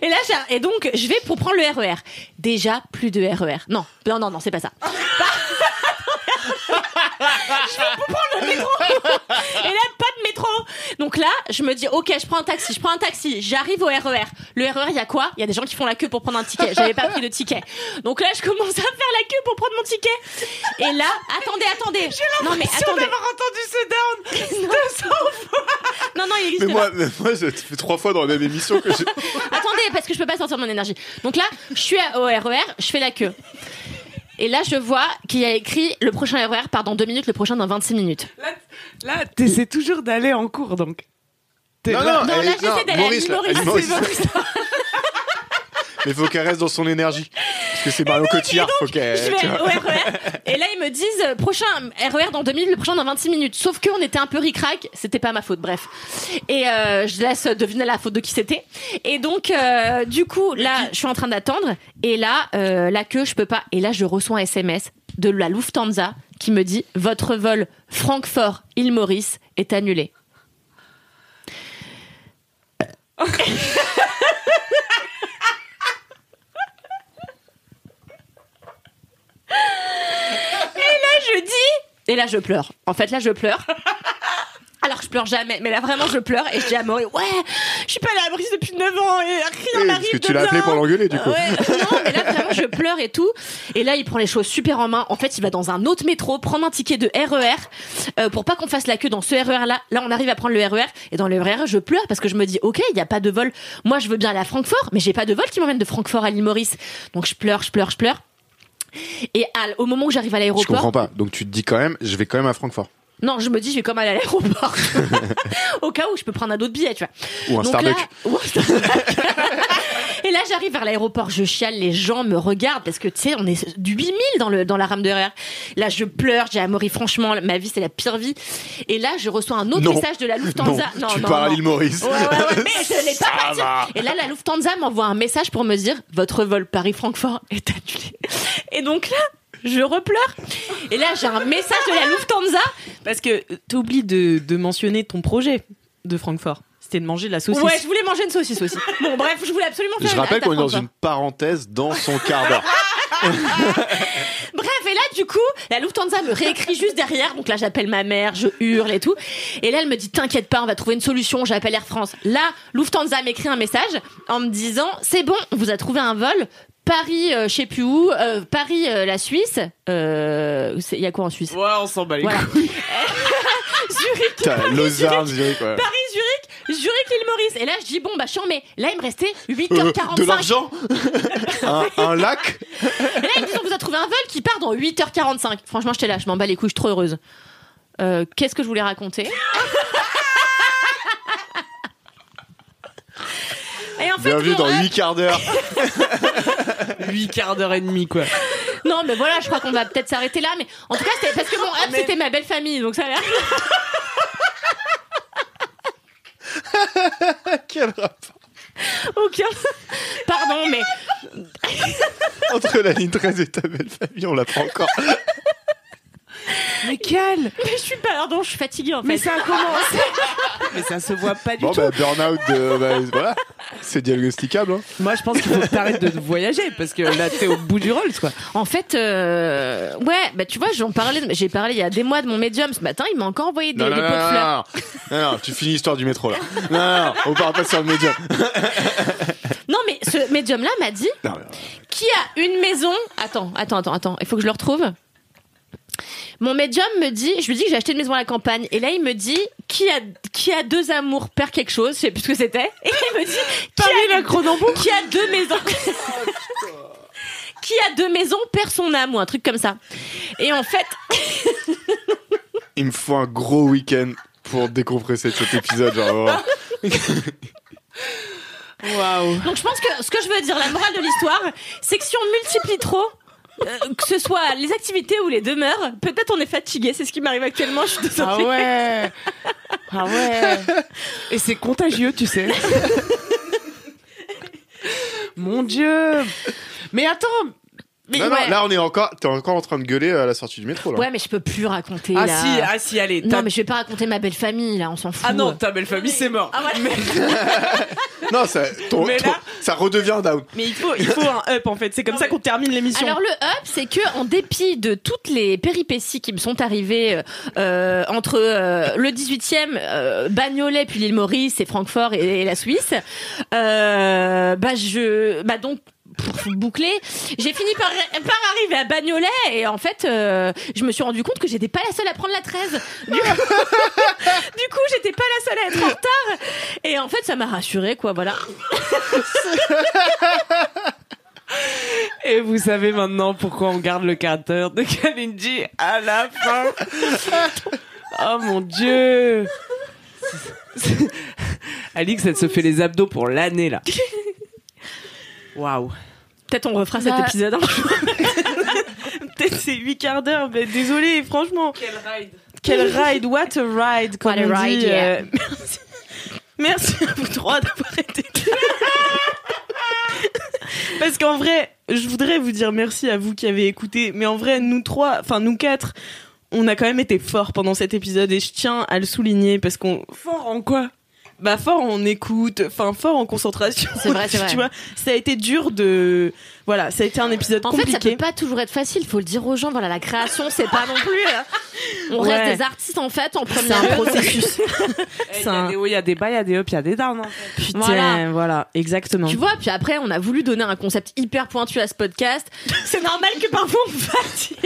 Speaker 7: et là, j'ai- et donc, je vais pour prendre le E RER. E Déjà, plus de RER. Non, non, non, non, c'est pas ça. je vais pour prendre le métro. Et là, pas de métro. Donc là, je me dis, ok, je prends un taxi, je prends un taxi, j'arrive au RER. Le RER, il y a quoi Il y a des gens qui font la queue pour prendre un ticket. J'avais pas pris de ticket. Donc là, je commence à faire la queue pour prendre mon ticket. Et là, attendez, attendez.
Speaker 5: J'ai
Speaker 7: Non, mais
Speaker 5: l'impression
Speaker 7: attendez.
Speaker 5: d'avoir entendu ce down.
Speaker 7: Non, non, il existe pas.
Speaker 6: Mais moi, mais moi, ça fait trois fois dans la même émission que j'ai.
Speaker 7: Attendez, parce que je peux pas sortir mon énergie. Donc là, je suis à- au RER, je fais la queue. Et là, je vois qu'il y a écrit le prochain E RER part dans 2 minutes, le prochain dans 26 minutes.
Speaker 5: Là, t'essaies toujours d'aller en cours, donc. T'es-
Speaker 6: Non, non, elle-
Speaker 7: là, j'essaie
Speaker 6: non,
Speaker 7: d'aller à
Speaker 6: Maurice, là,
Speaker 7: Maurice.
Speaker 6: elle est Maurice. Mais faut qu'elle reste dans son énergie. Parce que c'est Mario Cotillard, faut qu'elle.
Speaker 7: Je
Speaker 6: euh, tu
Speaker 7: vais au
Speaker 6: vois.
Speaker 7: RER. Et là, ils me disent euh, prochain RER dans 2 minutes, le prochain dans 26 minutes. Sauf qu'on était un peu ric-rac, c'était pas ma faute, bref. Et euh, je laisse deviner la faute de qui c'était. Et donc, euh, du coup, là, je suis en train d'attendre. Et là, euh, la queue, je peux pas. Et là, je reçois un SMS de la Lufthansa qui me dit Votre vol Francfort-Île Maurice est annulé. Et là, je dis. Et là, je pleure. En fait, là, je pleure. Alors, je pleure jamais, mais là, vraiment, je pleure et je dis à Maurice Ouais, je suis pas allée à Maurice depuis 9 ans et rien
Speaker 6: Oui,
Speaker 7: n'arrive.
Speaker 6: parce que
Speaker 7: de
Speaker 6: tu l'as
Speaker 7: bien.
Speaker 6: appelé pour l'engueuler, du coup.
Speaker 7: Ouais, non, mais là, vraiment, je pleure et tout. Et là, il prend les choses super en main. En fait, il va dans un autre métro, prendre un ticket de RER euh, pour pas qu'on fasse la queue dans ce RER-là. Là, on arrive à prendre le RER. Et dans le RER, je pleure parce que je me dis, OK, il n'y a pas de vol. Moi, je veux bien aller à Francfort, mais j'ai pas de vol qui m'emmène de Francfort à l'île Maurice. Donc, je pleure, je pleure, je pleure. Et à- au moment où j'arrive à
Speaker 6: Je comprends
Speaker 7: l'aéroport,
Speaker 6: pas. Donc tu te dis quand même, je vais quand même à Francfort.
Speaker 7: non, je me dis, je vais comme aller à l'aéroport. Au cas où, je peux prendre un autre billet, tu vois.
Speaker 6: Ou un
Speaker 7: Donc
Speaker 6: Starbucks.
Speaker 7: là- ou un Starbucks. Et là, j'arrive vers l'aéroport, je chiale, les gens me regardent parce que, tu sais, on est du 8000 dans, le, dans la rame de RER. Là, je pleure, j'ai amoré, franchement, ma vie, c'est la pire vie. Et là, je reçois un autre
Speaker 6: Non.
Speaker 7: message de la Lufthansa.
Speaker 6: Non, tu pars à l'île Maurice.
Speaker 7: Ouais, ouais, ouais, mais je n'ai
Speaker 6: Ça
Speaker 7: pas parti.
Speaker 6: va.
Speaker 7: Et là, la Lufthansa m'envoie un message pour me dire votre vol Paris-Francfort est annulé. Et donc là, je repleure. Et là, j'ai un message de la Lufthansa.
Speaker 1: Parce que t'oublies de, de mentionner ton projet de Francfort. C'était de manger de la saucisse.
Speaker 7: Ouais, je voulais manger une saucisse aussi. Bon, bref, je voulais absolument faire
Speaker 6: Je
Speaker 7: une
Speaker 6: rappelle
Speaker 7: hâte à
Speaker 6: qu'on est dans
Speaker 7: Francfort.
Speaker 6: une parenthèse dans son quart d'heure.
Speaker 7: Bref, et là, du coup, la Lufthansa me réécrit juste derrière. Donc là, j'appelle ma mère, je hurle et tout. Et là, elle me dit T'inquiète pas, on va trouver une solution. J'appelle Air France. Là, Lufthansa m'écrit un message en me disant C'est bon, on vous a trouvé un vol. Paris, euh, je sais plus où, euh, Paris, euh, la Suisse. Euh, c'est- Il y a quoi en Suisse
Speaker 5: Ouais, on s'en bat les
Speaker 7: Voilà.
Speaker 5: couilles.
Speaker 7: Zurich,
Speaker 6: Putain,
Speaker 7: Paris,
Speaker 6: Lausanne,
Speaker 7: Zurich.
Speaker 6: Zurich, ouais.
Speaker 7: Paris, Zurich, Zurich, l'île Maurice. Et là, je dis, bon, bah, chiant, mais là, il me restait
Speaker 6: Euh,
Speaker 7: 8h45.
Speaker 6: de l'argent un, un lac
Speaker 7: Et là, ils me disent, on vous a trouvé un vol qui part dans 8h45. Franchement, j'étais là, je m'en bats les couilles, je suis trop heureuse. Euh, Qu'est-ce que je voulais raconter Et en fait,
Speaker 6: Bienvenue
Speaker 7: mon
Speaker 6: dans
Speaker 7: rêve-
Speaker 6: 8 quarts d'heure.
Speaker 5: 8 quarts d'heure et demie, quoi.
Speaker 7: Non, mais voilà, je crois qu'on va peut-être s'arrêter là. Mais en tout cas, c'était parce que mon rêve, c'était ma belle famille. Donc ça a l'air.
Speaker 6: Quel rapport
Speaker 7: Aucun. Pardon, mais.
Speaker 6: entre la ligne 13 et ta belle famille, on l'apprend encore.
Speaker 5: Mais quel
Speaker 7: Mais je suis pas. Pardon, je suis fatiguée en fait.
Speaker 5: Mais ça a commencé Mais ça se voit pas du
Speaker 6: Bon,
Speaker 5: tout.
Speaker 6: bah, burn-out, de- bah, voilà, c'est diagnosticable. hein.
Speaker 5: Moi, je pense qu'il faut que t'arrêtes de voyager parce que là, t'es au bout du rôle, quoi.
Speaker 7: En fait, euh, ouais, bah tu vois, j'en parlais, j'ai parlé il y a des mois de mon médium. Ce matin, il m'a encore envoyé des,
Speaker 6: Non,
Speaker 7: des
Speaker 6: non,
Speaker 7: pots
Speaker 6: non,
Speaker 7: de fleurs.
Speaker 6: non, non, non, non, tu finis l'histoire du métro là. Non, non, non, on parle pas sur le médium.
Speaker 7: Non, mais ce médium-là m'a dit
Speaker 6: Non, mais-
Speaker 7: qui a une maison. Attends, attends, attends, attends. Il faut que je le retrouve. Mon médium me dit, je lui dis que j'ai acheté une maison à la campagne, et là il me dit qui a qui a deux amours perd quelque chose, je sais plus ce que c'était, et il me dit qui a, qui a deux maisons,
Speaker 5: Oh,
Speaker 7: qui a deux maisons perd son âme ou un truc comme ça. Et en fait,
Speaker 6: Il me faut un gros week-end pour décompresser de cet épisode. Genre, vraiment.
Speaker 5: Waouh.
Speaker 7: Donc je pense que ce que je veux dire, la morale de l'histoire, c'est que si on multiplie trop, euh, que ce soit les activités ou les demeures, peut-être on est fatigué. C'est ce qui m'arrive actuellement. Je suis
Speaker 5: Ah
Speaker 7: désolée.
Speaker 5: ouais Ah ouais Et c'est contagieux, tu sais. Mon Dieu Mais attends
Speaker 7: Mais
Speaker 6: non, non,
Speaker 7: ouais.
Speaker 6: là, on est encore, t'es encore en train de gueuler à la sortie du métro, là.
Speaker 7: Ouais, mais je peux plus raconter.
Speaker 5: Ah
Speaker 7: là.
Speaker 5: si, ah si, allez. t'as-
Speaker 7: Non, mais je vais pas raconter ma belle famille, là, on s'en fout.
Speaker 5: Ah non, ta belle famille, c'est mort.
Speaker 1: Ah,
Speaker 6: Non, ça, ton-
Speaker 5: Mais
Speaker 6: ton-
Speaker 5: là-
Speaker 6: ça redevient down.
Speaker 1: Mais il faut, il faut un up en fait. C'est comme ça qu'on termine l'émission.
Speaker 7: Alors le up, c'est que en dépit de toutes les péripéties qui me sont arrivées euh, entre euh, le 18e, euh, Bagnolet, puis l'île Maurice et Francfort et, et la Suisse, euh, bah je, bah donc pff, bouclé, j'ai fini par, par arriver à Bagnolet et en fait euh, je me suis rendu compte que j'étais pas la seule à prendre la 13. Du coup, du coup, j'étais pas la seule à être en retard et en fait ça m'a rassurée quoi, voilà.
Speaker 5: Et vous savez maintenant pourquoi on garde le caractère de Kalindi à la fin. Oh mon dieu. Alix, elle se fait les abdos pour l'année là. Waouh.
Speaker 7: Peut-être on refera
Speaker 1: Bah-
Speaker 7: cet épisode. un jour.
Speaker 1: Peut-être c'est 8 quarts d'heure, mais désolé, franchement.
Speaker 5: Quel ride.
Speaker 1: Quel ride, what a ride, comme
Speaker 7: What a
Speaker 1: on
Speaker 7: ride,
Speaker 1: dit, euh,
Speaker 7: yeah.
Speaker 1: merci. Merci à vous trois d'avoir été là. Parce qu'en vrai, je voudrais vous dire merci à vous qui avez écouté, mais en vrai, nous trois, enfin nous quatre, on a quand même été forts pendant cet épisode et je tiens à le souligner parce qu'on
Speaker 5: Fort en quoi
Speaker 1: bah fort en écoute, enfin fort en concentration.
Speaker 7: C'est vrai, c'est vrai.
Speaker 1: Tu vois, ça a été dur de voilà, ça a été un épisode
Speaker 7: En fait,
Speaker 1: compliqué.
Speaker 7: ça peut pas toujours être facile. Faut le dire aux gens. Voilà, la création, c'est pas non plus. euh, On
Speaker 1: Ouais.
Speaker 7: reste des artistes en fait en premier
Speaker 1: C'est un
Speaker 7: lieu.
Speaker 1: processus.
Speaker 5: Il y a des hauts, il y a des bas, il y a des ups, il y a des downs. hein. en fait.
Speaker 1: Putain,
Speaker 7: Voilà.
Speaker 1: voilà, exactement.
Speaker 7: Tu vois, puis après, on a voulu donner un concept hyper pointu à ce podcast. C'est normal que parfois on fatigue.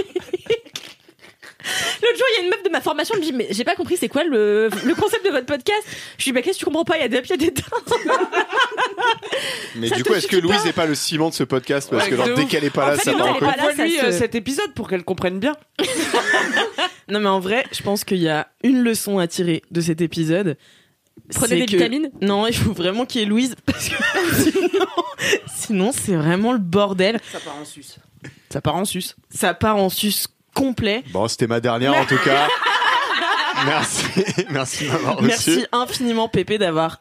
Speaker 7: L'autre jour, il y a une meuf de ma formation qui me dit Mais j'ai pas compris, c'est quoi le, le concept de votre podcast Je lui dis Bah, qu'est-ce que tu comprends pas Il y a des ups, il y a des downs.
Speaker 6: Mais
Speaker 7: Ça
Speaker 6: du
Speaker 7: te
Speaker 6: coup, est-ce que
Speaker 7: suffit pas
Speaker 6: Louise est pas le ciment de ce podcast Parce
Speaker 5: Ouais,
Speaker 6: que
Speaker 5: de
Speaker 6: alors, dès
Speaker 5: ouf.
Speaker 6: qu'elle est pas là,
Speaker 7: En fait,
Speaker 6: ça
Speaker 7: quand
Speaker 6: part en
Speaker 7: elle est pas
Speaker 6: couille.
Speaker 7: là, ça
Speaker 5: Envoie-lui
Speaker 7: se-
Speaker 5: euh, cet épisode pour qu'elle comprenne bien.
Speaker 1: Non, mais en vrai, je pense qu'il y a une leçon à tirer de cet épisode.
Speaker 7: Prenez
Speaker 1: C'est
Speaker 7: des
Speaker 1: que-
Speaker 7: vitamines.
Speaker 1: Non, il faut vraiment qu'il y ait Louise parce que sinon, sinon, c'est vraiment le bordel.
Speaker 5: Ça part en sus. Ça part en sus.
Speaker 1: Ça part en sus complet.
Speaker 6: Bon, c'était ma dernière en tout cas. Merci, merci de m'avoir reçu.
Speaker 1: Merci infiniment Pépé d'avoir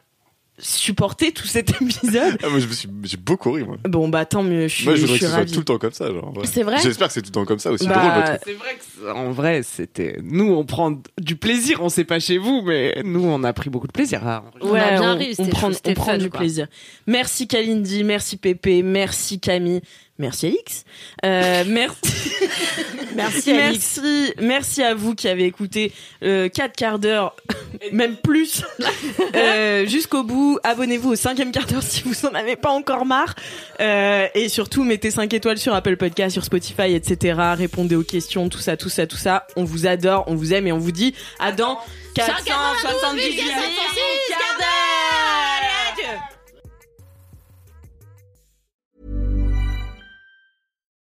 Speaker 1: supporté tout cet épisode.
Speaker 6: Ah, moi, je me suis, j'ai beaucoup ri, moi.
Speaker 1: Bon bah tant mieux, je suis,
Speaker 6: Moi, je
Speaker 1: je
Speaker 6: voudrais
Speaker 1: suis
Speaker 6: que ce soit
Speaker 1: ravie.
Speaker 6: tout le temps comme ça, genre. ouais.
Speaker 7: C'est vrai
Speaker 6: J'espère que c'est tout le temps comme ça aussi.
Speaker 1: Bah,
Speaker 6: drôle, votre
Speaker 5: C'est
Speaker 6: truc.
Speaker 5: vrai que c'est- en vrai, c'était nous on prend du plaisir, on sait pas chez vous mais nous on a pris beaucoup de plaisir à enregistrer.
Speaker 7: On a bien ri,
Speaker 1: on
Speaker 7: c'était-
Speaker 1: prend,
Speaker 7: c'était
Speaker 1: on prend
Speaker 7: fun,
Speaker 1: du
Speaker 7: quoi.
Speaker 1: plaisir. Merci Kalindi, merci Pépé, merci Camille, merci Alix, euh, merci.
Speaker 7: Merci, Alix.
Speaker 1: Merci, merci à vous qui avez écouté 4 quarts d'heure, même plus, euh, jusqu'au bout. Abonnez-vous au cinquième quart d'heure si vous en avez pas encore marre. Euh, et surtout, mettez 5 étoiles sur Apple Podcast, sur Spotify, etc. Répondez aux questions, tout ça, tout ça, tout ça. On vous adore, on vous aime et on vous dit à dans 478
Speaker 7: 478
Speaker 1: quarts d'heure.